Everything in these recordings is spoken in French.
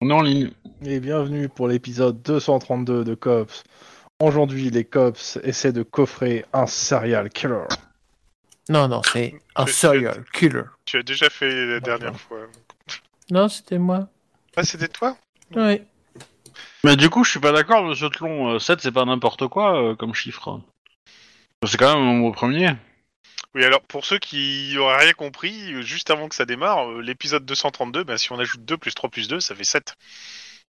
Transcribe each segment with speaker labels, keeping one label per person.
Speaker 1: On est en ligne.
Speaker 2: Et bienvenue pour l'épisode 232 de Cops. Aujourd'hui, les Cops essaient de coffrer un serial killer.
Speaker 3: Non, non, c'est un
Speaker 4: C'est-
Speaker 3: serial killer.
Speaker 4: Tu as déjà fait la dernière fois.
Speaker 3: Non, c'était moi.
Speaker 4: Ah, c'était toi
Speaker 3: Oui.
Speaker 1: Mais du coup, je suis pas d'accord, monsieur Tlon. Euh, 7, c'est pas n'importe quoi euh, comme chiffre. C'est quand même un nombre premier.
Speaker 4: Oui, alors pour ceux qui auraient rien compris, euh, juste avant que ça démarre, euh, l'épisode 232, bah, si on ajoute 2 plus 3 plus 2, ça fait 7.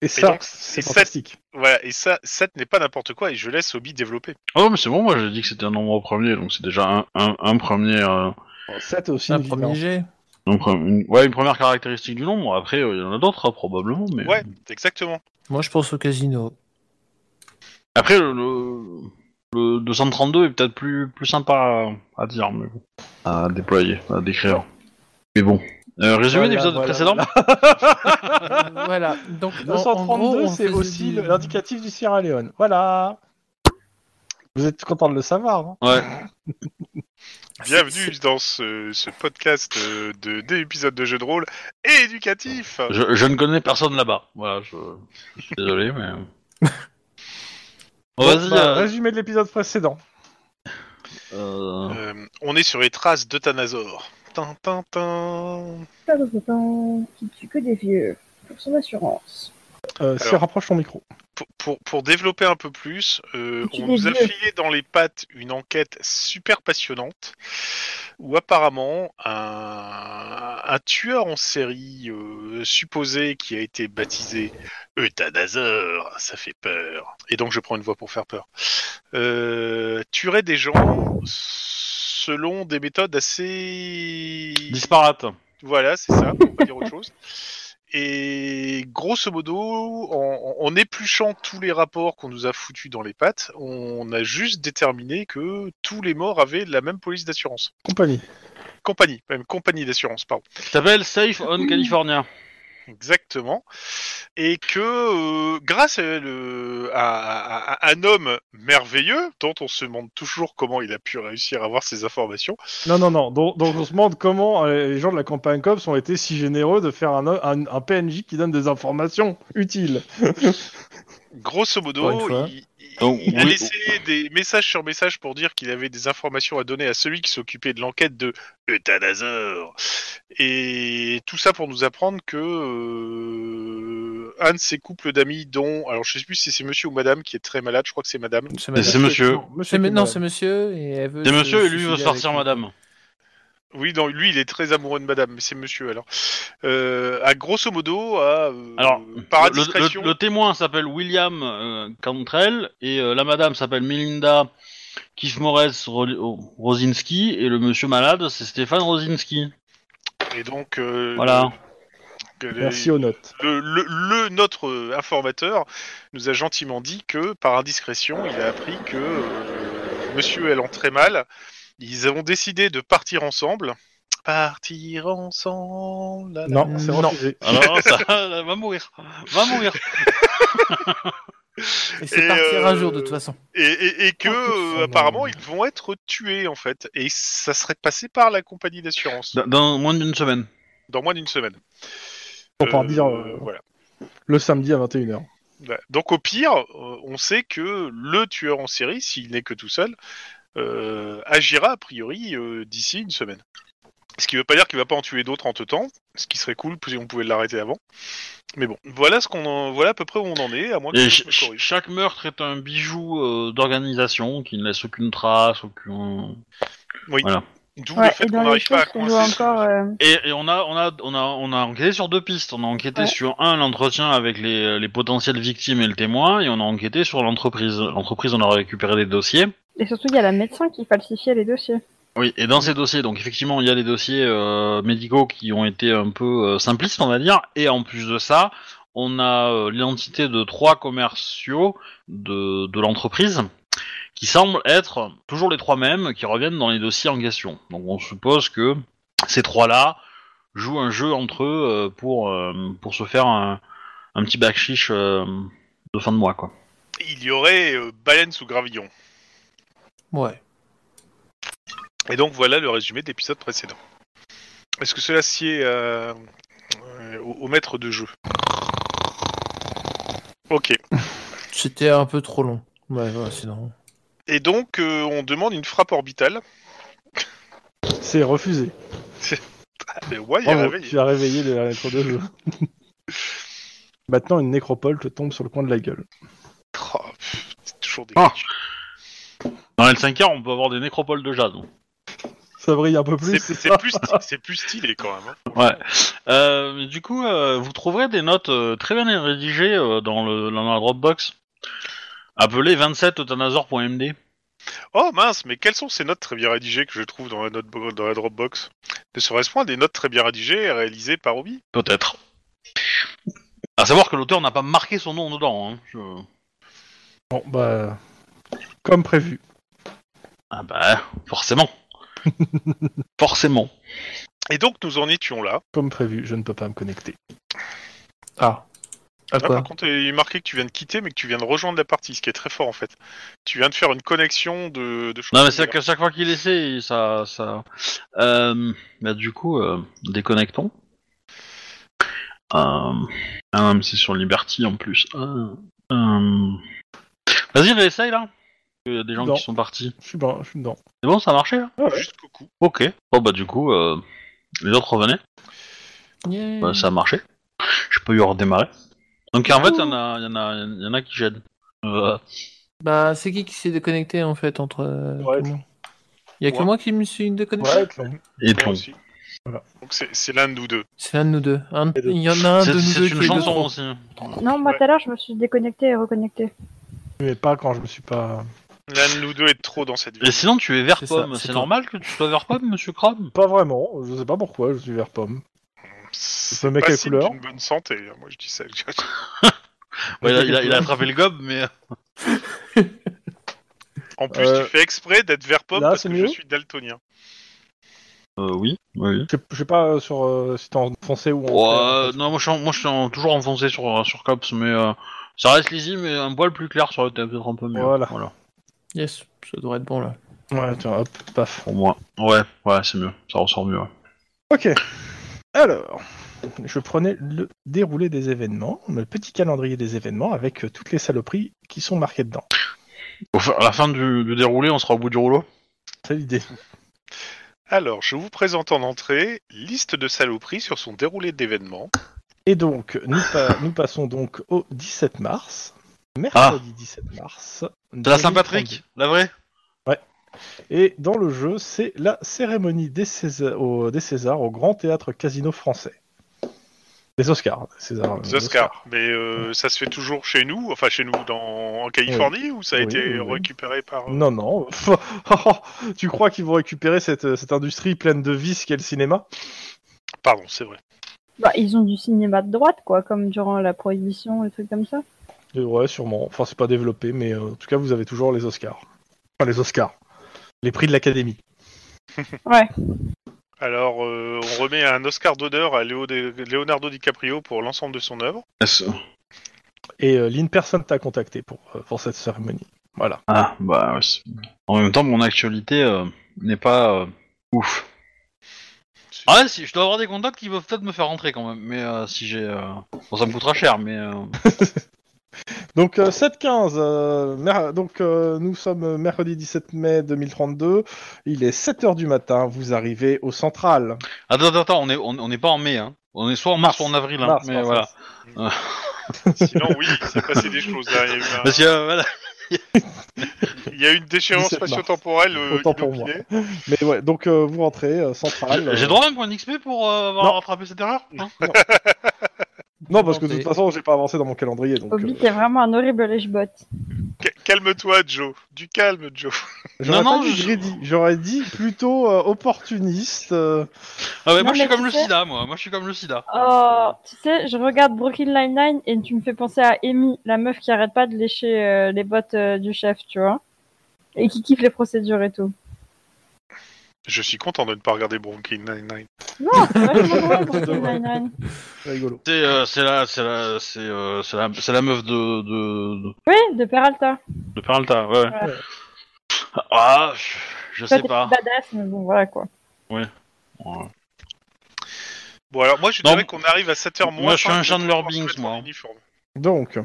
Speaker 2: Et ça,
Speaker 4: donc,
Speaker 2: c'est
Speaker 4: et ça-
Speaker 2: fantastique.
Speaker 4: Voilà, et ça, 7 n'est pas n'importe quoi, et je laisse Obi développer.
Speaker 1: Oh, mais c'est bon, moi j'ai dit que c'était un nombre premier, donc c'est déjà un, un, un premier. euh,
Speaker 2: 7 aussi,
Speaker 3: Un
Speaker 2: une vie,
Speaker 3: premier
Speaker 2: hein.
Speaker 3: jet.
Speaker 1: un pre- une, ouais, une première caractéristique du nombre. Après, euh, il y en a d'autres, hein, probablement. Mais...
Speaker 4: Ouais, exactement.
Speaker 3: Moi, je pense au casino.
Speaker 1: Après, le, le, le 232 est peut-être plus, plus sympa à, à dire, mais bon. À déployer, à décrire. Mais bon. Euh, résumé
Speaker 2: Voilà,
Speaker 1: l'épisode
Speaker 2: voilà,
Speaker 1: précédent
Speaker 3: Euh, voilà. Donc, en- en
Speaker 2: 232,
Speaker 3: gros, on
Speaker 2: c'est
Speaker 3: faisait
Speaker 2: aussi
Speaker 3: du-
Speaker 2: le- l'indicatif du Sierra Leone. Voilà. Vous êtes content de le savoir. hein
Speaker 1: Ouais.
Speaker 4: Ah, Bienvenue dans ce, ce podcast euh, de, des épisodes de jeux de rôle et éducatif
Speaker 1: Euh, Je, je ne connais personne là-bas. Voilà, je, je suis désolé, mais. Bon,
Speaker 2: Bon,
Speaker 1: Vas-y,
Speaker 2: bah,
Speaker 1: euh,
Speaker 2: Résumé de l'épisode précédent.
Speaker 1: euh,
Speaker 4: Euh, On est sur les traces de Thanasor. Tin, tin, tin.
Speaker 5: Tadadadam, qui tue que des vieux pour son assurance.
Speaker 2: Euh, si,
Speaker 4: Alors.
Speaker 2: rapproche ton micro.
Speaker 4: pour, pour- pour développer un peu plus, euh,
Speaker 5: Tu
Speaker 4: on nous a
Speaker 5: dégueules.
Speaker 4: filé dans les pattes une enquête super passionnante où apparemment un, un tueur en série euh, supposé qui a été baptisé Euthanasor, ça fait peur, et donc je prends une voix pour faire peur, euh, tuerait des gens selon des méthodes assez
Speaker 1: disparate.
Speaker 4: voilà, c'est ça, on va dire autre chose. Et grosso modo, en, en épluchant tous les rapports qu'on nous a foutus dans les pattes, on a juste déterminé que tous les morts avaient la même police d'assurance.
Speaker 2: Compagnie.
Speaker 4: Compagnie, même compagnie d'assurance, pardon.
Speaker 1: Ça s'appelle Safe on California.
Speaker 4: Exactement. Et que euh, grâce à, le- à- à- à un homme merveilleux, dont on se demande toujours comment il a pu réussir à avoir ces informations,
Speaker 2: Non, non, non. Donc, donc on se demande comment euh, les gens de la campagne COPS ont été si généreux de faire un, un- un PNJ qui donne des informations utiles.
Speaker 4: grosso
Speaker 3: Pour une
Speaker 4: modo,
Speaker 3: fois.
Speaker 4: il, il-
Speaker 1: Donc,
Speaker 4: il a
Speaker 1: Oh, oui.
Speaker 4: laissé des messages sur messages pour dire qu'il avait des informations à donner à celui qui s'occupait de l'enquête de Euthanasor. Et tout ça pour nous apprendre que euh, un de ces couples d'amis dont, alors je sais plus si c'est monsieur ou madame qui est très malade, je crois que c'est madame,
Speaker 3: C'est
Speaker 1: C'est
Speaker 3: madame.
Speaker 1: monsieur.
Speaker 2: Non,
Speaker 3: C'est
Speaker 2: monsieur
Speaker 3: ma- Non,
Speaker 2: Kimball.
Speaker 3: c'est monsieur. Et elle veut
Speaker 1: C'est
Speaker 3: se
Speaker 1: monsieur et lui veut
Speaker 3: suicider
Speaker 1: sortir
Speaker 3: avec-
Speaker 1: madame.
Speaker 4: Oui, non, lui, il est très amoureux de madame, mais c'est monsieur alors. Euh, à grosso modo, à, euh,
Speaker 1: Alors,
Speaker 4: par
Speaker 1: le, le-
Speaker 4: indiscrétion,
Speaker 1: le témoin s'appelle William euh, Cantrell et euh, la madame s'appelle Melinda Kif Rosinski et le monsieur malade c'est Stéphane Rosinski.
Speaker 4: et donc, euh,
Speaker 1: Voilà.
Speaker 4: que les-
Speaker 2: Merci aux notes.
Speaker 4: le, le- le- notre euh, informateur nous a gentiment dit que, par indiscrétion, il a appris que euh, monsieur allant très mal, ils ont décidé de partir ensemble. Partir ensemble. la la
Speaker 2: Non, c'est
Speaker 3: Non.
Speaker 2: refusé.
Speaker 1: Alors ça va mourir. Va mourir.
Speaker 3: Et c'est
Speaker 4: Et,
Speaker 3: partir un
Speaker 4: euh,
Speaker 3: jour, de toute façon.
Speaker 4: Et, et- et que
Speaker 3: Oh, putain,
Speaker 4: euh,
Speaker 3: non.
Speaker 4: apparemment ils vont être tués en fait, et ça serait passé par la compagnie d'assurance
Speaker 1: Dans, dans moins d'une semaine.
Speaker 4: dans moins d'une semaine.
Speaker 2: On peut en
Speaker 4: Euh,
Speaker 2: dire, euh,
Speaker 4: voilà.
Speaker 2: Le samedi à 21h.
Speaker 4: Ouais. Donc au pire, euh, on sait que le tueur en série, s'il n'est que tout seul, euh, agira a priori euh, d'ici une semaine. Ce qui ne veut pas dire qu'il va pas en tuer d'autres entre temps, ce qui serait cool si on pouvait l'arrêter avant. Mais bon, voilà ce qu'on en- voilà à peu près où on en est, à moins que
Speaker 1: Et
Speaker 4: je
Speaker 1: ch- ch- chaque meurtre est un bijou euh, d'organisation qui ne laisse aucune trace, aucun.
Speaker 4: Oui.
Speaker 1: Voilà.
Speaker 4: D'où
Speaker 5: Ouais,
Speaker 4: le fait
Speaker 5: et
Speaker 4: qu'on
Speaker 5: dans les
Speaker 4: n'arrive pas à
Speaker 5: choses qu'on doit
Speaker 4: coincer. ce-
Speaker 5: encore. euh,
Speaker 1: Et, et on a on a on a on a enquêté sur deux pistes. On a enquêté
Speaker 5: Ouais.
Speaker 1: sur un l'entretien avec les, les potentielles victimes et le témoin, et on a enquêté sur l'entreprise. L'entreprise, on a récupéré des dossiers.
Speaker 5: Et surtout, il y a la médecin qui falsifiait les dossiers.
Speaker 1: Oui, et dans ces dossiers, donc effectivement, il y a les dossiers euh, médicaux qui ont été un peu euh, simplistes, on va dire, et en plus de ça, on a euh, l'identité de trois commerciaux de, de l'entreprise qui semblent être toujours les trois mêmes qui reviennent dans les dossiers en question. Donc on suppose que ces trois-là jouent un jeu entre eux euh, pour, euh, pour se faire un, un petit backchiche euh, de fin de mois, quoi.
Speaker 4: Il y aurait euh, baleine sous gravillon.
Speaker 3: Ouais.
Speaker 4: Et donc voilà le résumé de l'épisode précédent. Est-ce que cela sied euh, euh, au, au maître de jeu Ok.
Speaker 3: C'était un peu trop long. Ouais, ouais, sinon.
Speaker 4: Et donc, euh, on demande une frappe orbitale.
Speaker 2: C'est refusé.
Speaker 4: Ah, mais ouais, il est
Speaker 2: Bravo,
Speaker 4: réveillé.
Speaker 2: tu as réveillé les lettres de jeu. Maintenant, une nécropole te tombe sur le coin de la gueule.
Speaker 4: Oh, pff, c'est toujours des.
Speaker 1: Ah. Dans L5R, on peut avoir des nécropoles de jade.
Speaker 2: Ça brille un peu plus.
Speaker 4: C'est
Speaker 2: c'est
Speaker 4: c'est
Speaker 2: ça
Speaker 4: plus, sty- c'est plus stylé quand même. hein.
Speaker 1: Ouais. Euh, mais du coup, euh, vous trouverez des notes euh, très bien rédigées euh, dans, le, dans la Dropbox, appelées 27euthanasor.md.
Speaker 4: Oh mince, mais quelles sont ces notes très bien rédigées que je trouve dans la, note, dans la Dropbox Ne serait-ce point des notes très bien rédigées et réalisées par Obi
Speaker 1: Peut-être. À savoir que l'auteur n'a pas marqué son nom dedans. hein. Je-
Speaker 2: Bon, bah. Comme prévu.
Speaker 1: Ah bah, forcément. forcément.
Speaker 4: Et donc, nous en étions là.
Speaker 2: Comme prévu, je ne peux pas me connecter.
Speaker 3: Ah. À
Speaker 4: Ah,
Speaker 3: quoi
Speaker 4: par contre, il est marqué que tu viens de quitter, mais que tu viens de rejoindre la partie, ce qui est très fort en fait. Tu viens de faire une connexion de, de choses.
Speaker 1: Non mais c'est qu'à chaque fois qu'il essaie, il- ça, ça. Euh, bah du coup, euh, déconnectons. Euh, Ah non, mais c'est sur Liberty en plus. Euh, euh, Vas-y, réessaye là. Il y a des gens
Speaker 2: Non.
Speaker 1: qui sont partis.
Speaker 2: Je suis, dans- je suis dedans.
Speaker 1: C'est bon, ça a marché là
Speaker 4: Jusqu'au cou.
Speaker 1: Ok. Bon bah du coup, euh, les autres revenaient.
Speaker 3: Yeah.
Speaker 1: Bah, ça a marché. Je peux y redémarrer. Donc en fait, il y en a, il y en a, il y en a qui gênent. Euh,
Speaker 3: Bah, c'est qui qui s'est déconnecté en fait entre. euh,
Speaker 2: Ouais.
Speaker 3: tout le monde Il y a que
Speaker 4: Ouais.
Speaker 3: moi qui me suis déconnecté.
Speaker 1: et
Speaker 4: Moi
Speaker 1: Tlon.
Speaker 4: aussi.
Speaker 2: Voilà.
Speaker 4: Donc c'est c'est l'un de nous deux.
Speaker 3: C'est l'un de nous deux. Un-
Speaker 2: Et deux.
Speaker 3: Il y en a un de
Speaker 1: C'est
Speaker 3: nous deux
Speaker 1: c'est
Speaker 3: qui
Speaker 1: une
Speaker 3: est de
Speaker 1: chanson
Speaker 3: trop.
Speaker 1: aussi.
Speaker 5: Non, moi
Speaker 4: Ouais.
Speaker 5: tout à l'heure, je me suis déconnectée et reconnectée.
Speaker 2: Mais pas quand je me suis pas.
Speaker 4: L'un de nous deux est trop dans cette
Speaker 1: Et
Speaker 4: vie.
Speaker 1: sinon, tu es
Speaker 3: C'est
Speaker 1: vert
Speaker 3: ça,
Speaker 1: pomme.
Speaker 3: c'est
Speaker 1: C'est
Speaker 3: toi.
Speaker 1: normal que tu sois vert pomme, monsieur Crabbe
Speaker 2: Pas vraiment, je sais pas pourquoi, je suis vert pomme.
Speaker 4: C'est
Speaker 2: mec
Speaker 4: pas
Speaker 2: à
Speaker 4: signe
Speaker 2: couleur.
Speaker 4: d'une bonne santé. hein. Moi je dis ça.
Speaker 1: Ouais, Bah, il, a, il a- il a attrapé le gob, mais. euh.
Speaker 4: En plus,
Speaker 2: Euh,
Speaker 4: tu fais exprès d'être vert pomme
Speaker 2: là,
Speaker 4: parce
Speaker 2: c'est
Speaker 4: que
Speaker 2: mieux
Speaker 4: je suis daltonien.
Speaker 1: Euh, oui, oui.
Speaker 2: Je sais- je sais pas euh, sur, euh, si t'es en français ou en.
Speaker 1: Ouais, euh, non, moi je suis, en- moi, je suis en- toujours enfoncé sur, sur Cops, mais euh, ça reste lisible, mais un poil plus clair sur le thème, peut-être un peu mieux.
Speaker 2: Voilà.
Speaker 3: Yes, ça devrait être bon là.
Speaker 2: Ouais, tiens, hop, paf.
Speaker 1: Pour moi. Ouais, ouais, c'est mieux. Ça ressort mieux. ouais.
Speaker 2: Ok. Alors, je prenais le déroulé des événements, le petit calendrier des événements avec euh, toutes les saloperies qui sont marquées dedans.
Speaker 1: Au fin- à la fin du, du déroulé, on sera au bout du rouleau.
Speaker 2: C'est l'idée.
Speaker 4: Alors, je vous présente en entrée liste de saloperies sur son déroulé d'événements.
Speaker 2: Euh, Et donc, nous, pa- nous passons donc au 17 mars. Mercredi 17 mars.
Speaker 1: C'est la Saint-Patrick, la vraie
Speaker 2: Et dans le jeu, c'est la cérémonie des Césars au, des Césars au Grand Théâtre Casino français. Des Oscars. hein, des Césars,
Speaker 4: Les
Speaker 2: des
Speaker 4: Oscars. Mais euh, ça se fait toujours chez nous, enfin chez nous dans, en Californie, ou ça a
Speaker 2: Oui,
Speaker 4: été
Speaker 2: oui, oui.
Speaker 4: récupéré par. euh,
Speaker 2: Non, non. tu crois qu'ils vont récupérer cette, euh, cette industrie pleine de vices qu'est le cinéma
Speaker 4: Pardon, c'est vrai.
Speaker 5: Bah, ils ont du cinéma de droite, quoi, comme durant la prohibition, et trucs comme ça.
Speaker 2: Euh, Ouais, sûrement. Enfin, c'est pas développé, mais euh, en tout cas, vous avez toujours les Oscars. Enfin, les Oscars. Les prix de l'Académie.
Speaker 4: Alors, euh, on remet un Oscar d'honneur à Léo- Leonardo DiCaprio pour l'ensemble de son œuvre.
Speaker 2: Et euh, Lynn, personne t'a contacté pour, euh, pour cette cérémonie. Voilà.
Speaker 1: Ah, bah. ouais, c'est- En même temps, mon actualité euh, n'est pas euh, ouf. Ah ouais, si, je dois avoir des contacts qui peuvent peut-être me faire rentrer quand même, mais euh, si j'ai. euh, Bon, ça me coûtera cher, mais. euh,
Speaker 2: Donc euh, 7-15, euh, mer- donc euh, nous sommes mercredi 17 mai 2032, il est 7h du matin, vous arrivez au central.
Speaker 1: Attends, attends, attends, on est, on, on est pas en mai, hein. On est soit en mars,
Speaker 2: Mars.
Speaker 1: soit en avril, hein.
Speaker 2: Mars,
Speaker 1: mais
Speaker 2: mars,
Speaker 1: voilà.
Speaker 2: mars.
Speaker 4: Sinon, oui, il s'est passé des choses. hein. Il, y a eu un-
Speaker 2: Bah,
Speaker 1: Parce que, euh, voilà.
Speaker 4: il y a eu une déchéance
Speaker 2: 17 mars.
Speaker 4: spatio-temporelle euh,
Speaker 2: Autant pour moi.
Speaker 4: inopinée.
Speaker 2: Mais ouais, donc euh, vous rentrez, euh, central.
Speaker 1: J'ai-
Speaker 2: euh,
Speaker 1: J'ai droit à un point d'XP pour euh, avoir
Speaker 2: Non.
Speaker 1: rattrapé cette erreur hein
Speaker 2: Non, parce que de
Speaker 3: Santé.
Speaker 2: toute façon, j'ai pas avancé dans mon calendrier, donc
Speaker 5: Obi,
Speaker 2: euh,
Speaker 5: t'es vraiment un horrible lèche-botte.
Speaker 4: Ca- Calme-toi, Joe. Du calme, Joe.
Speaker 2: j'aurais
Speaker 1: Non,
Speaker 2: pas
Speaker 1: non,
Speaker 2: dit
Speaker 1: je-
Speaker 2: greedy, j'aurais dit plutôt euh, opportuniste. euh,
Speaker 1: Ah, mais
Speaker 5: Non,
Speaker 1: moi, je suis
Speaker 5: mais
Speaker 1: comme
Speaker 5: tu
Speaker 1: le
Speaker 5: sais-
Speaker 1: sida, moi. Moi, je suis comme le sida.
Speaker 5: Oh, tu sais, je regarde Brooklyn Nine-Nine et tu me fais penser à Amy, la meuf qui arrête pas de lécher euh, les bottes euh, du chef, tu vois. Et qui kiffe les procédures et tout.
Speaker 4: Je suis content de ne pas regarder Brooklyn Nine-Nine.
Speaker 5: Non, c'est vachement drôle, Brooklyn Nine-Nine.
Speaker 2: rigolo.
Speaker 1: C'est euh, c'est la, c'est la, c'est euh, c'est la, c'est la meuf de de, de,
Speaker 5: Oui, Eh, de Peralta.
Speaker 1: de Peralta, ouais.
Speaker 5: Ouais.
Speaker 1: Ah, je, je
Speaker 5: Toi,
Speaker 1: sais
Speaker 5: t'es
Speaker 1: pas.
Speaker 5: badass, mais bon, voilà quoi.
Speaker 1: Ouais.
Speaker 4: Bon, alors moi, je
Speaker 1: Non.
Speaker 4: dirais qu'on arrive à 7h moins.
Speaker 1: Moi, je suis
Speaker 4: cinq
Speaker 1: un
Speaker 4: pour
Speaker 1: Chandler
Speaker 4: pouvoir se
Speaker 1: Bings,
Speaker 4: mettre en
Speaker 1: moi.
Speaker 4: uniforme.
Speaker 2: Donc,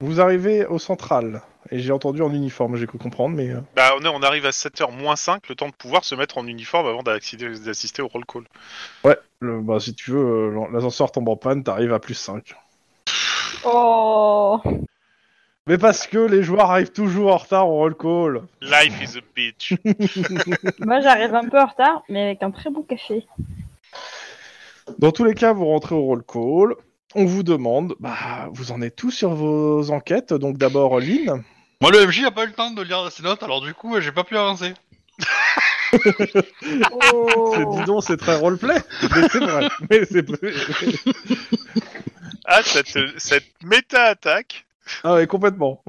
Speaker 2: Vous arrivez au central. Et j'ai entendu en uniforme, j'ai cru comprendre, mais... euh,
Speaker 4: Bah, on, est- on arrive à 7h moins 5, le temps de pouvoir se mettre en uniforme avant d'accéder- d'assister au roll call.
Speaker 2: Ouais, le- bah, si tu veux, euh, l'en- l'ascenseur tombe en panne, t'arrives à plus 5.
Speaker 5: Oh
Speaker 2: Mais parce que les joueurs arrivent toujours en retard au roll call.
Speaker 4: Life is a bitch.
Speaker 5: Moi, j'arrive un peu en retard, mais avec un très bon café.
Speaker 2: Dans tous les cas, vous rentrez au roll call. On vous demande, bah, vous en êtes tous sur vos enquêtes. Donc d'abord, Lynn.
Speaker 1: Moi, le MJ a pas eu le temps de lire ses notes, alors du coup, j'ai pas pu avancer.
Speaker 2: C'est-
Speaker 5: Oh.
Speaker 2: Dis donc, c'est très roleplay. Mais c'est vrai. Mais c'est
Speaker 4: Ah, cette, cette méta-attaque.
Speaker 2: Ah ouais, complètement.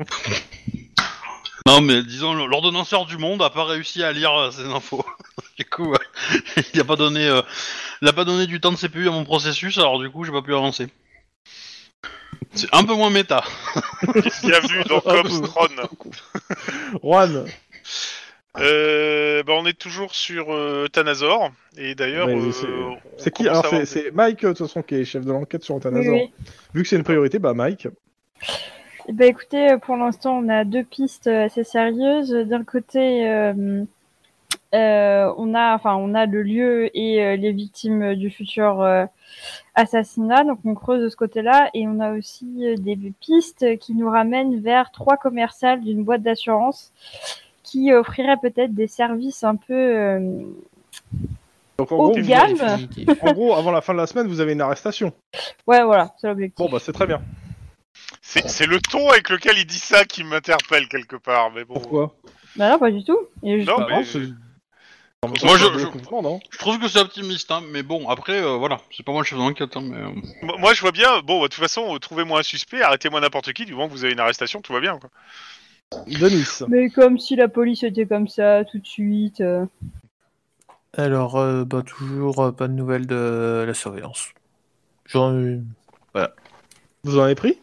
Speaker 1: Non, mais disons, l'ordonnanceur du monde a pas réussi à lire euh, ces infos. du coup, euh, il a pas donné, euh, il a pas donné du temps de CPU à mon processus, alors du coup, j'ai pas pu avancer. C'est un peu moins méta.
Speaker 4: Bienvenue dans
Speaker 2: Ah,
Speaker 4: Cops Throne.
Speaker 2: Juan,
Speaker 4: Euh, bah, on est toujours sur euh, Thanazor. Et d'ailleurs,
Speaker 2: Mais
Speaker 4: euh,
Speaker 2: c'est-
Speaker 4: on
Speaker 2: c'est qui
Speaker 4: commence
Speaker 2: Alors,
Speaker 4: à
Speaker 2: c'est
Speaker 4: avoir
Speaker 2: c'est Mike, euh, de toute façon, qui est chef de l'enquête sur
Speaker 5: Oui,
Speaker 2: Athanasor.
Speaker 5: oui.
Speaker 2: Vu que c'est une priorité, bah, Mike.
Speaker 5: Eh ben, écoutez, euh, pour l'instant, on a deux pistes euh, assez sérieuses. D'un côté, euh, euh, on a, enfin, on a le lieu et euh, les victimes euh, du futur euh, assassinat. Donc, on creuse de ce côté-là, et on a aussi euh, des pistes qui nous ramènent vers trois commerciales d'une boîte d'assurance qui offriraient peut-être des services un peu. euh,
Speaker 2: Donc, en
Speaker 5: Haut
Speaker 2: gros,
Speaker 5: de
Speaker 2: vous-
Speaker 5: gamme.
Speaker 2: en gros, avant la fin de la semaine, vous avez une arrestation.
Speaker 5: Ouais, voilà, c'est l'objectif.
Speaker 2: Bon, bah, c'est très bien.
Speaker 4: C'est c'est le ton avec lequel il dit ça qui m'interpelle quelque part, mais bon.
Speaker 2: Pourquoi
Speaker 5: Bah non, pas du tout. Il est juste-
Speaker 4: Non,
Speaker 2: Bah,
Speaker 4: mais-
Speaker 2: c'est-
Speaker 1: Moi, je- je-
Speaker 2: comprendre, hein.
Speaker 1: Je trouve que c'est optimiste, hein, mais bon, après, euh, voilà, c'est pas moi le chef de l'enquête. hein, mais, euh,
Speaker 4: Moi, moi, je vois bien, bon, bah, de toute façon, euh, trouvez-moi un suspect, arrêtez-moi n'importe qui, du moment que vous avez une arrestation, tout va bien. Quoi.
Speaker 2: Denis.
Speaker 5: Mais comme si la police était comme ça tout de suite. euh.
Speaker 3: Alors, euh, bah, toujours euh, pas de nouvelles de la surveillance. euh, J'en ai-
Speaker 2: Vous en avez pris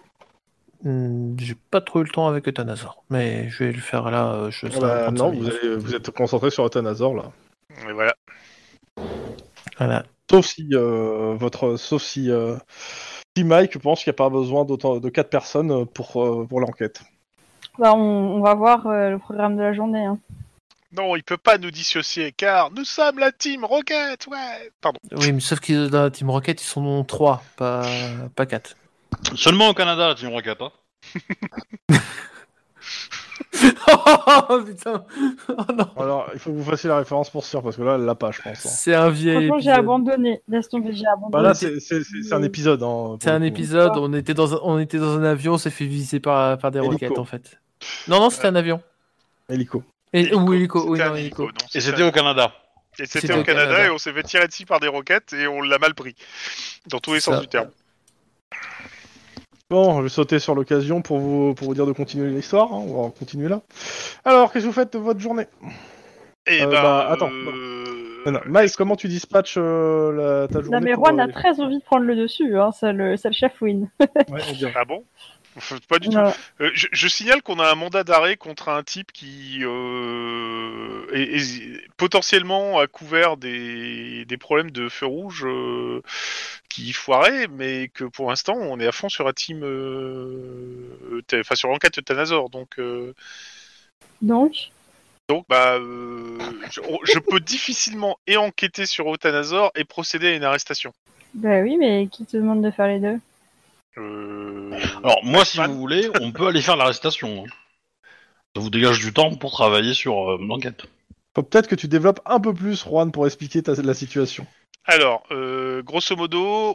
Speaker 3: Hmm, J'ai pas trop eu le temps avec Euthanasor, mais je vais le faire là. euh, Je serai à
Speaker 2: Bah,
Speaker 3: 35
Speaker 2: non, vous,
Speaker 3: minutes.
Speaker 2: avez- vous êtes concentré sur Athanasor, là.
Speaker 4: Et voilà.
Speaker 3: Voilà.
Speaker 2: Sauf si euh, votre, sauf si, euh, si Mike pense qu'il n'y a pas besoin d'autant de quatre personnes euh, pour euh, pour l'enquête.
Speaker 5: Bah, on, on va voir euh, le programme de la journée. hein.
Speaker 4: Non, il peut pas nous dissocier, car nous sommes la team Rocket, ouais Pardon.
Speaker 3: Oui, mais sauf qu'ils dans la Team Rocket, ils sont trois, pas pas quatre.
Speaker 1: Seulement au Canada, la Team Rocket. hein.
Speaker 3: oh putain, oh non,
Speaker 2: Alors, il faut que vous fassiez la référence pour sûr parce que là, elle l'a pas, je pense. hein.
Speaker 3: c'est un vieil.
Speaker 5: Franchement, j'ai
Speaker 6: euh,
Speaker 3: épisode.
Speaker 5: abandonné. Laisse tomber, j'ai abandonné.
Speaker 2: Bah, là, c'est c'est- c'est- c'est un épisode. hein, pour
Speaker 3: C'est
Speaker 2: le
Speaker 3: un
Speaker 2: coup.
Speaker 3: épisode, on était, dans un, on était dans un avion, on s'est fait viser par, par des
Speaker 2: Hélico.
Speaker 3: roquettes en fait. Non, non, c'était un avion.
Speaker 2: Hélico.
Speaker 3: Et, ou hélico, oui,
Speaker 4: C'était
Speaker 3: non,
Speaker 4: un
Speaker 3: hélico.
Speaker 4: hélico, non,
Speaker 1: Et
Speaker 4: c'était
Speaker 1: c'était
Speaker 4: un-
Speaker 1: au Canada.
Speaker 4: et c'était
Speaker 3: c'était
Speaker 4: au
Speaker 3: au
Speaker 4: Canada,
Speaker 3: Canada.
Speaker 4: et on s'est fait tirer dessus par des roquettes, et on l'a mal pris. Dans tous les
Speaker 3: C'est
Speaker 4: sens
Speaker 3: ça.
Speaker 4: du terme.
Speaker 2: Bon, je vais sauter sur l'occasion pour vous pour vous dire de continuer l'histoire. hein, On va en continuer là. Alors, qu'est-ce que vous faites de votre journée
Speaker 4: Et
Speaker 2: Euh,
Speaker 4: ben,
Speaker 2: bah, attends, Ah
Speaker 4: euh,
Speaker 2: Non, non, Mike, comment tu dispatches euh, la, ta journée
Speaker 5: Non, mais
Speaker 2: pour,
Speaker 5: Juan
Speaker 2: euh,
Speaker 5: a très envie de prendre le dessus. Hein. C'est le, c'est le chef win.
Speaker 2: ouais, on dirait.
Speaker 4: Ah bon Enfin, Pas du tout.
Speaker 5: Voilà.
Speaker 4: Euh, je, je signale qu'on a un mandat d'arrêt contre un type qui euh, est- est- potentiellement a couvert des, des problèmes de feu rouge euh, qui foiraient, mais que pour l'instant on est à fond sur la team, euh, eutha- enfin sur l'enquête de Thanazor. Donc, euh,
Speaker 5: Donc,
Speaker 4: donc bah, euh, je, on- je peux difficilement et enquêter sur Thanazor et procéder à une arrestation.
Speaker 5: bah oui, mais qui te demande de faire les deux
Speaker 4: Euh,
Speaker 1: Alors, moi, si
Speaker 4: Batman.
Speaker 1: vous voulez, on peut aller faire l'arrestation. hein. Ça vous dégage du temps pour travailler sur euh, l'enquête.
Speaker 2: Faut peut-être que tu développes un peu plus, Juan, pour expliquer ta- la situation.
Speaker 4: Alors, euh, grosso modo,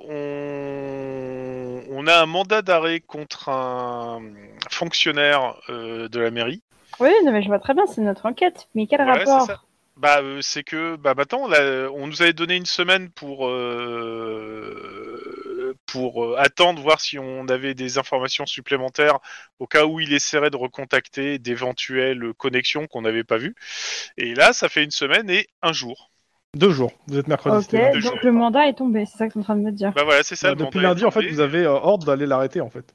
Speaker 4: on... on a un mandat d'arrêt contre un fonctionnaire euh, de la mairie.
Speaker 5: Oui, non, mais je vois très bien, c'est notre enquête. Mais quel
Speaker 4: Voilà,
Speaker 5: rapport
Speaker 4: c'est ça. Bah, euh, c'est que bah, maintenant, on, a- on nous avait donné une semaine pour, euh, pour euh, attendre, voir si on avait des informations supplémentaires au cas où il essaierait de recontacter d'éventuelles connexions qu'on n'avait pas vues. Et là, ça fait une semaine et un jour.
Speaker 2: Deux jours. Vous êtes mercredi.
Speaker 5: Ok,
Speaker 2: c'était lundi.
Speaker 5: donc
Speaker 4: jours.
Speaker 5: le mandat est tombé, c'est ça que tu es en train de me dire.
Speaker 4: Bah voilà, c'est ça.
Speaker 2: Bah,
Speaker 4: le
Speaker 2: depuis
Speaker 4: mandat est
Speaker 2: lundi, en fait,
Speaker 4: tombé.
Speaker 2: vous avez euh, ordre d'aller l'arrêter, en fait.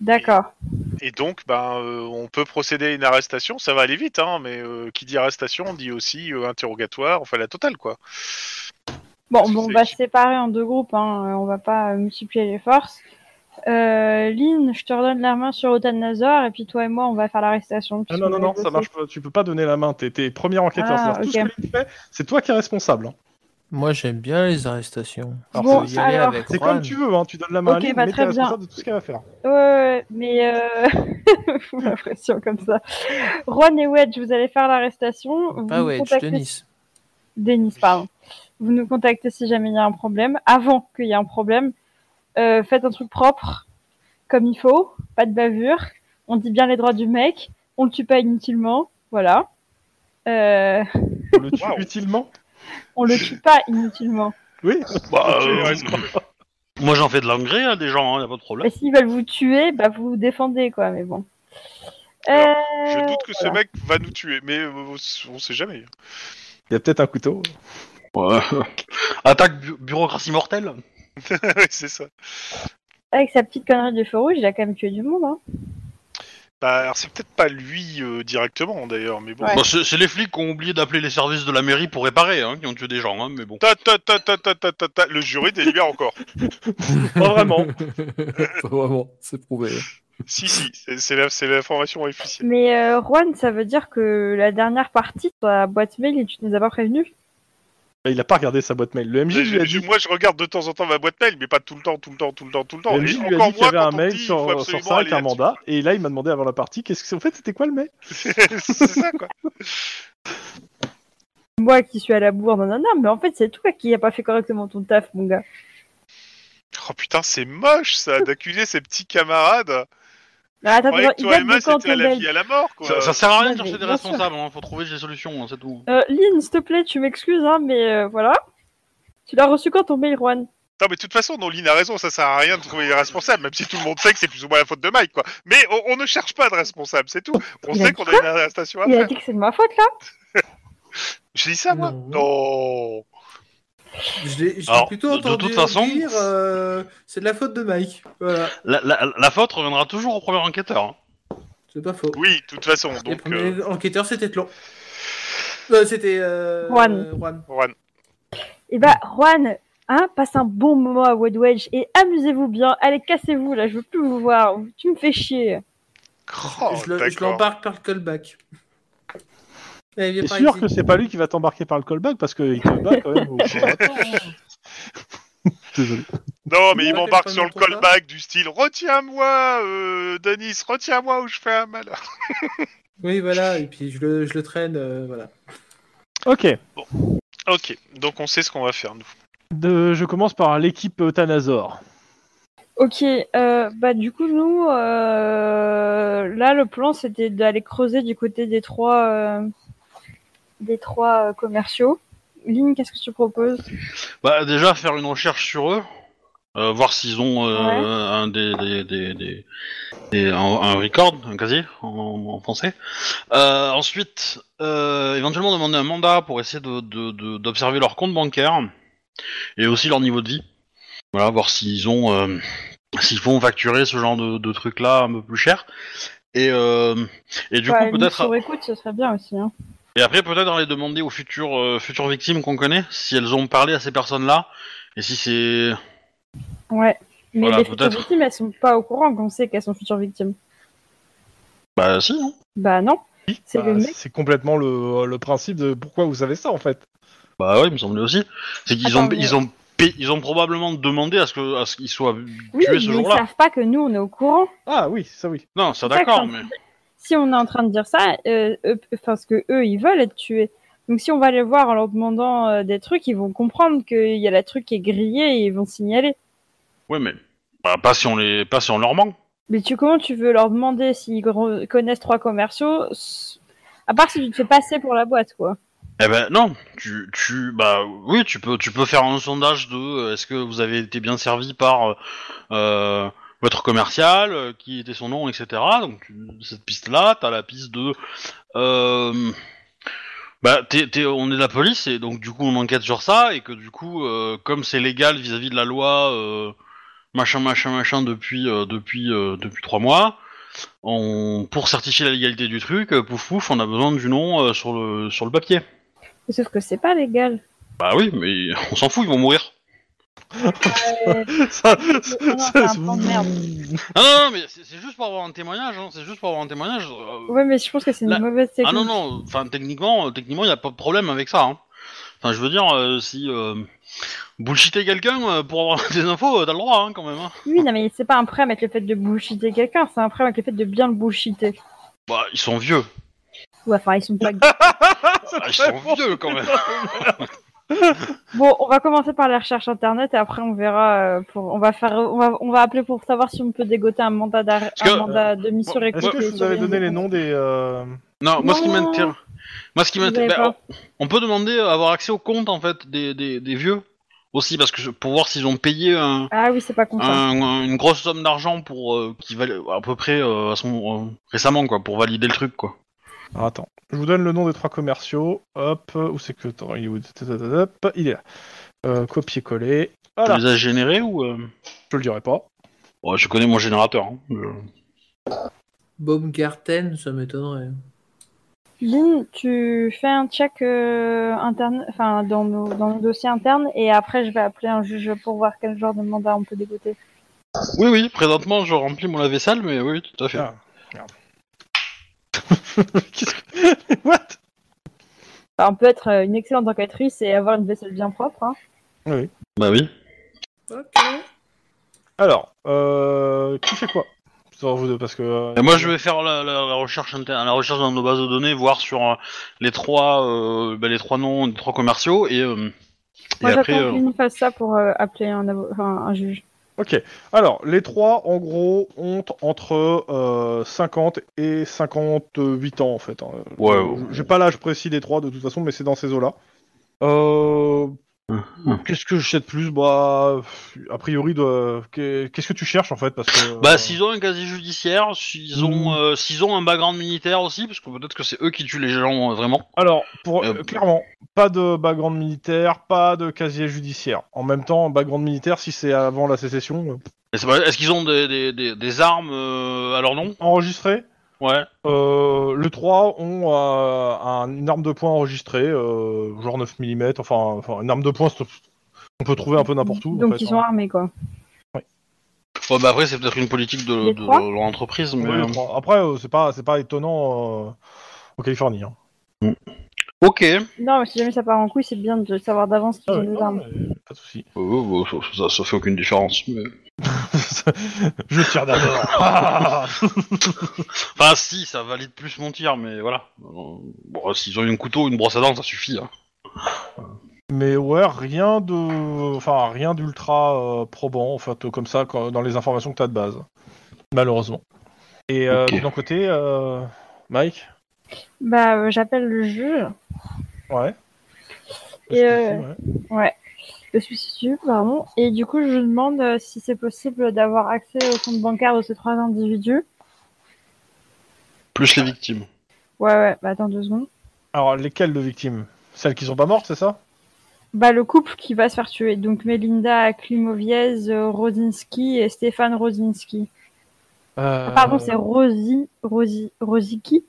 Speaker 5: D'accord.
Speaker 4: Et donc, ben, euh, on peut procéder à une arrestation. Ça va aller vite, hein, mais euh, qui dit arrestation dit aussi euh, interrogatoire, enfin la totale, quoi.
Speaker 5: Bon,
Speaker 4: Parce que
Speaker 5: bon, on
Speaker 4: c'est-
Speaker 5: va se séparer en deux groupes, hein. euh, on va pas euh, multiplier les forces. Euh, Lynn, je te redonne la main sur Otan Nazar et puis toi et moi, on va faire l'arrestation.
Speaker 2: Ah non, non, non, ça marche pas. Tu peux pas donner la main. T'es t'es premier enquêteur.
Speaker 5: Ah,
Speaker 2: C'est-à-dire, Tout
Speaker 5: ok.
Speaker 2: ce que Lynn fait, c'est toi qui es responsable. hein.
Speaker 3: Moi, j'aime bien les arrestations.
Speaker 2: Alors,
Speaker 5: Bon,
Speaker 3: Faut y aller
Speaker 5: alors,
Speaker 3: avec
Speaker 2: C'est
Speaker 3: Juan.
Speaker 2: comme tu veux. Hein. Tu donnes la main
Speaker 5: Ok,
Speaker 2: à Lynn,
Speaker 5: bah,
Speaker 2: mais t'es
Speaker 5: très bien.
Speaker 2: responsable de tout ce qu'elle va faire.
Speaker 5: Ouais, ouais, mais euh... Fou, l'impression comme ça. Ron et Wedge, vous allez faire l'arrestation. Vous
Speaker 3: Pas
Speaker 5: nous
Speaker 3: Wedge,
Speaker 5: contactez-
Speaker 3: Denis.
Speaker 5: Denis, pardon. Vous nous contactez si jamais il y a un problème. Avant qu'il y ait un problème, euh, faites un truc propre, comme il faut. Pas de bavure. On dit bien les droits du mec. On le tue pas inutilement. Voilà. Euh,
Speaker 2: On le tue
Speaker 4: Wow.
Speaker 2: utilement.
Speaker 5: on le tue pas inutilement.
Speaker 2: Oui.
Speaker 4: Bah,
Speaker 2: Ok,
Speaker 4: euh,
Speaker 2: ouais,
Speaker 1: Moi j'en fais de l'engrais à des gens, hein, y a pas de
Speaker 5: Bah,
Speaker 1: problème.
Speaker 5: s'ils veulent vous tuer, bah, vous vous défendez, quoi, mais bon.
Speaker 4: Alors,
Speaker 5: Euh,
Speaker 4: je doute que ce mec va nous tuer, mais euh, on sait jamais. hein.
Speaker 2: Il y a peut-être un couteau.
Speaker 1: Ouais. Attaque bu- bureaucratie mortelle.
Speaker 4: Ouais, c'est ça.
Speaker 5: Avec sa petite connerie de feu rouge, il a quand même tué du monde, hein.
Speaker 4: Bah, alors c'est peut-être pas lui euh, directement d'ailleurs, mais bon.
Speaker 5: Ouais.
Speaker 1: Bah, c'est c'est les flics qui ont oublié d'appeler les services de la mairie pour réparer, hein, qui ont tué des gens, hein, mais bon.
Speaker 4: Ta, ta, ta, ta, ta, ta, ta, ta, le jury délibère encore.
Speaker 2: Pas vraiment.
Speaker 6: Pas vraiment, c'est prouvé.
Speaker 4: si, si, c'est- c'est la- c'est l'information officielle.
Speaker 5: Mais euh, Juan, ça veut dire que la dernière partie de ta boîte mail, et tu nous as pas prévenu
Speaker 2: Il a pas regardé sa boîte mail. Le MJ
Speaker 4: Je-
Speaker 2: lui a
Speaker 4: je-
Speaker 2: dit.
Speaker 4: moi, je regarde de temps en temps ma boîte mail, mais pas tout le temps, tout le temps, tout le temps, tout le temps.
Speaker 2: Le MJ
Speaker 4: Et
Speaker 2: lui a
Speaker 4: encore
Speaker 2: dit qu'il y
Speaker 4: moins
Speaker 2: avait un
Speaker 4: quand on
Speaker 2: mail
Speaker 4: dit, il faut
Speaker 2: sur, sur
Speaker 4: absolument
Speaker 2: ça avec
Speaker 4: aller
Speaker 2: un mandat. Et là, il m'a demandé avant la partie qu'est-ce que c'est. En fait, c'était quoi le mail
Speaker 4: là-dessus. c'est ça, quoi.
Speaker 5: Moi qui suis à la bourre, non, non, non, mais en fait, c'est toi qui a pas fait correctement ton taf, mon gars.
Speaker 4: Oh putain, c'est moche, ça, d'accuser ses petits camarades.
Speaker 5: Mais attends,
Speaker 4: Ouais,
Speaker 5: attends, Ah, bah, il
Speaker 4: toi et
Speaker 5: date
Speaker 4: moi,
Speaker 5: de quand
Speaker 4: c'était à
Speaker 5: ton
Speaker 4: la
Speaker 5: mail
Speaker 4: vie à la mort, quoi.
Speaker 1: Ça, ça sert à rien de
Speaker 5: Ouais,
Speaker 1: chercher
Speaker 5: mais
Speaker 1: des
Speaker 5: bien sûr.
Speaker 1: responsables, hein, faut trouver des solutions, hein, c'est tout.
Speaker 5: euh, Lynn, s'il te plaît, tu m'excuses, hein, mais euh, voilà. Tu l'as reçu quand ton mail, Juan
Speaker 4: Non, mais de toute façon, non, Lynn a raison, ça sert à rien de trouver les responsables, même si tout le monde sait que c'est plus ou moins la faute de Mike, quoi. Mais on, on ne cherche pas de responsable, c'est tout. On
Speaker 5: Il a
Speaker 4: sait
Speaker 5: dit
Speaker 4: qu'on a une arrestation à
Speaker 5: Il a
Speaker 4: faire.
Speaker 5: dit que c'est de ma faute, là
Speaker 4: J'ai dit ça, moi
Speaker 6: Non.
Speaker 4: Non.
Speaker 6: Je l'ai je l'ai
Speaker 1: Alors,
Speaker 6: plutôt
Speaker 1: de- de
Speaker 6: entendu
Speaker 1: toute façon-
Speaker 6: dire euh, c'est de la faute de Mike. Voilà,
Speaker 1: La, la- la faute reviendra toujours au premier enquêteur. hein.
Speaker 6: c'est pas faux.
Speaker 4: Oui, de toute façon,
Speaker 6: Les
Speaker 4: donc. euh,
Speaker 6: premiers enquêteurs, c'était Tlon. Euh, c'était. Euh,
Speaker 5: Juan.
Speaker 6: euh, Juan.
Speaker 4: Juan.
Speaker 5: Eh bah, Juan, hein, passe un bon moment à Wood Wedge et amusez-vous bien. Allez, cassez-vous, là, je veux plus vous voir. Tu me fais chier.
Speaker 4: Oh,
Speaker 6: je le- je
Speaker 4: d'accord.
Speaker 6: l'embarque par le callback. Eh, viens
Speaker 2: T'es
Speaker 6: par
Speaker 2: sûr
Speaker 6: ici.
Speaker 2: que c'est pas lui qui va t'embarquer par le callback parce qu'il te bat quand même. au- Désolé.
Speaker 4: Non,
Speaker 6: Ouais,
Speaker 4: mais il
Speaker 6: t'es
Speaker 4: m'embarque
Speaker 6: pas
Speaker 4: sur le
Speaker 6: content,
Speaker 4: callback du style Retiens-moi, euh, Denis, retiens-moi ou je fais un mal.
Speaker 6: Oui, voilà, et puis je le, je le traîne, euh, voilà.
Speaker 2: Ok.
Speaker 4: Ok, donc on sait ce qu'on va faire, nous.
Speaker 2: De- je commence par l'équipe euh, Thanazor.
Speaker 5: Ok, euh, bah du coup nous, euh, là le plan c'était d'aller creuser du côté des trois, euh, des trois euh, commerciaux. Lynn, qu'est-ce que tu proposes
Speaker 1: Bah, déjà, faire une recherche sur eux, euh, voir s'ils ont euh,
Speaker 5: Ouais.
Speaker 1: un, des, des- des- des- des- un, un record, un casier, en, en français. Euh, ensuite, euh, éventuellement demander un mandat pour essayer de- de- de- d'observer leur compte bancaire et aussi leur niveau de vie. Voilà, voir s'ils ont. euh, S'ils font facturer ce genre de, de trucs-là un peu plus cher. Et, euh, et du
Speaker 5: Ouais,
Speaker 1: coup,
Speaker 5: nous,
Speaker 1: peut-être.
Speaker 5: Sur Bah, écoute, ce serait bien aussi. Hein.
Speaker 1: Et après, peut-être aller demander aux futures, euh, futures victimes qu'on connaît si elles ont parlé à ces personnes-là et si c'est.
Speaker 5: Ouais. Mais
Speaker 1: Voilà,
Speaker 5: les futures
Speaker 1: peut-être.
Speaker 5: victimes, elles sont pas au courant qu'on sait qu'elles sont futures victimes.
Speaker 1: Bah, si, non
Speaker 5: Bah non. C'est
Speaker 2: Bah,
Speaker 5: le mec.
Speaker 2: c'est complètement le, le principe de pourquoi vous savez ça en fait.
Speaker 1: Bah, ouais, il me semblait aussi. C'est qu'ils ont,
Speaker 5: Attends, mais-
Speaker 1: ils ont, pay- ils ont probablement demandé à ce que, à ce qu'ils soient
Speaker 5: Oui, mais
Speaker 1: tués ce
Speaker 5: ils
Speaker 1: jour-là.
Speaker 5: savent pas que nous on est au courant.
Speaker 2: Ah oui, ça oui.
Speaker 1: Non, ça
Speaker 5: C'est ça que
Speaker 1: d'accord,
Speaker 5: je
Speaker 1: mais.
Speaker 5: si on est en train de dire ça, euh, eux- enfin, ce que eux, ils veulent être tués. Donc, si on va les voir en leur demandant euh, des trucs, ils vont comprendre qu'il y a la truc qui est grillée et ils vont signaler.
Speaker 1: Ouais, mais. Bah, pas si on les, pas si on leur manque.
Speaker 5: Mais tu, comment tu veux leur demander s'ils gro- connaissent trois commerciaux s- À part si tu te fais passer pour la boîte, quoi.
Speaker 1: Eh ben, non. Tu, tu, bah, oui, tu peux, tu peux faire un sondage de euh, est-ce que vous avez été bien servi par, euh, euh, votre commercial, euh, qui était son nom, etc. Donc, tu- cette piste-là, t'as la piste de, Euh, bah, t'es- t'es- on est de la police et donc du coup on enquête sur ça et que du coup euh, comme c'est légal vis-à-vis de la loi euh, machin machin machin depuis euh, depuis euh, depuis trois mois, on pour certifier la légalité du truc, euh, pouf pouf, on a besoin du nom euh, sur le sur le papier.
Speaker 5: Sauf que c'est pas légal.
Speaker 1: Bah oui, mais on s'en fout, ils vont mourir.
Speaker 2: Ça-
Speaker 5: Oh, non,
Speaker 2: ça-
Speaker 5: c'est un
Speaker 2: ça-
Speaker 5: plan de merde.
Speaker 1: Ah non, non, mais c'est c'est juste pour avoir un témoignage, hein, c'est juste pour avoir un témoignage. euh,
Speaker 5: Ouais, mais je pense que c'est une
Speaker 1: Là-
Speaker 5: mauvaise technique.
Speaker 1: Ah non, non, enfin, techniquement, euh, techniquement, il n'y a pas de problème avec ça. hein. Enfin, je veux dire, euh, si euh, bullshitez quelqu'un euh, pour avoir des infos, euh, t'as le droit, hein, quand même. hein.
Speaker 5: Oui, non, mais c'est pas un problème avec le fait de bullshiter quelqu'un, c'est un problème avec le fait de bien le bullshiter.
Speaker 1: Bah, ils sont vieux.
Speaker 5: Ouais, enfin, ils sont pas.
Speaker 1: Ah, ils sont vieux, quand même.
Speaker 5: bon, on va commencer par la recherche internet et après on verra. euh, Pour... On, va faire... on, va... on va appeler pour savoir si on peut dégoter un mandat, d'arrêt-
Speaker 1: que- euh,
Speaker 5: un mandat de mission
Speaker 2: Est-ce que je vous avais donné les noms des... euh,
Speaker 1: Non, moi, ce qui
Speaker 5: Non.
Speaker 1: m'intéresse... Moi, ce qui
Speaker 5: Vous
Speaker 1: m'intéresse...
Speaker 5: avez
Speaker 1: bah,
Speaker 5: pas.
Speaker 1: on peut demander à avoir accès au compte, en fait, des, des, des vieux aussi, parce que je- pour voir s'ils ont payé un...
Speaker 5: Ah oui, c'est pas content.
Speaker 1: un- un- une grosse somme d'argent pour euh, qui valait à peu près euh, à son, euh, récemment quoi pour valider le truc quoi.
Speaker 2: Alors, attends, je vous donne le nom des trois commerciaux. Hop, où c'est que... attends, il est où Hop, Il est là. Euh, Copier-coller. Voilà,
Speaker 1: Tu les as générés ou euh
Speaker 2: je le dirai pas.
Speaker 1: Ouais, je connais mon générateur. hein. Je-
Speaker 6: Baumgarten, ça m'étonnerait.
Speaker 5: Lynn, tu fais un check euh, interne, enfin dans nos dans nos dossiers internes, et après je vais appeler un juge pour voir quel genre de mandat on peut dégoter.
Speaker 1: Oui, oui, présentement je remplis mon lave-vaisselle, mais oui, tout à fait.
Speaker 2: Ah. Qu'est-ce que... What
Speaker 5: Enfin, on peut être euh, une excellente enquêtrice et avoir une vaisselle bien propre. Hein.
Speaker 1: Bah oui.
Speaker 6: Ok.
Speaker 2: Alors, euh, qui fait quoi Sur vous deux, parce que... euh,
Speaker 1: Et moi je vais faire la, la- la recherche interne, la recherche dans nos bases de données, voir sur euh, les trois, euh, bah, les trois noms, les trois commerciaux, et, euh, et
Speaker 5: Moi
Speaker 1: après.
Speaker 5: j'attends
Speaker 1: euh,
Speaker 5: que Lynn fasse ça pour euh, appeler un, avo- enfin, un juge.
Speaker 2: Ok. Alors, les trois, en gros, ont entre euh, 50 et 58 ans, en fait. hein.
Speaker 1: Ouais, ouais.
Speaker 2: J'ai pas l'âge précis des trois, de toute façon, mais c'est dans ces eaux-là. Euh,
Speaker 1: Ah,
Speaker 2: Qu'est-ce que je sais de plus Bah, a priori, de... qu'est- qu'est-ce que tu cherches, en fait parce que,
Speaker 1: Bah
Speaker 2: euh,
Speaker 1: s'ils ont un casier judiciaire, s'ils ont,
Speaker 2: Mm.
Speaker 1: euh, s'ils ont un background militaire aussi, parce que peut-être que c'est eux qui tuent les gens euh, vraiment.
Speaker 2: Alors, pour,
Speaker 1: Euh,
Speaker 2: clairement, pas de background militaire, pas de casier judiciaire. En même temps, background militaire, si c'est avant la sécession, euh,
Speaker 1: Et c'est pas- Est-ce qu'ils ont des, des, des, des armes euh, à leur nom
Speaker 2: enregistré,
Speaker 1: Ouais.
Speaker 2: Euh, le 3 ont euh, un- une arme de poing enregistrée, euh, genre 9 mm, enfin, enfin, une arme de poing, c'est- on peut trouver un peu n'importe où. en
Speaker 5: Donc
Speaker 2: fait,
Speaker 5: ils
Speaker 2: hein.
Speaker 5: sont armés quoi.
Speaker 1: Ouais, bah après c'est peut-être une politique de,
Speaker 5: Les
Speaker 1: de
Speaker 5: trois
Speaker 1: leur entreprise, mais.
Speaker 2: Ouais, les
Speaker 1: euh,
Speaker 2: trois. Après, euh, c'est pas, c'est pas étonnant euh, en Californie. hein.
Speaker 1: Ok.
Speaker 5: Non, mais si jamais ça part en couille, c'est bien de savoir d'avance qu'ils
Speaker 2: Ah
Speaker 5: ont
Speaker 2: ouais,
Speaker 5: des
Speaker 2: non,
Speaker 5: armes.
Speaker 2: mais pas de souci.
Speaker 1: Euh, bah, ça, ça- ça fait aucune différence. mais-
Speaker 2: Je tire d'abord. Ah
Speaker 1: Enfin, si, ça valide plus mon tir, mais voilà. Euh, Bon, s'ils ont un couteau, une brosse à dents, ça suffit. hein.
Speaker 2: mais ouais, rien de, enfin, rien d'ultra euh, probant en fait, euh, comme ça, quand- dans les informations que t'as de base, malheureusement. Et euh,
Speaker 1: Ok.
Speaker 2: de ton côté, euh, Mike,
Speaker 5: Bah euh, j'appelle le juge.
Speaker 2: ouais.
Speaker 5: Et, euh,
Speaker 2: Ouais.
Speaker 5: Je suis sûre, pardon. Et du coup, je demande euh, si c'est possible d'avoir accès au compte bancaire de ces trois individus.
Speaker 1: Plus les victimes.
Speaker 5: Ouais, ouais, bah attends deux secondes.
Speaker 2: Alors, lesquelles de victimes Celles qui sont pas mortes, c'est ça
Speaker 5: Bah, le couple qui va se faire tuer. Donc, Melinda Klimoviez, euh, Rosinski et Stéphane Rosinski.
Speaker 3: Euh,
Speaker 2: Euh.
Speaker 5: Ah, Pardon, c'est Rosi, Rosi, Rosicki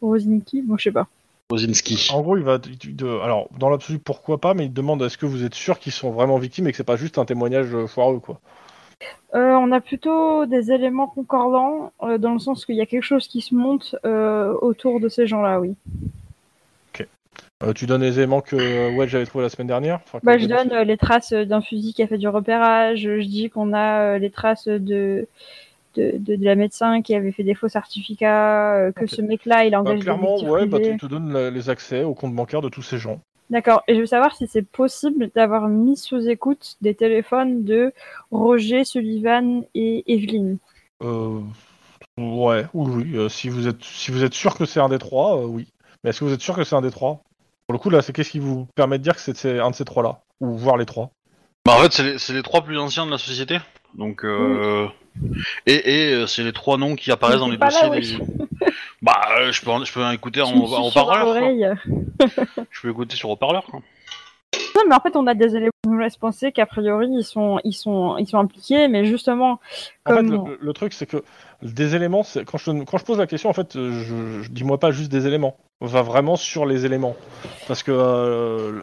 Speaker 5: Rosinski Bon, je sais pas.
Speaker 1: Rosinski.
Speaker 2: En gros, il va. il- il- de- Alors, dans l'absolu, pourquoi pas, mais il demande est-ce que vous êtes sûr qu'ils sont vraiment victimes et que c'est pas juste un témoignage euh, foireux, quoi.
Speaker 5: Euh, on a plutôt des éléments concordants euh, dans le sens qu'il y a quelque chose qui se monte euh, autour de ces gens-là, oui.
Speaker 2: Euh, tu donnes les éléments que euh, Wedge avait trouvé la semaine dernière Enfin, que-
Speaker 5: Bah, je donne euh, les traces euh, d'un fusil qui a fait du repérage. euh, Je dis qu'on a euh, les traces de de, de, de la médecin qui avait fait des faux certificats, euh, que
Speaker 2: Ok.
Speaker 5: ce mec-là, il a
Speaker 2: Bah,
Speaker 5: engagé des
Speaker 2: clairement,
Speaker 5: détectives
Speaker 2: ouais, bah,
Speaker 5: privés.
Speaker 2: tu te donnes la- les accès au compte bancaire de tous ces gens.
Speaker 5: D'accord. Et je veux savoir si c'est possible d'avoir mis sous écoute des téléphones de Roger, Sullivan et Evelyne.
Speaker 2: Euh, Ouais, oui, oui. euh, si, vous êtes... si vous êtes sûr que c'est un des trois, euh, oui. Mais est-ce que vous êtes sûr que c'est un des trois Pour le coup, là, c'est qu'est-ce qui vous permet de dire que c'est c'est un de ces trois-là Ou voir les trois
Speaker 1: Bah, en fait, c'est les, c'est les trois plus anciens de la société. Donc, euh, et, et euh, c'est les trois noms qui apparaissent dans les
Speaker 5: Pas là,
Speaker 1: dossiers. des- Bah, euh, je peux, en- je peux en écouter en,
Speaker 5: Je me suis
Speaker 1: en
Speaker 5: sur
Speaker 1: haut-parleur. quoi.
Speaker 5: l'oreille.
Speaker 1: Je peux écouter sur haut-parleur. quoi.
Speaker 5: Non, mais en fait, on a des éléments qui nous laissent penser qu'a priori, ils sont, ils sont, ils sont impliqués, mais justement,
Speaker 2: En fait,
Speaker 5: comme
Speaker 2: le, le- le truc, c'est que des éléments, c'est- quand, je, quand je pose la question, en fait, euh, je, je- dis-moi pas juste des éléments. On va vraiment sur les éléments. Parce que euh,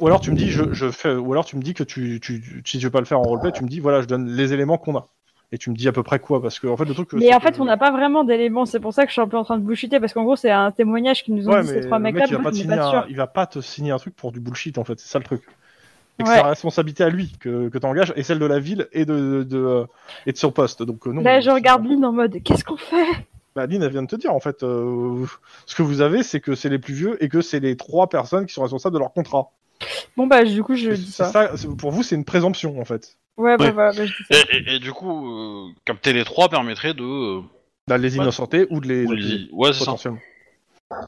Speaker 2: Ou alors tu me dis, je, je fais, ou alors tu me dis que tu, tu, tu- si tu veux pas le faire en roleplay, tu me dis, voilà, je donne les éléments qu'on a. Et tu me dis à peu près quoi, parce que en fait le truc.
Speaker 5: Mais
Speaker 2: c'est
Speaker 5: en
Speaker 2: que-
Speaker 5: fait, on n'a pas vraiment d'éléments. C'est pour ça que je suis un peu en train de bullshiter parce qu'en gros, c'est un témoignage qu'ils nous ont
Speaker 2: Ouais,
Speaker 5: dit
Speaker 2: mais
Speaker 5: ces trois
Speaker 2: le
Speaker 5: mecs
Speaker 2: mec,
Speaker 5: là.
Speaker 2: il va, pas hein. te
Speaker 5: Je suis
Speaker 2: signer
Speaker 5: pas sûr.
Speaker 2: un- il va pas te signer un truc pour du bullshit en fait, c'est ça le truc. Et que
Speaker 5: Ouais.
Speaker 2: c'est la responsabilité à lui que, que t'engages, et celle de la ville et de, de, de, euh, et de son poste. Donc euh, non.
Speaker 5: Là, je
Speaker 2: c'est-
Speaker 5: regarde Lynn en mode qu'est-ce qu'on fait
Speaker 2: Bah, Lynn, elle vient de te dire en fait. euh, ce que vous avez, c'est que c'est les plus vieux et que c'est les trois personnes qui sont responsables de leur contrat.
Speaker 5: Bon, bah, du coup, je
Speaker 2: Et
Speaker 5: dis
Speaker 2: c'est
Speaker 5: ça.
Speaker 2: ça, c'est- pour vous, c'est une présomption en fait.
Speaker 5: Ouais, bah,
Speaker 1: Oui.
Speaker 5: voilà, bah, je dis ça.
Speaker 1: Et, et- et du coup, euh, capter les trois permettrait de. euh,
Speaker 2: Bah, les
Speaker 1: Ouais.
Speaker 2: innocenter ou de les.
Speaker 1: ou les- ouais, c'est ça.
Speaker 2: potentiellement.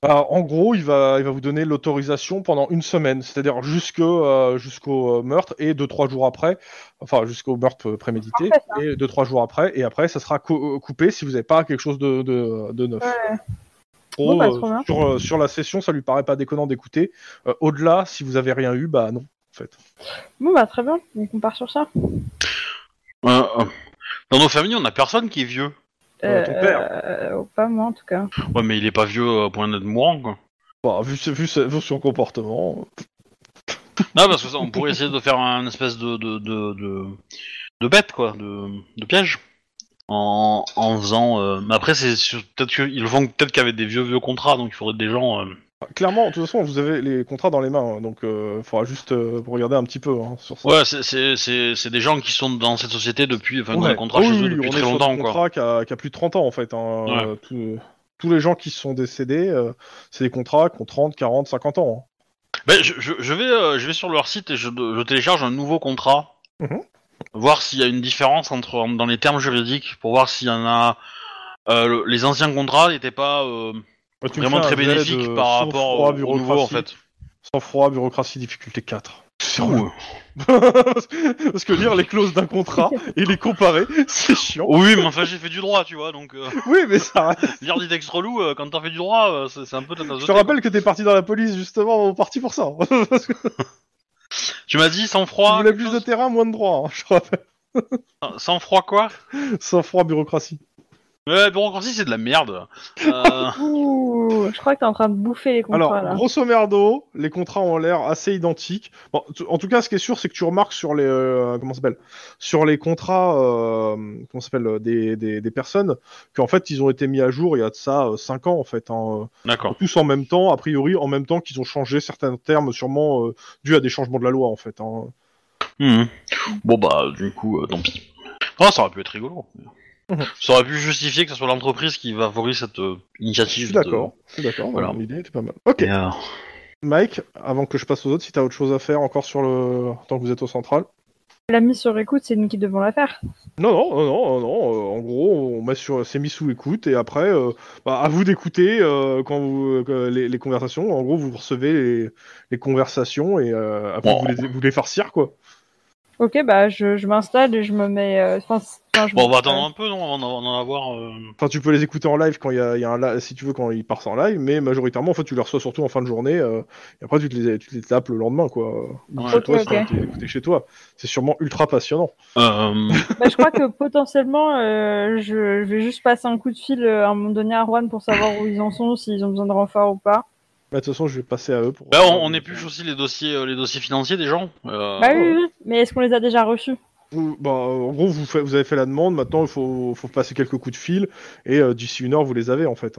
Speaker 2: Bah, en gros, il va, il va vous donner l'autorisation pendant une semaine, c'est-à-dire jusque, euh, jusqu'au euh, meurtre et deux trois jours après, enfin jusqu'au meurtre euh, prémédité et deux trois jours après, et après ça sera co- euh, coupé si vous n'avez pas quelque chose de, de, de neuf.
Speaker 5: Ouais.
Speaker 2: En gros,
Speaker 5: Bon, bah,
Speaker 2: euh,
Speaker 5: trop bien.
Speaker 2: sur, euh, sur la session, ça lui paraît pas déconnant d'écouter. Euh, au-delà, si vous avez rien eu, bah non.
Speaker 5: Bon, bah, très bien. Donc, on part sur ça.
Speaker 1: Euh, euh, dans nos familles, on a personne qui est vieux.
Speaker 2: Ouais, ton père.
Speaker 5: euh, pas moi, en tout cas.
Speaker 1: Ouais, mais il est pas vieux à point d'être mourant, quoi.
Speaker 2: Bah, vu, ce- vu, ce- vu son comportement,
Speaker 1: Non, parce que ça, on pourrait essayer de faire un espèce de de, de, de, de bête, quoi, de, de piège. En, en faisant. euh, Mais après, c'est sur- peut-être qu'ils le font peut-être qu'avec des vieux vieux contrats, donc il faudrait des gens. euh,
Speaker 2: clairement, de toute façon, vous avez les contrats dans les mains, hein, donc il faudra juste euh, regarder un petit peu hein, sur ça.
Speaker 1: Ouais, c'est- c'est c'est- c'est des gens qui sont dans cette société depuis. Enfin, qui ont
Speaker 2: Ouais.
Speaker 1: des contrats
Speaker 2: Oui,
Speaker 1: chez eux
Speaker 2: oui,
Speaker 1: depuis
Speaker 2: on
Speaker 1: très
Speaker 2: est sur
Speaker 1: longtemps,
Speaker 2: des
Speaker 1: quoi.
Speaker 2: contrats qui a, qui a plus de 30 ans en fait. hein.
Speaker 1: Ouais.
Speaker 2: Euh, tous- tous les gens qui sont décédés, euh, c'est des contrats qui ont 30, 40, 50 ans. hein.
Speaker 1: Ben, je, je, je vais, euh, je vais sur leur site et je, je télécharge un nouveau contrat.
Speaker 2: Mhm.
Speaker 1: Voir s'il y a une différence entre dans les termes juridiques pour voir s'il y en a. euh, le- les anciens contrats n'étaient pas euh,
Speaker 2: Bah, tu me
Speaker 1: vraiment
Speaker 2: fais un
Speaker 1: très
Speaker 2: jet
Speaker 1: bénéfiques
Speaker 2: de
Speaker 1: par
Speaker 2: sang-froid,
Speaker 1: rapport au, au nouveau en
Speaker 2: bureaucratie.
Speaker 1: fait.
Speaker 2: Sang-froid, bureaucratie, difficulté 4.
Speaker 1: Ouh.
Speaker 2: Parce que lire les clauses d'un contrat et les comparer, c'est chiant.
Speaker 1: Oui, mais enfin j'ai fait du droit, tu vois, donc euh,
Speaker 2: Oui, mais ça.
Speaker 1: lire des textes relous euh, quand t'as fait du droit, euh, c'est c'est un peu de la tasse de
Speaker 2: Je te
Speaker 1: thé,
Speaker 2: rappelle que t'es parti dans la police justement, parti pour ça. Parce que
Speaker 1: quoi. Tu m'as dit sans
Speaker 2: tu
Speaker 1: froid.
Speaker 2: voulais plus de terrain, moins de droits. hein, je te rappelle.
Speaker 1: Sans froid quoi
Speaker 2: Sang-froid, bureaucratie.
Speaker 1: Ouais, bureaucratie c'est de la merde. Euh,
Speaker 5: Ouh, je crois que t'es en train de bouffer les contrats,
Speaker 2: Alors,
Speaker 5: là.
Speaker 2: grosso merdo, les contrats ont l'air assez identiques. Bon, t- en tout cas, ce qui est sûr, c'est que tu remarques sur les euh, comment ça s'appelle sur les contrats euh, comment ça s'appelle euh, des, des, des personnes qu'en fait ils ont été mis à jour il y a de ça 5 ans en fait. hein, euh,
Speaker 1: D'accord.
Speaker 2: tous en même temps, a priori en même temps qu'ils ont changé certains termes, sûrement euh, dû à des changements de la loi en fait. hein.
Speaker 1: Mhm. Bon bah du coup, euh, tant pis. Non, ça aurait pu être rigolo.
Speaker 2: Mhm.
Speaker 1: Ça aurait pu justifier que ce soit l'entreprise qui favorise cette euh,
Speaker 2: Je
Speaker 1: initiative.
Speaker 2: suis
Speaker 1: de-
Speaker 2: d'accord. Je suis d'accord.
Speaker 1: Voilà.
Speaker 2: Voilà. L'idée était pas mal. Ok.
Speaker 1: Et, euh,
Speaker 2: Mike, avant que je passe aux autres, si t'as autre chose à faire encore sur le tant que vous êtes au central.
Speaker 5: La mise sur écoute, c'est nous qui devons la faire.
Speaker 2: Non, non, non, non, non. euh, en gros, on met sur, c'est mis sous écoute et après, euh, bah, à vous d'écouter euh, quand vous euh, les, les conversations. En gros, vous recevez les, les conversations et euh, après
Speaker 1: Bon.
Speaker 2: vous les vous les farcir quoi.
Speaker 5: Ok, bah, je, je m'installe et je me mets. euh, enfin, c- enfin, je
Speaker 1: Bon, bah,
Speaker 5: me-
Speaker 1: on va attendre un peu, non Avant d'en- d'en avoir. euh,
Speaker 2: Enfin, tu peux les écouter en live quand il y a, il y a un li- si tu veux quand ils partent en live, mais majoritairement en fait tu les reçois surtout en fin de journée euh, et après tu te les tu te les tapes le lendemain quoi. Ou
Speaker 1: Ouais.
Speaker 2: chez
Speaker 5: Ok,
Speaker 2: toi,
Speaker 5: ok.
Speaker 2: si t'es- écouté chez toi. C'est sûrement ultra passionnant.
Speaker 1: euh,
Speaker 5: Bah, je crois que potentiellement, euh, je, je vais juste passer un coup de fil euh, à un moment donné à Rouen pour savoir où ils en sont, s'ils ont besoin de renfort ou pas.
Speaker 2: Mais Bah, de toute façon, je vais passer à eux pour.
Speaker 1: Bah, on, on épluche aussi les dossiers, euh, les dossiers financiers des gens. Euh,
Speaker 5: bah oui, oui, mais est-ce qu'on les a déjà reçus
Speaker 2: Vous- bah, en gros, vous, fa- vous avez fait la demande, maintenant il faut, faut passer quelques coups de fil, et euh, d'ici une heure, vous les avez en fait.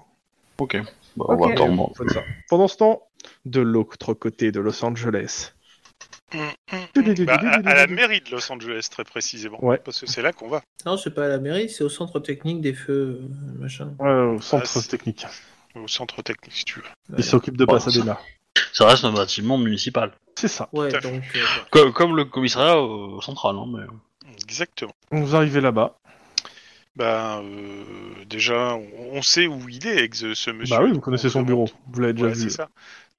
Speaker 1: Ok. Bah,
Speaker 5: on va Ok.
Speaker 2: Et vous faites ça. Pendant ce temps, de l'autre côté de Los Angeles.
Speaker 4: Hum, hum, hum. Bah, à, à la mairie de Los Angeles, très précisément.
Speaker 2: Ouais.
Speaker 4: Parce que c'est là qu'on va.
Speaker 6: Non, c'est pas à la mairie, c'est au centre technique des feux, euh, machin.
Speaker 2: centre
Speaker 4: Ah, c'est-
Speaker 2: technique.
Speaker 4: Au centre technique, si tu veux.
Speaker 2: Il s'occupe de
Speaker 1: Bon,
Speaker 2: Pasadena.
Speaker 1: Ça reste un bâtiment municipal.
Speaker 2: C'est ça.
Speaker 6: Ouais,
Speaker 4: Tout à
Speaker 6: donc. euh, bon.
Speaker 1: Co- comme le commissariat euh, central. Hein, mais...
Speaker 4: Exactement.
Speaker 2: Vous arrivez là-bas.
Speaker 4: Ben, euh, déjà, on, on sait où il est, ex- ce monsieur.
Speaker 2: Bah oui, vous
Speaker 4: Donc,
Speaker 2: connaissez
Speaker 4: on
Speaker 2: son
Speaker 4: demande-
Speaker 2: bureau. Vous l'avez déjà
Speaker 4: Ouais,
Speaker 2: vu.
Speaker 4: c'est ça.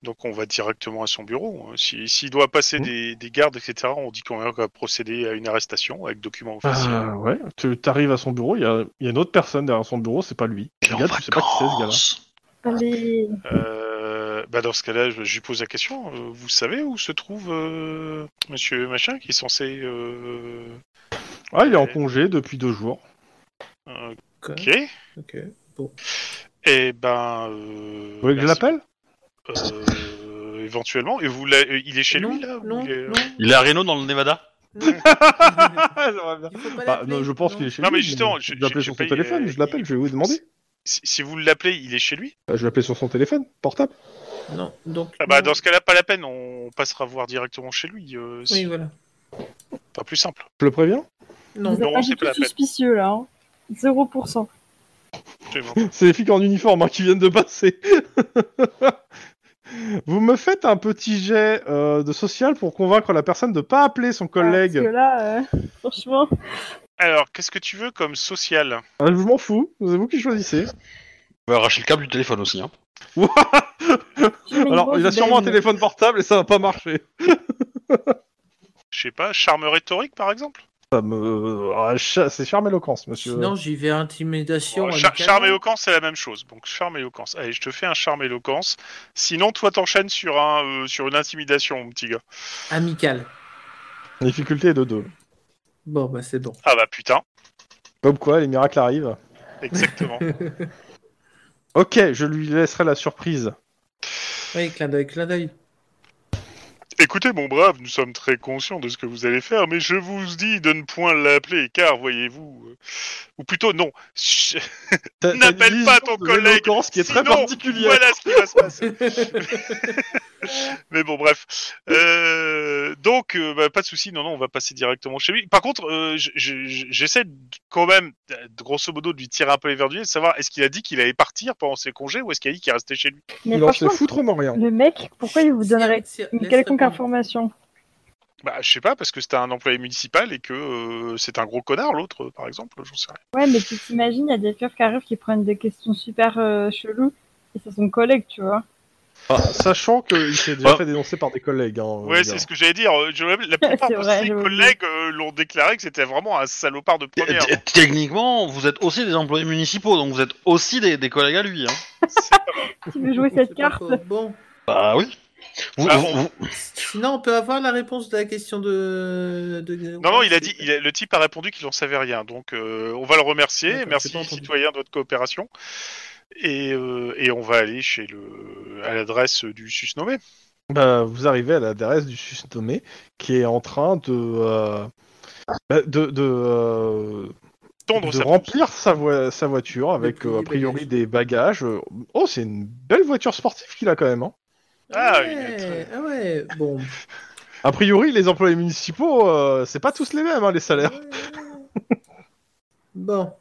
Speaker 4: Donc on va directement à son bureau. Si- S'il doit passer
Speaker 2: Mhm.
Speaker 4: des, des gardes, etc., on dit qu'on va procéder à une arrestation avec document officiel.
Speaker 2: Euh, ouais, tu arrives à son bureau, il y, a- il y a une autre personne derrière son bureau, c'est pas lui.
Speaker 1: Il est
Speaker 2: Le
Speaker 1: en
Speaker 2: gars, tu sais pas qui c'est ce gars-là.
Speaker 1: vacances.
Speaker 4: Ah.
Speaker 5: Allez.
Speaker 4: Euh, bah dans ce cas-là, je, je lui pose la question. euh, Vous savez où se trouve euh, Monsieur Machin qui est censé... euh,
Speaker 2: Ah, il est en congé depuis deux jours.
Speaker 4: euh,
Speaker 6: Quoi
Speaker 4: Ok.
Speaker 6: Ok.
Speaker 4: Et ben... euh,
Speaker 2: Vous voulez que je
Speaker 4: merci-
Speaker 2: l'appelle
Speaker 4: euh, éventuellement. Et vous, l'a- euh, il est chez
Speaker 6: non,
Speaker 4: lui là ou
Speaker 6: non,
Speaker 4: il est- euh,
Speaker 6: non,
Speaker 1: Il est à Reno dans le Nevada.
Speaker 6: non.
Speaker 2: J'aimerais bien.
Speaker 6: Il faut pas
Speaker 2: Bah,
Speaker 6: l'appeler,
Speaker 2: non, je pense
Speaker 6: non.
Speaker 2: qu'il est chez
Speaker 4: Non,
Speaker 2: lui.
Speaker 4: mais justement, je-
Speaker 2: je vais l'appeler
Speaker 4: je-
Speaker 2: sur son
Speaker 4: je paye,
Speaker 2: téléphone,
Speaker 4: euh,
Speaker 2: je l'appelle, je vais vous demander.
Speaker 4: Si, si vous l'appelez, il est chez lui.
Speaker 2: Bah, je l'appelle sur son téléphone portable.
Speaker 6: Non, donc.
Speaker 4: Ah bah
Speaker 6: non.
Speaker 4: dans ce cas-là, pas la peine. On passera voir directement chez lui. euh,
Speaker 6: Oui,
Speaker 4: c'est
Speaker 6: voilà.
Speaker 4: pas plus simple.
Speaker 2: Je le préviens.
Speaker 6: Non,
Speaker 5: Vous êtes
Speaker 4: non,
Speaker 5: pas
Speaker 4: c'est
Speaker 5: du
Speaker 4: pas la
Speaker 5: tout
Speaker 4: peine.
Speaker 5: suspicieux là. Hein. 0%.
Speaker 4: Absolument.
Speaker 2: C'est les flics en uniforme hein, qui viennent de passer. Vous me faites un petit jet euh, de social pour convaincre la personne de pas appeler son
Speaker 5: Parce
Speaker 2: collègue.
Speaker 5: que là, euh, franchement.
Speaker 4: Alors, qu'est-ce que tu veux comme social
Speaker 2: Ah, je m'en fous, c'est vous qui choisissez.
Speaker 1: On va arracher le câble du téléphone aussi. Hein.
Speaker 5: j'ai une
Speaker 2: Alors,
Speaker 5: grosse
Speaker 2: il a sûrement un
Speaker 5: benne.
Speaker 2: téléphone portable et ça va pas marcher.
Speaker 4: Je sais pas, charme rhétorique par exemple
Speaker 2: Ça me... ah, cha- C'est charme éloquence, monsieur.
Speaker 6: non, j'y vais à intimidation.
Speaker 4: Bon, char-
Speaker 6: amicalement.
Speaker 4: Charme et éloquence, c'est la même chose. Donc charme et éloquence. Allez, je te fais un charme et éloquence. Sinon, toi, t'enchaînes sur un euh, sur une intimidation, mon petit gars.
Speaker 6: Amical.
Speaker 2: La difficulté est de deux.
Speaker 6: Bon, bah c'est bon.
Speaker 4: Ah bah putain,
Speaker 2: Comme quoi, les miracles arrivent.
Speaker 4: exactement.
Speaker 2: Ok, je lui laisserai la surprise.
Speaker 6: Oui, clin d'œil, clin d'œil.
Speaker 4: Écoutez, mon brave, nous sommes très conscients de ce que vous allez faire, mais je vous dis de ne point l'appeler, car voyez-vous, euh, ou plutôt non. Ch-
Speaker 2: T'as- t'as une
Speaker 4: N'appelle pas
Speaker 2: vision
Speaker 4: ton
Speaker 2: de
Speaker 4: collègue,
Speaker 2: l'éloquence qui est très
Speaker 4: sinon,
Speaker 2: particulière.
Speaker 4: Voilà ce qui va se passer. Mais bon, bref. Euh, donc, euh, bah, pas de souci. Non, non, on va passer directement chez lui. Par contre, euh, je- je- j'essaie de- quand même, euh, grosso modo, de lui tirer un peu les verres du nez, de savoir est-ce qu'il a dit qu'il allait partir pendant ses congés ou est-ce qu'il a dit qu'il restait chez lui.
Speaker 5: Mais
Speaker 2: Il en sait
Speaker 5: franchement,
Speaker 2: foutrement rien.
Speaker 5: le mec, pourquoi il vous donnerait
Speaker 6: Sire,
Speaker 5: une
Speaker 6: laisse
Speaker 5: quelconque
Speaker 6: répondre.
Speaker 5: information
Speaker 4: Bah, je sais pas, parce que c'était un employé municipal et que euh, c'est un gros connard, l'autre, euh, par exemple. J'en sais rien.
Speaker 5: Ouais, mais tu t'imagines, il y a des keufs qui arrivent qui prennent des questions super euh, cheloues. Et c'est son collègue, tu vois.
Speaker 2: Ah, sachant qu'il s'est déjà
Speaker 1: Ah.
Speaker 2: fait dénoncer par des collègues. hein,
Speaker 4: Bah. Ouais,
Speaker 2: euh,
Speaker 4: c'est ce que j'allais dire. Euh, Joël, la plupart
Speaker 5: C'est
Speaker 4: de
Speaker 5: vrai,
Speaker 4: ses
Speaker 5: j'ai oublié.
Speaker 4: collègues euh, l'ont déclaré que c'était vraiment un salopard de première.
Speaker 1: T- Techniquement, vous êtes aussi des employés municipaux, donc vous êtes aussi des, des collègues à lui. Hein.
Speaker 4: C'est pas
Speaker 5: Tu veux jouer
Speaker 6: C'est
Speaker 5: cette
Speaker 6: pas
Speaker 5: carte
Speaker 6: faux. Bon,
Speaker 1: Bah oui. Vous-
Speaker 4: Ah,
Speaker 1: vous-
Speaker 4: on-
Speaker 1: vous-
Speaker 6: sinon on peut avoir la réponse de la question de. de-
Speaker 4: Non, non, il a dit, il a- le type a répondu qu'il n'en savait rien. Donc, euh, on va le remercier.
Speaker 6: D'accord,
Speaker 4: Merci,
Speaker 6: j'ai pas entendu.
Speaker 4: citoyen, de votre coopération. Et, euh, et on va aller chez le, à l'adresse du susnommé.
Speaker 2: Bah, vous arrivez à l'adresse du susnommé qui est en train de euh, bah, de de, euh,
Speaker 4: Tondre
Speaker 2: de
Speaker 4: sa
Speaker 2: remplir sa, voi- sa voiture avec
Speaker 6: plier
Speaker 2: euh, a
Speaker 6: les
Speaker 2: priori
Speaker 6: bagages.
Speaker 2: des bagages. Oh, c'est une belle voiture sportive qu'il a quand même. hein.
Speaker 4: Ah,
Speaker 6: Ah,
Speaker 4: il est
Speaker 6: ouais, ah ouais, bon.
Speaker 2: A priori, les employés municipaux, euh, c'est pas tous les mêmes hein, les salaires.
Speaker 6: Ouais. Bon.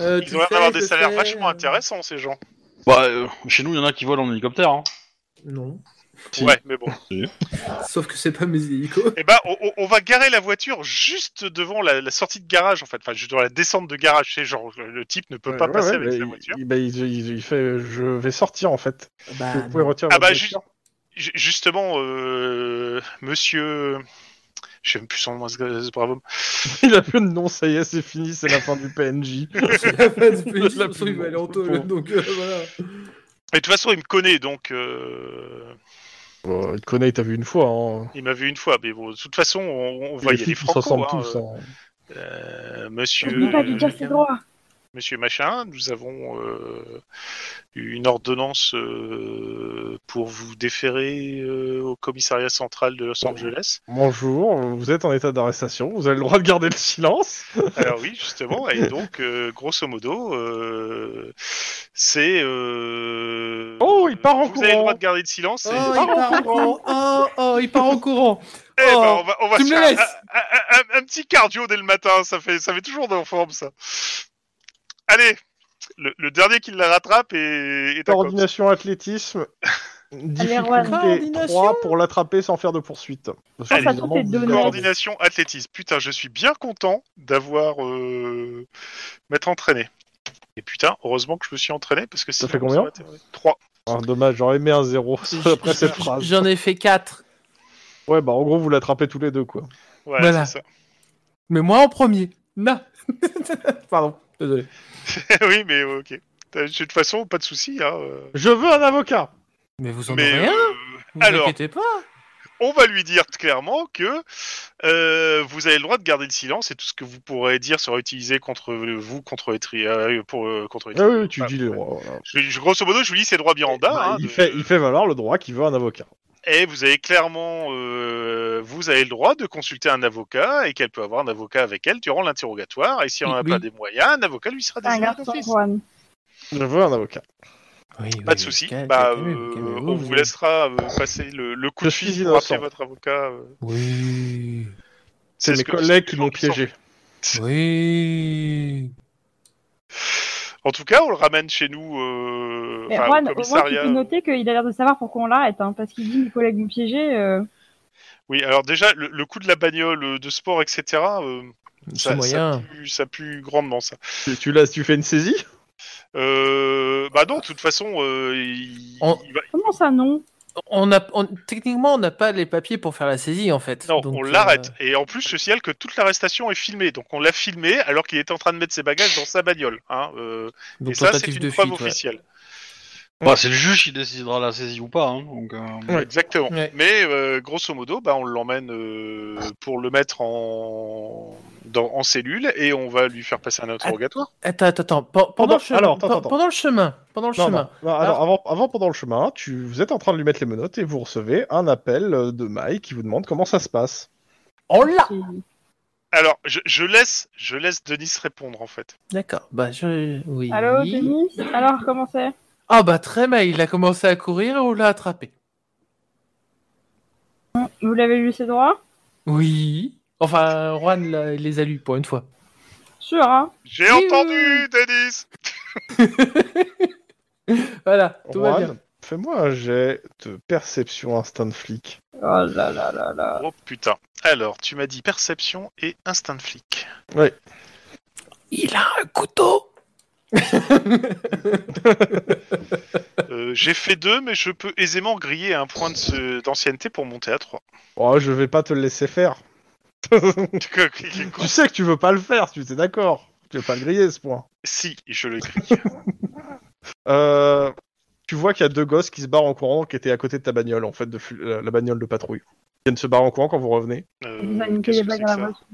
Speaker 6: Euh, tu
Speaker 4: Ils ont l'air
Speaker 6: fais,
Speaker 4: d'avoir
Speaker 6: je
Speaker 4: des salaires
Speaker 6: fais,
Speaker 4: vachement
Speaker 6: euh,
Speaker 4: intéressants, ces gens.
Speaker 1: bah, euh, chez nous, il y en a qui volent en hélicoptère. Hein.
Speaker 6: euh, Non.
Speaker 1: Si.
Speaker 4: Ouais, mais bon.
Speaker 6: Sauf que c'est pas mes hélicos.
Speaker 4: Eh ben, on, on- on va garer la voiture juste devant la, la sortie de garage, en fait. Enfin, juste devant la descente de garage. C'est genre, le, le type ne peut pas
Speaker 2: Ouais,
Speaker 4: passer
Speaker 2: ouais,
Speaker 4: avec
Speaker 2: bah,
Speaker 4: sa
Speaker 2: il-
Speaker 4: voiture.
Speaker 2: il- bah, il, il- il fait, je vais sortir en fait.
Speaker 6: Bah,
Speaker 2: vous pouvez
Speaker 6: non.
Speaker 2: retirer
Speaker 4: Ah
Speaker 2: votre
Speaker 4: bah,
Speaker 2: voiture.
Speaker 4: Ju- Justement, euh, monsieur. Je sais même plus son nom, ce ce brave homme.
Speaker 2: Il a plus de nom, ça y est, c'est fini, c'est la fin du PNJ.
Speaker 6: C'est la fin du petit,
Speaker 2: La
Speaker 6: de toute façon, il va aller en
Speaker 2: pauvre.
Speaker 6: tôle, donc euh, voilà.
Speaker 4: Mais de toute façon, il me connaît, donc euh,
Speaker 2: Bon, il te connaît, il t'a vu une fois. Hein.
Speaker 4: il m'a vu une fois. Mais bon, de toute façon, on, on va
Speaker 2: Les
Speaker 4: y aller
Speaker 2: flics, ils s'en
Speaker 4: franco.
Speaker 2: sortent
Speaker 4: hein.
Speaker 2: tous. hein.
Speaker 4: Euh,
Speaker 5: Je
Speaker 4: monsieur,
Speaker 5: ne pas lui dire ses droits.
Speaker 4: monsieur machin, nous avons euh, une ordonnance euh, pour vous déférer euh, au commissariat central de Los Angeles.
Speaker 2: Bonjour, vous êtes en état d'arrestation, vous avez le droit de garder le silence.
Speaker 4: Alors oui, justement. Et donc, euh, grosso modo, euh, c'est. euh,
Speaker 2: Oh, il part en
Speaker 4: Vous avez le
Speaker 2: courant.
Speaker 4: droit de garder le silence.
Speaker 6: Oh,
Speaker 4: et-
Speaker 6: il part en courant. Oh, oh, il part en courant.
Speaker 4: Eh ben,
Speaker 6: Oh,
Speaker 4: on va, on va
Speaker 6: tu
Speaker 4: se
Speaker 6: me
Speaker 4: faire
Speaker 6: laisses.
Speaker 4: un, un- un- un petit cardio dès le matin, ça fait, ça fait toujours en forme ça. Allez, le, le dernier qui la rattrape est, est un cop.
Speaker 2: Coordination athlétisme. Difficulté
Speaker 6: Coordination.
Speaker 2: 3 pour l'attraper sans faire de poursuite. Parce que,
Speaker 4: Allez.
Speaker 5: Ça, ça fait deux
Speaker 2: évidemment, vous-
Speaker 5: notes.
Speaker 4: Coordination athlétisme. Putain, je suis bien content d'avoir euh, m'être entraîné. Et putain, heureusement que je me suis entraîné parce que sinon,
Speaker 2: fait combien
Speaker 4: 3.
Speaker 2: Ah, dommage, j'aurais aimé un 0 après cette phrase.
Speaker 6: J'en ai fait 4.
Speaker 2: Ouais, bah en gros, vous l'attrapez tous les deux, quoi.
Speaker 4: Ouais,
Speaker 6: Voilà.
Speaker 4: c'est
Speaker 6: Mais moi en premier. Non. Pardon, désolé.
Speaker 4: ça. oui, mais euh, ok. De toute façon, pas de soucis. Hein. euh.
Speaker 2: Je veux un avocat
Speaker 6: Mais vous en
Speaker 4: Mais,
Speaker 6: aurez un.
Speaker 4: euh,
Speaker 6: Vous
Speaker 4: alors-
Speaker 6: inquiétez pas.
Speaker 4: on va lui dire clairement que euh, vous avez le droit de garder le silence et tout ce que vous pourrez dire sera utilisé contre vous, contre les tri- euh, pour euh, contre les
Speaker 2: Ah
Speaker 4: tri-
Speaker 2: oui, tu
Speaker 4: enfin,
Speaker 2: dis les droits. voilà.
Speaker 4: je- je- grosso modo, je vous dis c'est droit Miranda.
Speaker 2: Bah,
Speaker 4: hein,
Speaker 2: il,
Speaker 4: de-
Speaker 2: fait, il fait valoir le droit qu'il veut un avocat.
Speaker 4: Et vous avez clairement, euh, vous avez le droit de consulter un avocat et qu'elle peut avoir un avocat avec elle durant l'interrogatoire. Et si on n'a
Speaker 6: Oui.
Speaker 4: pas des moyens, un avocat lui sera
Speaker 5: Un
Speaker 4: désigné
Speaker 5: garçon,
Speaker 4: d'office.
Speaker 5: Juan.
Speaker 2: Je veux un avocat.
Speaker 4: Pas de souci. Bah, euh,
Speaker 6: Oh,
Speaker 4: on vous laissera euh, passer le, le coup
Speaker 2: Je
Speaker 4: de
Speaker 2: suis
Speaker 4: fil pour appeler
Speaker 2: innocent.
Speaker 4: votre avocat. euh.
Speaker 6: Oui.
Speaker 2: C'est
Speaker 4: ce
Speaker 2: mes
Speaker 4: que-
Speaker 2: collègues
Speaker 4: ce que
Speaker 2: qui
Speaker 4: les gens
Speaker 2: m'ont
Speaker 4: qui sont-
Speaker 2: piégé.
Speaker 6: Oui.
Speaker 4: En tout cas, on le ramène chez nous euh,
Speaker 5: Mais
Speaker 4: enfin,
Speaker 5: Juan,
Speaker 4: au
Speaker 5: au moins, tu
Speaker 4: commissariat.
Speaker 5: peux noter qu'il a l'air de savoir pourquoi on l'arrête, hein, parce qu'il dit mes collègues m'ont piégé. euh,
Speaker 4: Oui, alors déjà, le, le coup de la bagnole euh, de sport, etc., euh,
Speaker 6: C'est
Speaker 4: ça, ça
Speaker 6: moyen.
Speaker 4: pue, ça pue grandement, ça.
Speaker 2: Tu, tu l'as- tu fais une saisie
Speaker 4: Euh, bah non, de toute façon, euh, il,
Speaker 6: On-
Speaker 4: il va-
Speaker 5: Comment ça, non
Speaker 6: On a, on- techniquement, on n'a pas les papiers pour faire la saisie en fait.
Speaker 4: non,
Speaker 6: Donc,
Speaker 4: on
Speaker 6: euh,
Speaker 4: l'arrête. Et en plus, je signale que toute l'arrestation est filmée. Donc on l'a filmé alors qu'il était en train de mettre ses bagages dans sa bagnole. hein, euh,
Speaker 6: donc
Speaker 4: et ça, c'est
Speaker 6: tentative
Speaker 4: une
Speaker 6: de
Speaker 4: preuve
Speaker 6: fuite, ouais.
Speaker 4: officielle.
Speaker 1: Bah, c'est le juge qui décidera la saisie ou pas. hein, donc, euh,
Speaker 2: Ouais.
Speaker 4: Exactement.
Speaker 6: Ouais.
Speaker 4: Mais euh, grosso modo, bah, on l'emmène euh, pour le mettre en... Dans, en cellule et on va lui faire passer un
Speaker 6: Ah.
Speaker 4: interrogatoire.
Speaker 6: Attends, attends, attends. Pe- Pendant,
Speaker 2: Pendant-
Speaker 6: le chemin,
Speaker 2: alors, attends,
Speaker 6: pe-
Speaker 2: attends.
Speaker 6: pendant le chemin, pendant le
Speaker 2: Non,
Speaker 6: chemin.
Speaker 2: non. Non, alors, avant, avant, pendant le chemin, tu, vous êtes en train de lui mettre les menottes et vous recevez un appel euh, de Mike qui vous demande comment ça se passe.
Speaker 6: On l'a.
Speaker 5: C'est-
Speaker 4: Alors, je, je laisse, je laisse Denis répondre en fait.
Speaker 6: D'accord. Bah, je... oui.
Speaker 5: Allô, Denis Alors, comment c'est
Speaker 6: Ah bah très mal. Il a commencé à courir et on l'a attrapé.
Speaker 5: Vous l'avez lu ses droits
Speaker 6: Oui. Enfin, Juan l'a- il les a lus pour une fois.
Speaker 5: Sûr, hein
Speaker 4: J'ai
Speaker 6: Oui,
Speaker 4: entendu,
Speaker 6: oui,
Speaker 4: Denis.
Speaker 6: Voilà, tout va
Speaker 2: Juan,
Speaker 6: bien.
Speaker 2: fais-moi un jet de perception instinct de flic.
Speaker 5: Oh là là là là.
Speaker 4: Oh putain. Alors, tu m'as dit perception et instinct de flic.
Speaker 6: Il a un couteau.
Speaker 4: Euh, J'ai fait deux, mais je peux aisément griller un point de ce- d'ancienneté pour monter à trois.
Speaker 2: Oh, je vais pas te le laisser faire. Tu sais que tu veux pas le faire, tu t'es d'accord. Tu veux pas le griller ce point.
Speaker 4: si, je le grille.
Speaker 2: Euh, tu vois qu'il y a deux gosses qui se barrent en courant qui étaient à côté de ta bagnole, en fait, de fu- euh, la la bagnole de patrouille. Ils viennent se barrer en courant quand vous revenez.
Speaker 4: Euh,
Speaker 5: Vous avez niqué
Speaker 4: qu'est-ce
Speaker 5: les
Speaker 4: que
Speaker 5: blagues
Speaker 4: c'est
Speaker 5: dans
Speaker 4: que
Speaker 5: la
Speaker 4: ça
Speaker 5: voiture.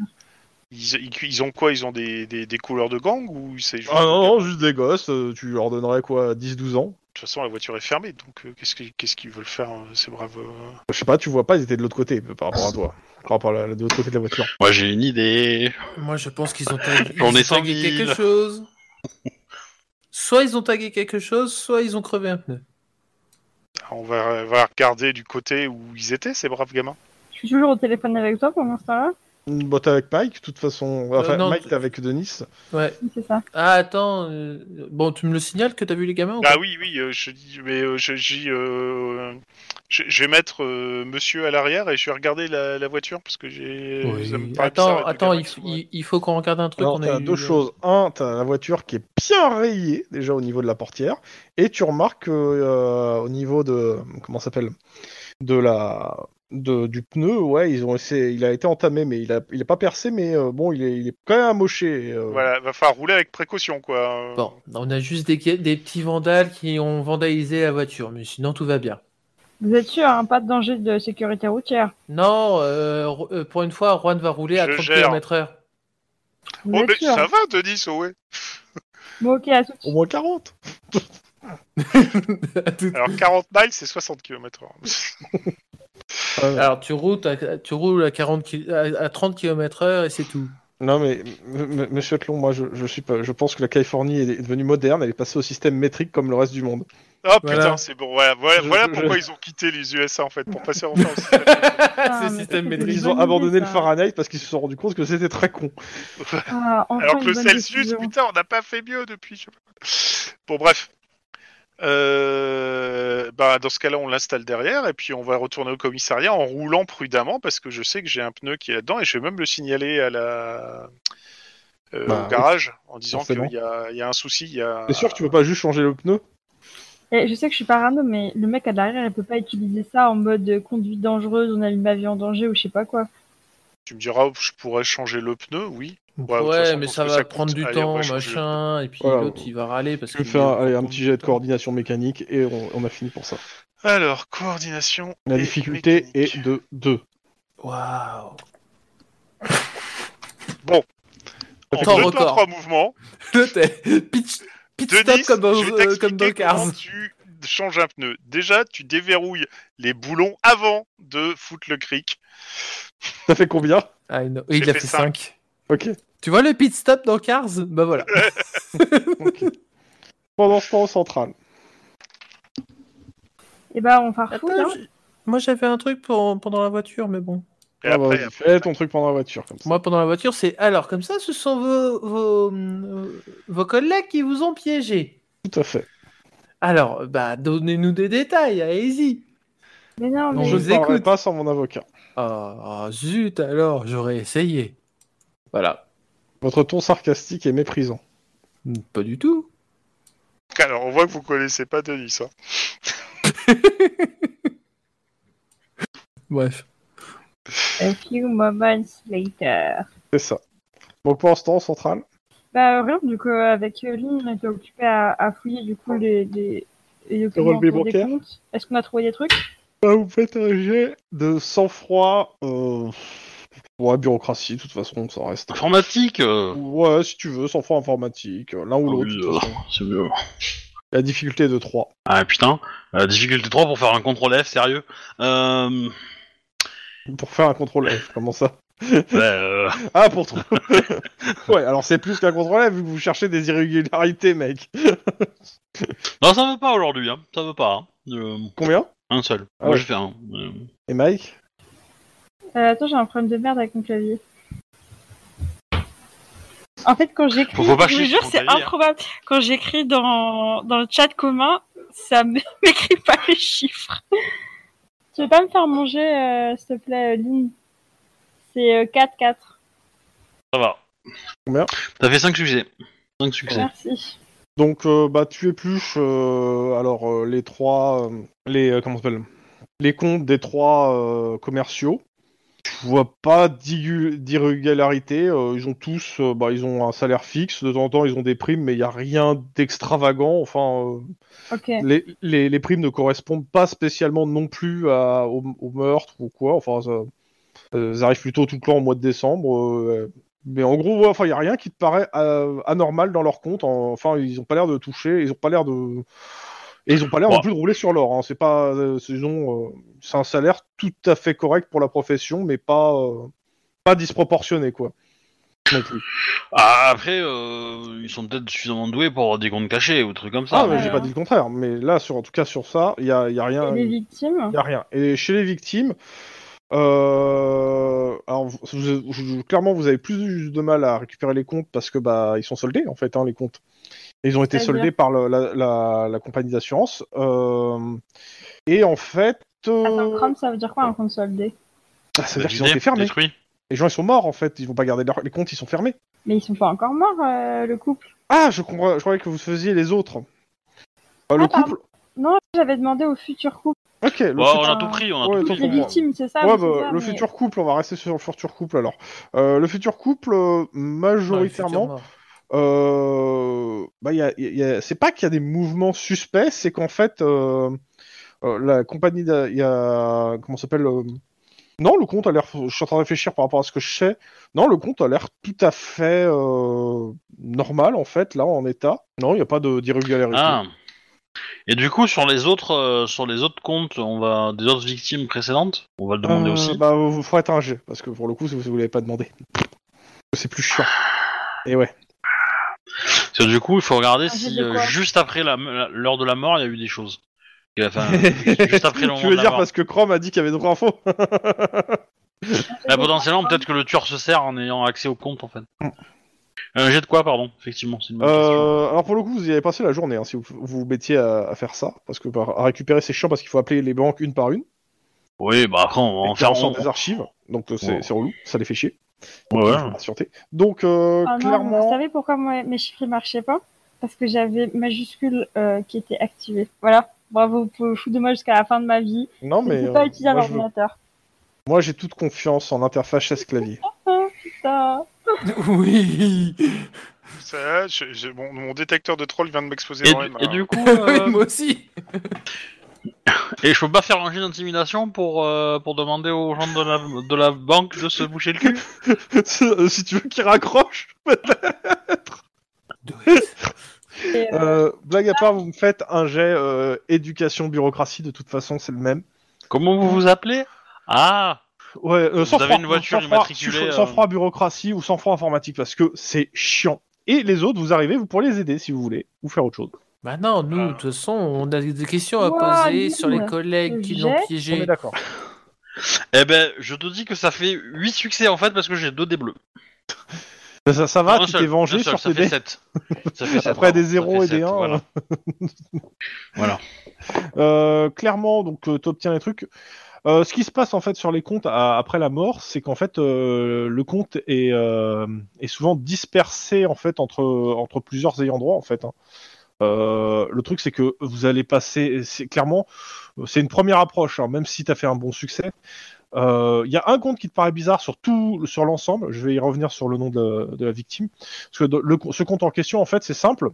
Speaker 4: Ils, ils- ils ont quoi Ils ont des, des- des couleurs de gang ou c'est juste-
Speaker 2: Ah non, non, juste des gosses, euh, tu leur donnerais quoi, 10-12 ans
Speaker 4: De toute façon, la voiture est fermée, donc euh, qu'est-ce qu'ils qu'est-ce qu'ils veulent faire, euh, ces braves... euh,
Speaker 2: Je sais pas, tu vois pas, ils étaient de l'autre côté euh, par rapport à toi, par rapport à la- de l'autre côté de la voiture.
Speaker 1: moi, j'ai une idée.
Speaker 6: Moi, je pense qu'ils ont tagué,
Speaker 1: J'en ai
Speaker 6: ils
Speaker 1: 100
Speaker 6: ont
Speaker 1: 000.
Speaker 6: tagué quelque chose. Soit ils ont tagué quelque chose, soit ils ont crevé un pneu.
Speaker 4: On va, on va regarder du côté où ils étaient, ces braves gamins.
Speaker 5: Je suis toujours au téléphone avec toi pendant ce temps-là
Speaker 2: Une botte Bah, avec Mike, de toute façon. Enfin,
Speaker 6: Euh, non,
Speaker 2: Mike,
Speaker 6: tu-
Speaker 2: t'es avec Denis.
Speaker 6: Ouais.
Speaker 5: Oui, C'est ça.
Speaker 6: Ah, attends. euh, Bon, tu me le signales que t'as vu les gamins ou pas
Speaker 4: Ah oui, oui, euh, je dis, mais euh, je, j'y, euh, je, je vais mettre euh, monsieur à l'arrière et je vais regarder la, la voiture, parce que j'ai... euh,
Speaker 6: Oui.
Speaker 4: ça me paraît bizarre,
Speaker 6: Attends, attends,
Speaker 4: les deux gamins
Speaker 6: il,
Speaker 4: qui sont-
Speaker 6: il- il faut qu'on regarde un truc.
Speaker 2: Alors,
Speaker 6: qu'on a
Speaker 2: t'as
Speaker 6: eu- euh,
Speaker 2: deux choses. Un, t'as la voiture qui est bien rayée, déjà au niveau de la portière, et tu remarques que, euh, au niveau de. Comment ça s'appelle De la. de- du pneu, ouais, ils ont essayé, il a été entamé, mais il a, il est pas percé, mais euh, bon, il est, il est quand même amoché. euh.
Speaker 4: Voilà, va falloir rouler avec précaution, quoi. euh.
Speaker 6: Bon, on a juste des, des petits vandales qui ont vandalisé la voiture, mais sinon tout va bien.
Speaker 5: Vous êtes sûr, hein, pas de danger de sécurité routière.
Speaker 6: Non, euh, Ro- euh, pour une fois, Juan va rouler à
Speaker 4: Je
Speaker 6: 30
Speaker 4: gère.
Speaker 6: km/h.
Speaker 5: Vous
Speaker 4: Oh,
Speaker 5: êtes
Speaker 4: mais
Speaker 5: sûr hein.
Speaker 4: ça va, Denis, oh, ouais.
Speaker 5: Bon, ok, à tout de
Speaker 2: Au
Speaker 5: suite.
Speaker 2: moins 40
Speaker 4: Alors, 40 miles, c'est 60 km
Speaker 2: Euh,
Speaker 6: Alors tu roules, à, tu roules à, 40 ki- à- à 30 km/h et c'est tout.
Speaker 2: Non, mais m- m- monsieur Tlon, moi, je, je suis pas, je pense que la Californie est devenue moderne, elle est passée au système métrique comme le reste du monde.
Speaker 4: Ah
Speaker 6: Voilà.
Speaker 4: putain, c'est bon, voilà, voilà,
Speaker 2: Je-
Speaker 4: voilà
Speaker 2: je-
Speaker 4: pourquoi ils ont quitté les USA, en fait, pour passer en France.
Speaker 5: mais
Speaker 6: Ah, c'est
Speaker 5: c'est
Speaker 6: système maîtrise.
Speaker 2: Ils
Speaker 5: bonne
Speaker 2: ont
Speaker 5: idée,
Speaker 2: abandonné le
Speaker 5: ça.
Speaker 2: Fahrenheit parce qu'ils se sont rendus compte que c'était très con.
Speaker 5: Ah, enfin
Speaker 4: Alors que
Speaker 5: une
Speaker 4: le
Speaker 5: bonne
Speaker 4: Celsius,
Speaker 5: décision.
Speaker 4: putain, on n'a pas fait mieux depuis. je sais pas. Bon, bref. Euh, bah, dans ce cas-là, on l'installe derrière et puis on va retourner au commissariat en roulant prudemment parce que je sais que j'ai un pneu qui est là-dedans et je vais même le signaler à la... euh,
Speaker 2: Bah,
Speaker 4: au garage en disant qu'il
Speaker 2: forcément.
Speaker 4: y, a- il y a un souci. Il y a...
Speaker 2: T'es sûr que tu peux pas juste changer le pneu
Speaker 5: Et Eh, je sais que je suis parano, mais le mec à de l'arrière, il peut pas utiliser ça en mode euh, conduite dangereuse, on a mis ma vie en danger ou je sais pas quoi.
Speaker 4: Tu me diras, oh, je pourrais changer le pneu, oui.
Speaker 6: Ouais,
Speaker 4: de toute façon,
Speaker 6: mais
Speaker 4: parce
Speaker 6: ça
Speaker 4: que
Speaker 6: va
Speaker 4: ça coûte.
Speaker 6: prendre du
Speaker 4: Allez, on va
Speaker 6: temps,
Speaker 4: changer.
Speaker 6: machin, et puis
Speaker 2: Voilà.
Speaker 6: l'autre il va râler parce
Speaker 2: Je vais
Speaker 6: qu'il
Speaker 2: faire un, allez, un petit jet de coordination mécanique et on, on a fini pour ça.
Speaker 4: Alors, coordination.
Speaker 2: La
Speaker 4: et
Speaker 2: difficulté
Speaker 4: mécanique.
Speaker 2: est de 2.
Speaker 6: Waouh.
Speaker 4: En
Speaker 6: Temps
Speaker 4: deux temps,
Speaker 6: record.
Speaker 4: trois mouvements.
Speaker 6: Le t- pitch, pitch stop
Speaker 4: Denis,
Speaker 6: comme dans,
Speaker 4: je vais
Speaker 6: euh, comme dans
Speaker 4: t'expliquer
Speaker 6: Cars.
Speaker 4: comment tu changes un pneu. Déjà, tu déverrouilles les boulons avant de foutre le cric.
Speaker 2: Ça fait combien
Speaker 6: Ah, non. Et il
Speaker 4: J'ai
Speaker 6: a
Speaker 4: fait
Speaker 6: fait
Speaker 4: ça.
Speaker 6: 5.
Speaker 2: Ok.
Speaker 6: Tu vois le pit stop dans Cars Bah voilà.
Speaker 4: Euh,
Speaker 2: ok. Pendant ce temps, au central.
Speaker 5: Et bah, on va
Speaker 6: Attends,
Speaker 5: refouler. hein.
Speaker 6: j- Moi j'avais un truc pour- pendant la voiture, mais bon.
Speaker 4: Et
Speaker 2: Ah bah,
Speaker 4: après,
Speaker 2: vas-y, fais ton truc pendant la voiture, comme ça.
Speaker 6: Moi pendant la voiture, c'est alors comme ça, ce sont vos, vos, euh, vos collègues qui vous ont piégé.
Speaker 2: Tout à fait.
Speaker 6: Alors, bah donnez-nous des détails, allez-y.
Speaker 5: Mais non,
Speaker 6: Non,
Speaker 5: mais.
Speaker 2: je
Speaker 6: vous
Speaker 2: ne parlerai
Speaker 6: écoute.
Speaker 2: pas sans mon avocat.
Speaker 6: Ah zut alors, j'aurais essayé. Voilà.
Speaker 2: Votre ton sarcastique est méprisant.
Speaker 6: Mm, Pas du tout.
Speaker 4: alors on voit que vous connaissez pas Denis. hein.
Speaker 6: Bref.
Speaker 5: A few moments later.
Speaker 2: C'est ça. Donc pour l'instant, central.
Speaker 5: Bah, rien, du coup, euh, avec euh, Lynn, on était occupé à, à fouiller, du
Speaker 4: Ah.
Speaker 5: coup, les, les, les documents
Speaker 2: relevé
Speaker 5: autour des
Speaker 2: bancaire.
Speaker 5: comptes. Est-ce qu'on a trouvé des trucs
Speaker 2: Bah, vous faites un jet de sang-froid. Euh... Ouais, bureaucratie, de toute façon, ça reste.
Speaker 1: Informatique, euh,
Speaker 2: Ouais, si tu veux, sang-froid informatique, euh, l'un ou
Speaker 1: Ah
Speaker 2: l'autre.
Speaker 1: oui,
Speaker 2: de toute
Speaker 1: euh.
Speaker 2: façon.
Speaker 1: c'est mieux.
Speaker 2: La difficulté est de 3.
Speaker 1: Ah putain, euh, difficulté 3 pour faire un contrôle F, sérieux. Euh,
Speaker 2: Pour faire un contrôle F, comment ça
Speaker 1: bah, euh,
Speaker 2: Ah, pour toi Ouais, alors c'est plus qu'un contrôle F, vu que vous cherchez des irrégularités, mec.
Speaker 1: Non, ça veut pas aujourd'hui, hein. ça veut pas. hein. Euh,
Speaker 2: Combien
Speaker 1: un seul.
Speaker 2: Ah
Speaker 1: Moi
Speaker 2: ouais.
Speaker 1: j'ai fait un. Euh,
Speaker 2: Et Mike
Speaker 5: euh, Attends, j'ai un problème de merde avec mon clavier. En fait, quand j'écris,
Speaker 1: Faut- faut pas
Speaker 5: je vous
Speaker 1: chier sur
Speaker 5: jure,
Speaker 1: ton
Speaker 5: c'est
Speaker 1: clavier, hein.
Speaker 5: improbable. Quand j'écris dans, dans le chat commun, ça m- m'écrit pas les chiffres. Tu veux pas me faire manger, euh, s'il te plaît, euh, Lynn C'est euh, 4-4.
Speaker 1: Ça va.
Speaker 2: Combien
Speaker 1: T'as fait 5 succès. 5 succès.
Speaker 5: Merci.
Speaker 2: Donc, euh, bah, tu épluches euh, alors euh, les trois, euh, les euh, comment ça s'appelle les comptes des trois euh, commerciaux. Tu vois pas d'igu- d'irrégularité. euh, ils ont tous, euh, bah, ils ont un salaire fixe. De temps en temps, ils ont des primes, mais il y a rien d'extravagant. Enfin, euh,
Speaker 5: Ok.
Speaker 2: les, les- les primes ne correspondent pas spécialement non plus à, au, au meurtre ou quoi. Enfin, ça- euh, elles arrivent plutôt tout le temps au mois de décembre. euh, mais en gros, ouais, enfin, il n'y a rien qui te paraît euh, anormal dans leur compte. En- Enfin, ils n'ont pas l'air de toucher, ils n'ont pas l'air de. Et ils n'ont pas l'air
Speaker 1: Ouais.
Speaker 2: non plus de rouler sur l'or. hein. C'est pas, euh, c'est ils ont, euh, c'est un salaire tout à fait correct pour la profession, mais pas, euh, pas disproportionné quoi. Non plus.
Speaker 1: Ah, après, euh, ils sont peut-être suffisamment doués pour avoir des comptes cachés ou des trucs comme ça.
Speaker 2: Ah, mais
Speaker 5: ouais,
Speaker 2: j'ai
Speaker 5: hein.
Speaker 2: pas dit le contraire. Mais là, sur, en tout cas sur ça, il y a, il y a rien.
Speaker 5: Et les victimes
Speaker 2: Il a rien. Et chez les victimes, euh, alors, vous- vous- vous- clairement, vous avez plus de mal à récupérer les comptes parce que bah, ils sont soldés, en fait, hein, les comptes. Ils ont été
Speaker 5: C'est-à-dire
Speaker 2: soldés par le- la, la- la compagnie d'assurance. euh, et en fait. euh,
Speaker 5: Attends, Chrome, ça veut dire quoi un compte soldé
Speaker 2: bah, ça veut dire qu'ils ont
Speaker 1: Abusé,
Speaker 2: été fermés.
Speaker 1: détruits.
Speaker 2: Les gens, ils sont morts, en fait. Ils vont pas garder leurs- les comptes, ils sont fermés.
Speaker 5: Mais ils sont pas encore morts, euh, le couple.
Speaker 2: Ah, je, comprends, je croyais que vous faisiez les autres. Euh, le
Speaker 5: Ah, pardon.
Speaker 2: couple.
Speaker 5: Non, j'avais demandé au futur couple.
Speaker 2: Ok, le
Speaker 1: Bon,
Speaker 2: futur-
Speaker 1: Bah, on a tout pris, on a
Speaker 2: Ouais,
Speaker 1: tout
Speaker 2: attends,
Speaker 5: Toutes
Speaker 1: pris.
Speaker 5: les
Speaker 2: pour moi.
Speaker 5: victimes, c'est ça
Speaker 2: Ouais,
Speaker 5: oui, c'est
Speaker 2: bah,
Speaker 5: ça,
Speaker 2: le
Speaker 5: mais-
Speaker 2: futur couple, on va rester sur le futur couple alors. Euh, le futur couple, euh,
Speaker 6: Ah,
Speaker 2: majoritairement, euh, bah, il y a- il y a- c'est pas qu'il y a des mouvements suspects, c'est qu'en fait, euh, euh, la compagnie, d'a- il y a, comment ça s'appelle euh, Non, le compte a l'air. Je suis en train de réfléchir par rapport à ce que je sais. Non, le compte a l'air tout à fait euh, normal en fait, là, en état. Non, il n'y a pas de d'irrégularité.
Speaker 1: Ah. Et du coup, sur les autres, euh, sur les autres comptes, on va des autres victimes précédentes, on va le demander
Speaker 2: Euh,
Speaker 1: aussi.
Speaker 2: Bah, vous ferez un jet, parce que pour le coup, si vous ne l'avez pas demandé, c'est plus chiant. Et ouais.
Speaker 1: Parce que du coup, il faut regarder
Speaker 5: Ah, j'ai
Speaker 1: si
Speaker 5: de
Speaker 1: euh,
Speaker 5: quoi.
Speaker 1: juste après la- la- l'heure de la mort, il y a eu des choses. Il a fait un- juste après le moment
Speaker 2: tu veux
Speaker 1: de la
Speaker 2: dire
Speaker 1: mort.
Speaker 2: parce que Chrome a dit qu'il y avait d'autres infos
Speaker 1: Bah, potentiellement, peut-être que le tueur se sert en ayant accès au compte, en fait. Euh, J'ai de quoi, pardon, effectivement, c'est une bonne question.
Speaker 2: Mm. Euh, Alors pour le coup, vous y avez passé la journée hein, si vous vous, vous mettiez à, à faire ça, parce que par- à récupérer c'est chiant parce qu'il faut appeler les banques une par une,
Speaker 1: Oui, bah après, on va en
Speaker 2: et faire
Speaker 1: faire
Speaker 2: en sorte
Speaker 1: on-
Speaker 2: des archives, donc euh, c'est
Speaker 1: Ouais.
Speaker 2: c'est relou, ça les fait chier.
Speaker 1: Ouais, ouais.
Speaker 2: faut patienter. Donc euh,
Speaker 5: Ah non, Vous
Speaker 2: clairement,
Speaker 5: savez pourquoi moi, mes chiffres ne marchaient pas Parce que j'avais majuscule euh, qui était activée. Voilà. Bravo, vous foutre de moi jusqu'à la fin de ma vie.
Speaker 2: non
Speaker 5: Je
Speaker 2: mais
Speaker 5: ne pas
Speaker 2: euh,
Speaker 5: utiliser un
Speaker 2: moi, je veux-
Speaker 5: ordinateur.
Speaker 2: moi, j'ai toute confiance en l'interface chaise clavier.
Speaker 5: Putain.
Speaker 6: Oui.
Speaker 4: Ça, je- je- mon, mon détecteur de troll vient de m'exposer
Speaker 1: Et,
Speaker 4: dans les
Speaker 1: du- et
Speaker 4: mains.
Speaker 1: du coup,
Speaker 6: Oui,
Speaker 1: euh,
Speaker 6: moi aussi.
Speaker 1: et je peux pas faire un jet d'intimidation pour, euh, pour demander aux gens de la, de la banque de se boucher le cul
Speaker 2: euh, si tu veux qu'il raccroche.
Speaker 6: Do it.
Speaker 5: Et, euh,
Speaker 2: Euh, blague à part, vous me faites un jet euh, éducation bureaucratie. De toute façon, c'est le même.
Speaker 1: Comment vous vous appelez Ah
Speaker 2: Ouais, euh,
Speaker 1: Vous
Speaker 2: sans
Speaker 1: avez
Speaker 2: froid,
Speaker 1: une voiture
Speaker 2: sans froid,
Speaker 1: immatriculée,
Speaker 2: sans-
Speaker 1: euh.
Speaker 2: Sans froid bureaucratie ou sans froid informatique parce que c'est chiant. Et les autres, vous arrivez, vous pourrez les aider si vous voulez ou faire autre chose.
Speaker 6: Bah non, nous,
Speaker 4: Ah.
Speaker 6: de toute façon, on a des questions à
Speaker 5: Ouah,
Speaker 6: poser
Speaker 5: Lynn,
Speaker 6: sur les collègues
Speaker 5: le
Speaker 6: qui l'ont
Speaker 5: jet.
Speaker 2: On est
Speaker 6: piégé.
Speaker 2: d'accord.
Speaker 1: Eh ben, je te dis que ça fait 8 succès en fait parce que j'ai 2 dés bleus.
Speaker 2: Ça, ça- ça va,
Speaker 1: Non, un
Speaker 2: Ah, tu
Speaker 1: seul,
Speaker 2: t'es
Speaker 1: un
Speaker 2: vengé
Speaker 1: seul,
Speaker 2: sur
Speaker 1: ça
Speaker 2: tes
Speaker 1: fait
Speaker 2: dés.
Speaker 1: 7. Ça fait sept,
Speaker 2: Après des
Speaker 1: pardon. Ça
Speaker 2: 0
Speaker 1: fait
Speaker 2: et des
Speaker 1: sept,
Speaker 2: 1.
Speaker 1: Voilà. Voilà.
Speaker 2: Euh, clairement, donc tu obtiens les trucs. Euh, ce qui se passe en fait sur les comptes à- après la mort, c'est qu'en fait euh, le compte est, euh, est souvent dispersé en fait entre entre plusieurs ayants droit en fait. hein. Euh, le truc c'est que vous allez passer, c'est clairement, c'est une première approche, hein, même si t'as fait un bon succès. Euh, Il y a un compte qui te paraît bizarre sur tout, sur l'ensemble. Je vais y revenir sur le nom de la, de la victime, parce que le, ce compte en question en fait c'est simple.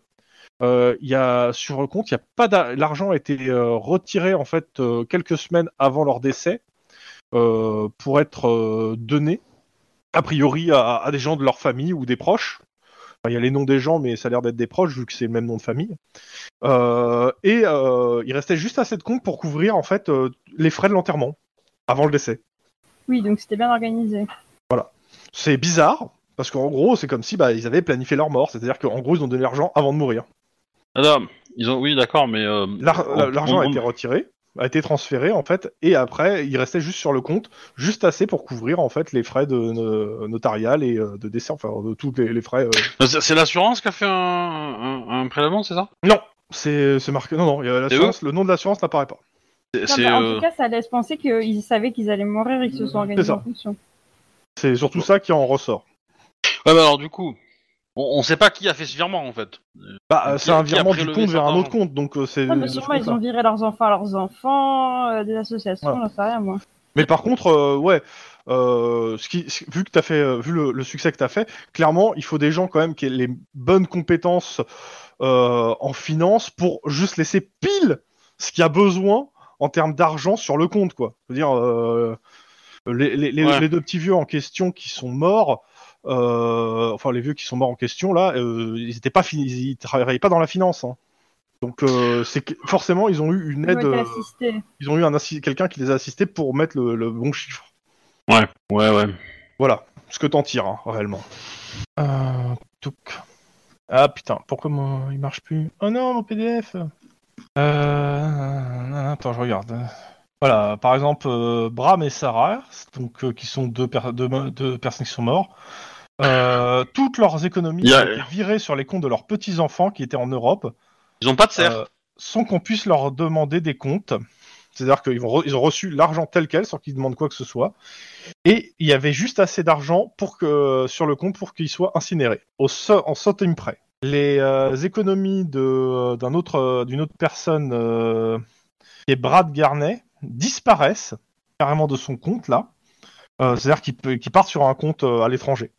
Speaker 2: Euh, il y a sur le compte, il y a pas d'a- l'argent a été euh, retiré en fait euh, quelques semaines avant leur décès euh, pour être euh, donné a priori à, à des gens de leur famille ou des proches. Enfin, il y a les noms des gens, mais ça a l'air d'être des proches vu que c'est le même nom de famille. Euh, et euh, il restait juste assez de compte pour couvrir en fait euh, les frais de l'enterrement avant le décès.
Speaker 5: Oui, donc c'était bien organisé.
Speaker 2: C'est bizarre parce qu'en gros c'est comme si bah, ils avaient planifié leur mort, c'est-à-dire qu'en gros ils ont donné l'argent avant de mourir.
Speaker 1: Adam, ils ont... Oui, d'accord, mais... euh,
Speaker 2: L'ar-
Speaker 1: on-
Speaker 2: la- L'argent
Speaker 1: on-
Speaker 2: a été retiré, a été transféré en fait, et après il restait juste sur le compte, juste assez pour couvrir en fait les frais de no- notarial et euh, de décès, enfin de tous les, les frais. euh.
Speaker 1: C'est c'est l'assurance qui a fait un, un- un prélèvement, c'est ça
Speaker 2: C'est c'est marqué, non non, il y a l'assurance- le nom de l'assurance n'apparaît pas.
Speaker 1: C'est-
Speaker 5: Non,
Speaker 1: c'est,
Speaker 5: mais en
Speaker 1: euh,
Speaker 5: tout cas, ça laisse penser qu'ils savaient qu'ils allaient mourir et qu'ils se sont organisés
Speaker 2: ça.
Speaker 5: en fonction.
Speaker 2: C'est surtout ça qui en ressort.
Speaker 1: Ouais, bah alors du coup, on, on sait pas qui a fait ce virement en fait.
Speaker 2: Bah,
Speaker 1: Qui a-
Speaker 2: euh, c'est un
Speaker 1: qui a
Speaker 2: virement du
Speaker 1: prélevé
Speaker 2: compte
Speaker 1: cet
Speaker 2: vers un
Speaker 1: argent
Speaker 2: autre compte, donc euh, c'est.
Speaker 5: Non, mais
Speaker 2: je
Speaker 5: sûrement,
Speaker 2: trouve
Speaker 5: ils
Speaker 2: ça.
Speaker 5: ont viré leurs enfants à leurs enfants, euh, des associations,
Speaker 2: Voilà.
Speaker 5: j'en sais rien, moi.
Speaker 2: Mais par contre, euh, ouais, euh, ce qui, ce- vu que t'as fait, euh, vu le, le succès que t'as fait, clairement, il faut des gens quand même qui aient les bonnes compétences euh, en finance pour juste laisser pile ce qu'il y a besoin en termes d'argent sur le compte, quoi. Je veux dire, euh, les, les- les-
Speaker 1: Ouais.
Speaker 2: les deux petits vieux en question qui sont morts. euh, enfin, les vieux qui sont morts en question là, euh, ils étaient pas finis, ils travaillaient pas dans la finance. hein. Donc, euh, c'est que- forcément, ils ont eu une
Speaker 5: Ils ont
Speaker 2: aide.
Speaker 5: été
Speaker 2: euh,
Speaker 5: assistés.
Speaker 2: ils ont eu un assi- quelqu'un qui les a assistés pour mettre le, le bon chiffre.
Speaker 1: Ouais, ouais, ouais.
Speaker 2: Voilà, ce que t'en tires, hein, réellement. Euh, touc. Ah putain, pourquoi mon- il marche plus Oh non, mon PDF euh... Attends, je regarde. Voilà, par exemple, euh, Bram et Sarah, donc, euh, qui sont deux, per- deux mo- deux personnes qui sont mortes, euh, toutes leurs économies
Speaker 1: Yeah.
Speaker 2: ont été virées sur les comptes de leurs petits-enfants qui étaient en Europe
Speaker 1: Ils ont pas de serre.
Speaker 2: euh, sans qu'on puisse leur demander des comptes. C'est-à-dire qu'ils vont re- ils ont reçu l'argent tel quel sans qu'ils demandent quoi que ce soit. Et il y avait juste assez d'argent pour que sur le compte pour qu'il soit incinéré, au so- en centime près. Les euh, économies de- d'un autre euh, d'une autre personne euh, qui est Brad Garnet disparaissent carrément de son compte là. Euh, C'est-à-dire qu'il peut- qu'il part sur un compte euh, à l'étranger.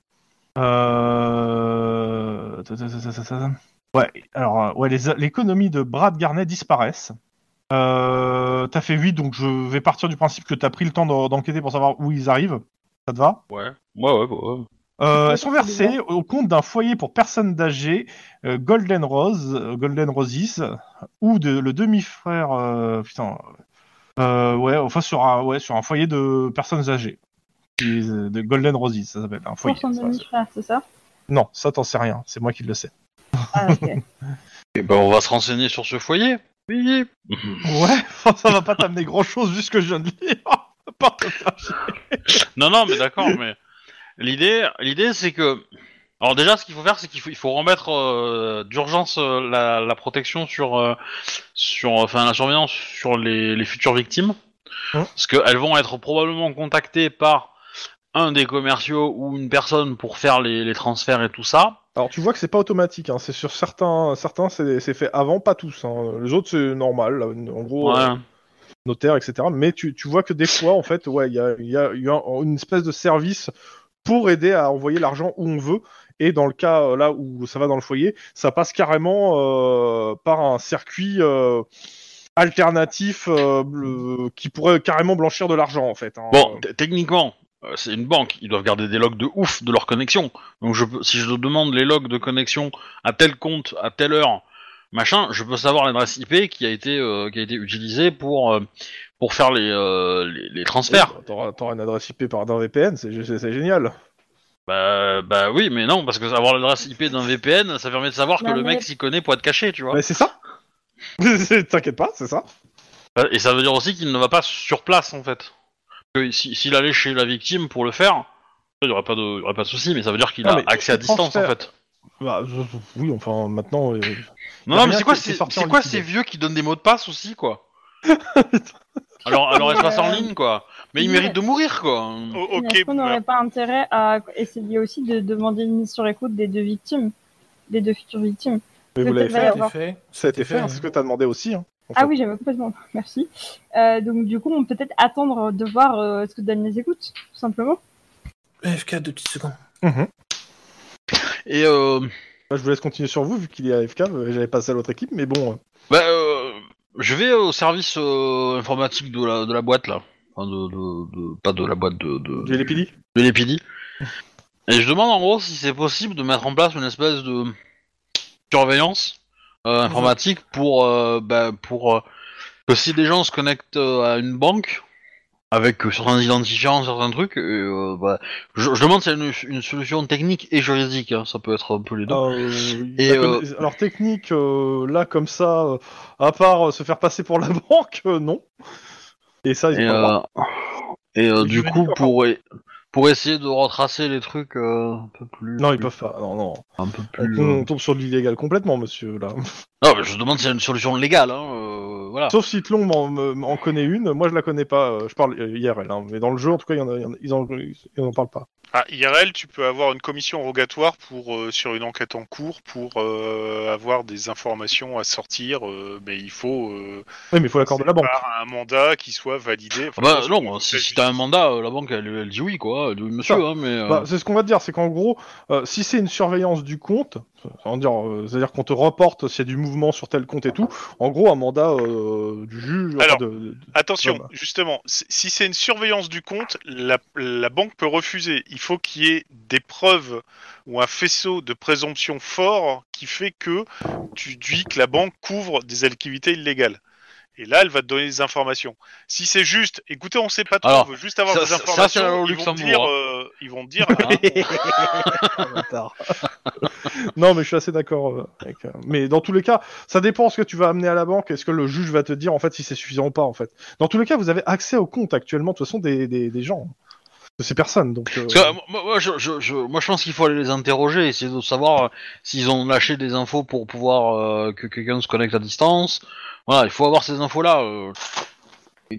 Speaker 2: Euh... ta- ta- ta- ta- ta- ta- Ouais, alors, euh, ouais, les- l'économie de Brad Garnet disparaissent. Euh, t'as fait 8, donc je vais partir du principe que t'as pris le temps d'en- d'enquêter pour savoir où ils arrivent. Ça te va
Speaker 1: Ouais, ouais, ouais. ouais.
Speaker 2: Euh,
Speaker 5: Ouais,
Speaker 2: Elles sont
Speaker 5: ça, c'est
Speaker 2: versées au compte d'un foyer pour personnes âgées, euh, Golden Rose, euh, Golden Roses, ou de, le demi-frère, euh, putain, euh, ouais, enfin sur un, ouais, sur un foyer de personnes âgées. Qui- euh, De Golden Roses, ça s'appelle, un foyer.
Speaker 5: Pour son
Speaker 2: ça.
Speaker 5: demi-frère, c'est ça
Speaker 2: Non, ça t'en sais rien, c'est moi qui le sais.
Speaker 5: Ah, ok.
Speaker 1: Et ben on va se renseigner sur ce foyer. Oui.
Speaker 2: Ouais, ça va pas t'amener grand chose vu ce que je viens de lire. Pas te faire chier.
Speaker 1: Non, non, mais d'accord, mais l'idée, l'idée, c'est que, alors déjà, ce qu'il faut faire, c'est qu'il faut, il faut remettre euh, d'urgence euh, la, la protection sur, euh, sur, enfin, la surveillance sur les, les futures victimes,
Speaker 2: Hein
Speaker 1: parce qu'elles vont être probablement contactées par un des commerciaux ou une personne pour faire les, les transferts et tout ça.
Speaker 2: Alors tu vois que c'est pas automatique, hein. c'est sur certains, certains c'est c'est fait avant, pas tous. hein. Les autres c'est normal, là, en gros euh,
Speaker 1: Ouais.
Speaker 2: notaire, etc. Mais tu, tu vois que des fois en fait, ouais, il y a, il y a- il y a une espèce de service pour aider à envoyer l'argent où on veut. Et dans le cas euh, là où ça va dans le foyer, ça passe carrément euh, par un circuit euh, alternatif euh, bleu- qui pourrait carrément blanchir de l'argent en fait. hein.
Speaker 1: Bon, t- techniquement, euh, c'est une banque. Ils doivent garder des logs de ouf de leur connexion. Donc, je, peux- si je demande les logs de connexion à tel compte, à telle heure, machin, je peux savoir l'adresse IP qui a été euh, qui a été utilisée pour euh, pour faire les euh, les, les transferts.
Speaker 2: Oui, T'auras t'auras une adresse IP par d'un VPN, c'est c'est- c'est génial.
Speaker 1: Bah bah oui, mais non parce que savoir l'adresse IP d'un VPN, ça permet de savoir que
Speaker 5: Non,
Speaker 1: le
Speaker 5: mais-
Speaker 1: mec s'y connaît pour être caché, tu vois.
Speaker 2: Mais c'est ça C'est- T'inquiète pas, c'est ça.
Speaker 1: Et ça veut dire aussi qu'il ne va pas sur place en fait. Que si- s'il allait chez la victime pour le faire, il y aurait pas de il y aurait pas de souci, mais ça veut dire qu'il
Speaker 2: Non,
Speaker 1: a
Speaker 2: mais
Speaker 1: accès à
Speaker 2: il
Speaker 1: distance en
Speaker 2: transfère-
Speaker 1: fait.
Speaker 2: Bah, je- oui, enfin, maintenant.
Speaker 1: Non,
Speaker 2: euh, Y a
Speaker 1: non, mais
Speaker 2: rien
Speaker 1: c'est quoi,
Speaker 2: qui- qui est
Speaker 1: ces-
Speaker 2: sorti
Speaker 1: c'est
Speaker 2: en
Speaker 1: quoi
Speaker 2: liquide.
Speaker 1: ces vieux qui donnent des mots de passe aussi, quoi Alors, alors espace en ligne, quoi. Mais ils
Speaker 5: Ouais.
Speaker 1: méritent de mourir, quoi.
Speaker 4: O-
Speaker 5: Mais
Speaker 4: Oh, ok, bah.
Speaker 5: Est-ce qu'on
Speaker 4: boomer.
Speaker 5: n'aurait pas intérêt à essayer aussi de demander une mise sur écoute des deux victimes, des deux futures victimes
Speaker 2: Mais vous
Speaker 5: Peut-être
Speaker 2: l'avez
Speaker 5: va y
Speaker 2: fait.
Speaker 5: avoir-
Speaker 6: fait.
Speaker 2: Ça a été
Speaker 6: fait,
Speaker 2: fait, hein,
Speaker 6: hein.
Speaker 2: c'est ce que t'as demandé aussi. hein, en
Speaker 5: Ah
Speaker 2: fait.
Speaker 5: oui, j'avais complètement. Merci. Euh, donc du coup, on peut peut-être attendre de voir euh, ce que donnent les écoutes, tout simplement.
Speaker 6: AFK, deux petites secondes.
Speaker 1: Et euh,
Speaker 2: Bah, je vous laisse continuer sur vous, vu qu'il est AFK, euh, j'avais passé à l'autre équipe, mais bon. euh,
Speaker 1: bah, euh, je vais au service euh, informatique de la, de la boîte, là. Enfin, de, de- de- pas de la boîte, de, de,
Speaker 2: J'ai les pilis.
Speaker 1: de l'épidie. Et je demande en gros si c'est possible de mettre en place une espèce de surveillance euh, informatique pour, euh, bah, pour euh, que si des gens se connectent euh, à une banque avec euh, certains identifiants, certains trucs, et, euh, bah, je, je demande si c'est une, une solution technique et juridique, hein, ça peut être un peu les deux.
Speaker 2: Euh,
Speaker 1: Et,
Speaker 2: la conna- Alors, technique, euh, là, comme ça, euh, à part euh, se faire passer pour la banque, euh, non. Et ça, ils
Speaker 1: et
Speaker 2: ont pas le droit.
Speaker 1: euh, et, euh,
Speaker 2: Ils
Speaker 1: du
Speaker 2: veulent
Speaker 1: coup,
Speaker 2: dire.
Speaker 1: pour, e- pour essayer de retracer les trucs euh, un peu plus...
Speaker 2: Non, ils peuvent pas. Non, non.
Speaker 1: Un peu
Speaker 2: On,
Speaker 1: plus... euh,
Speaker 2: on tombe sur de l'illégal complètement, monsieur, là.
Speaker 1: Non, mais je demande si c'est une solution légale, hein, euh, voilà.
Speaker 2: Sauf si Tlon m'en- me- m'en connaît une, moi je la connais pas, euh, je parle euh, IRL, hein, mais dans le jeu en tout cas, il y en a- il y en a- ils en, ils en parlent pas.
Speaker 4: Ah, IRL, tu peux avoir une commission rogatoire pour, euh, sur une enquête en cours pour euh, avoir des informations à sortir, euh, mais il faut euh,
Speaker 2: Oui, mais il faut l'accord de la banque.
Speaker 4: par un mandat qui soit validé.
Speaker 1: Ah
Speaker 4: Enfin,
Speaker 1: bah
Speaker 4: je pense
Speaker 1: non,
Speaker 4: que
Speaker 1: si,
Speaker 4: la
Speaker 1: si t'as un mandat, euh, la banque elle, elle dit oui quoi, elle dit oui, monsieur, hein, mais. euh,
Speaker 2: Bah, c'est ce qu'on va te dire, c'est qu'en gros, euh, si c'est une surveillance du compte, c'est-à-dire, euh, c'est-à-dire qu'on te reporte s'il y a du mouvement sur tel compte et tout, en gros, un mandat euh, du juge. enfin,
Speaker 4: Alors,
Speaker 2: de- de-
Speaker 4: Attention,
Speaker 2: Ouais, bah.
Speaker 4: justement, si si c'est une surveillance du compte, la, la banque peut refuser. Il faut qu'il y ait des preuves ou un faisceau de présomption fort qui fait que tu dis que la banque couvre des activités illégales. Et là, elle va te donner des informations. Si c'est juste, écoutez, on sait pas trop,
Speaker 1: Alors,
Speaker 4: on veut juste avoir
Speaker 1: ça-
Speaker 4: des
Speaker 1: ça- ça,
Speaker 4: informations,
Speaker 1: c'est la loi au
Speaker 4: ils, vont te
Speaker 1: Luxembourg,
Speaker 4: dire,
Speaker 1: hein.
Speaker 4: euh, ils vont te dire, ah,
Speaker 2: non, mais je suis assez d'accord. euh, avec, euh, Mais dans tous les cas, ça dépend ce que tu vas amener à la banque. Est-ce que le juge va te dire en fait si c'est suffisant ou pas en fait. Dans tous les cas, vous avez accès au compte actuellement de toute façon des, des, des gens, hein, de ces personnes. Donc euh,
Speaker 1: parce que, euh, moi, moi, je, je- je- moi, je pense qu'il faut aller les interroger, essayer de savoir euh, s'ils ont lâché des infos pour pouvoir euh, que quelqu'un se connecte à distance. Voilà, il faut avoir ces infos là.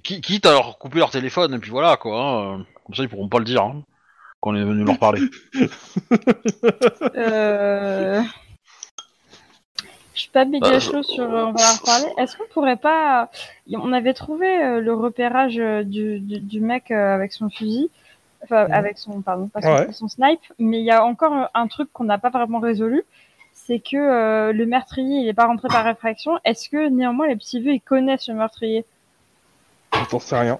Speaker 1: Quitte à leur couper leur téléphone et puis voilà quoi. hein, euh, Comme ça ils pourront pas le dire hein, qu'on est venu leur parler.
Speaker 5: Euh... Je suis pas méga
Speaker 1: Bah,
Speaker 5: chaud sur. euh, On va en reparler. Est-ce qu'on pourrait pas. On avait trouvé euh, le repérage euh, du, du, du mec euh, avec son fusil. Enfin, avec son. Pardon, pas son,
Speaker 2: Ouais.
Speaker 5: son snipe. Mais il y a encore euh, un truc qu'on n'a pas vraiment résolu. C'est que euh, le meurtrier, il est pas rentré par réfraction. Est-ce que néanmoins les petits vieux, ils connaissent le meurtrier
Speaker 2: t'en sais rien.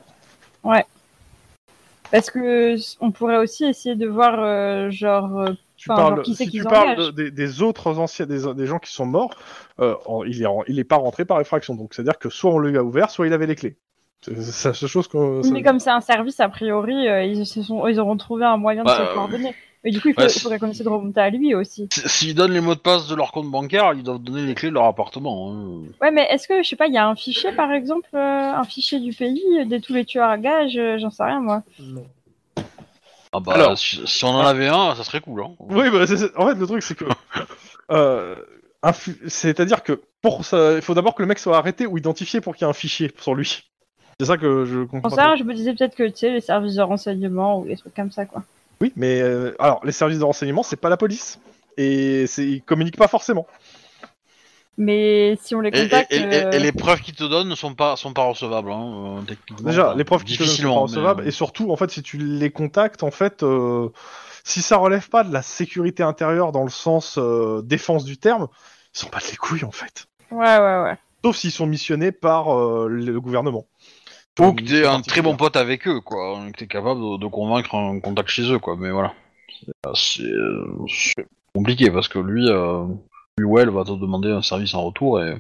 Speaker 5: Parce que s- on pourrait aussi essayer de voir, euh, genre. euh,
Speaker 2: Tu
Speaker 5: Enfin,
Speaker 2: parles,
Speaker 5: genre, qui c'est
Speaker 2: si
Speaker 5: qu'ils
Speaker 2: tu parles
Speaker 5: engagent
Speaker 2: de- des, des autres anciens, des, des gens qui sont morts, euh, en- il, est, en- il est pas rentré par effraction. Donc c'est à dire que soit on lui a ouvert, soit il avait les clés. C'est c'est la seule chose que.
Speaker 5: Mais comme c'est un service, a priori, euh, ils, se sont, ils auront trouvé un moyen
Speaker 1: Bah,
Speaker 5: de
Speaker 1: euh,
Speaker 5: se coordonner. Mais du coup, il faut-
Speaker 1: ouais,
Speaker 5: il faudrait qu'on essaie de remonter à lui aussi.
Speaker 1: S- S'ils donnent les mots de passe de leur compte bancaire, ils doivent donner les clés de leur appartement. hein.
Speaker 5: Ouais, mais est-ce que, je sais pas, il y a un fichier, par exemple, euh, un fichier du pays, euh, de tous les tueurs à gages, euh, j'en sais rien, moi.
Speaker 6: Non.
Speaker 1: Ah bah
Speaker 2: Alors-
Speaker 1: si, si on en avait un, ça serait cool. Hein.
Speaker 2: Oui, bah, c'est- c'est- en fait, le truc, c'est que. euh, un fi- C'est-à-dire que pour ça, il faut d'abord que le mec soit arrêté ou identifié pour qu'il y ait un fichier sur lui. C'est ça que je comprends.
Speaker 5: J'en sais rien, je me disais peut-être que, tu sais, les services de renseignement ou des trucs comme ça, quoi.
Speaker 2: Oui, mais euh, alors, les services de renseignement, c'est pas la police. Et c'est- ils communiquent pas forcément.
Speaker 5: Mais si on les
Speaker 1: Et, et-
Speaker 5: contacte...
Speaker 1: et- et-
Speaker 5: euh,
Speaker 1: et les preuves qu'ils te donnent ne sont pas, sont pas recevables, hein, euh, techniquement.
Speaker 2: Déjà,
Speaker 1: Enfin,
Speaker 2: les preuves qui te donnent sont pas
Speaker 1: difficilement, mais,
Speaker 2: recevables.
Speaker 1: euh,
Speaker 2: Et surtout, en fait, si tu les contactes, en fait, euh, si ça relève pas de la sécurité intérieure dans le sens euh, défense du terme, ils sont pas de les couilles, en fait.
Speaker 5: euh, Ouais, ouais, ouais.
Speaker 2: Sauf s'ils sont missionnés par euh, le gouvernement.
Speaker 1: Ou que t'es
Speaker 2: Une
Speaker 1: un très bon
Speaker 2: particulière.
Speaker 1: pote avec eux, quoi. hein, Que t'es capable de, de convaincre un contact chez eux, quoi. Mais voilà. C'est euh, c'est compliqué parce que lui, euh, Buell va te demander un service en retour et.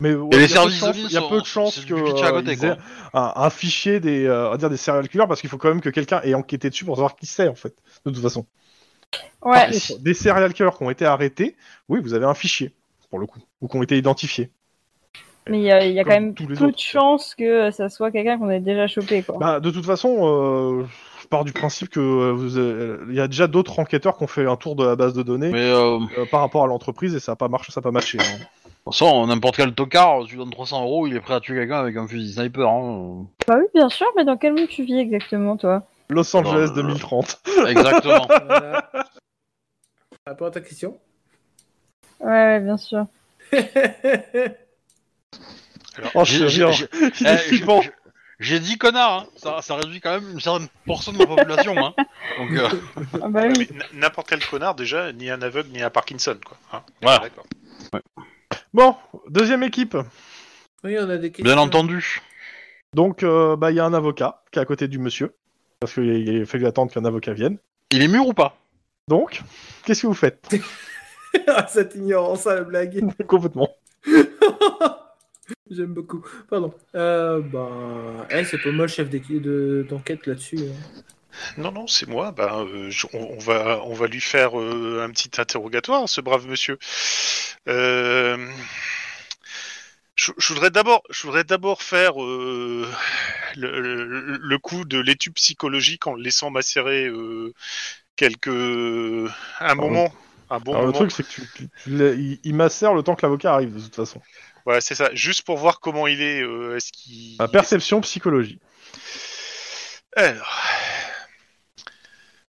Speaker 2: Mais ouais,
Speaker 1: les
Speaker 2: il y a peu de
Speaker 1: services
Speaker 2: chance-
Speaker 1: de
Speaker 2: il
Speaker 1: ville
Speaker 2: y a peu
Speaker 1: sont-
Speaker 2: de chances
Speaker 1: c'est
Speaker 2: que
Speaker 1: du pitch à
Speaker 2: euh,
Speaker 1: côté,
Speaker 2: ils aient un, un fichier des, euh, on va dire des serial killers parce qu'il faut quand même que quelqu'un ait enquêté dessus pour savoir qui c'est en fait. De toute façon,
Speaker 1: Ah,
Speaker 5: Ouais,
Speaker 2: des serial killers qui ont été arrêtés, oui, vous avez un fichier pour le coup ou qui ont été identifiés.
Speaker 5: mais il y a, il y a quand
Speaker 2: Comme
Speaker 5: même
Speaker 2: tous les
Speaker 5: toute
Speaker 2: autres,
Speaker 5: chance que ça soit quelqu'un qu'on ait déjà chopé, quoi.
Speaker 2: Bah, de toute façon, euh, je pars du principe que euh, vous avez- il y a déjà d'autres enquêteurs qui ont fait un tour de la base de données
Speaker 1: Mais euh,
Speaker 2: euh, par rapport à l'entreprise et ça n'a pas marché, ça n'a pas matché. hein.
Speaker 1: de toute façon, n'importe quel tocard, tu donnes 300 euros, il est prêt à tuer quelqu'un avec un fusil sniper. Hein.
Speaker 5: Bah oui, bien sûr, mais dans quel monde tu vis exactement, toi
Speaker 2: Los Angeles
Speaker 1: Bon, euh,
Speaker 2: 2030.
Speaker 1: Exactement.
Speaker 6: Voilà. Par rapport à Euh, ah, ta question.
Speaker 5: Ouais, ouais, bien sûr.
Speaker 2: Oh,
Speaker 1: J'ai-
Speaker 2: je
Speaker 1: j'ai-
Speaker 2: suis
Speaker 1: j'ai-
Speaker 2: Il
Speaker 1: eh,
Speaker 2: est
Speaker 1: j'ai-
Speaker 2: flippant.
Speaker 1: j'ai- J'ai dit connard, hein. ça, ça réduit quand même une certaine portion de la population. Hein. Donc, euh,
Speaker 5: Ah bah oui.
Speaker 4: Mais n- N'importe quel connard, déjà, ni un aveugle, ni un Parkinson, quoi. Hein,
Speaker 1: Voilà.
Speaker 4: d'accord.
Speaker 2: Bon, deuxième équipe.
Speaker 6: Oui, on a des questions.
Speaker 1: bien entendu.
Speaker 2: Donc, euh, bah, il y a un avocat qui est à côté du monsieur. Parce qu'il a fallu attendre qu'un avocat vienne.
Speaker 1: Il est mûr ou pas
Speaker 2: Donc, qu'est-ce que vous faites
Speaker 6: Ah, Cette ignorance à la blague.
Speaker 2: Complètement.
Speaker 6: J'aime beaucoup. Pardon. Euh, bah, eh, c'est pas moi le chef d'équi- de- d'enquête là-dessus. hein.
Speaker 4: Non, non, c'est moi. Ben, euh, je- on, on va, on va lui faire euh, un petit interrogatoire, ce brave monsieur. Euh, je, je voudrais d'abord, je voudrais d'abord faire euh, le, le- le coup de l'étude psychologique en le laissant macérer euh, quelques, un moment, un bon
Speaker 2: Alors, Ah le
Speaker 4: moment.
Speaker 2: truc, c'est que tu, tu- tu l'as- il, il macère le temps que l'avocat arrive, de toute façon.
Speaker 4: Voilà, c'est ça. Juste pour voir comment il est. euh, Est-ce qu'il
Speaker 2: La perception psychologie.
Speaker 4: Alors.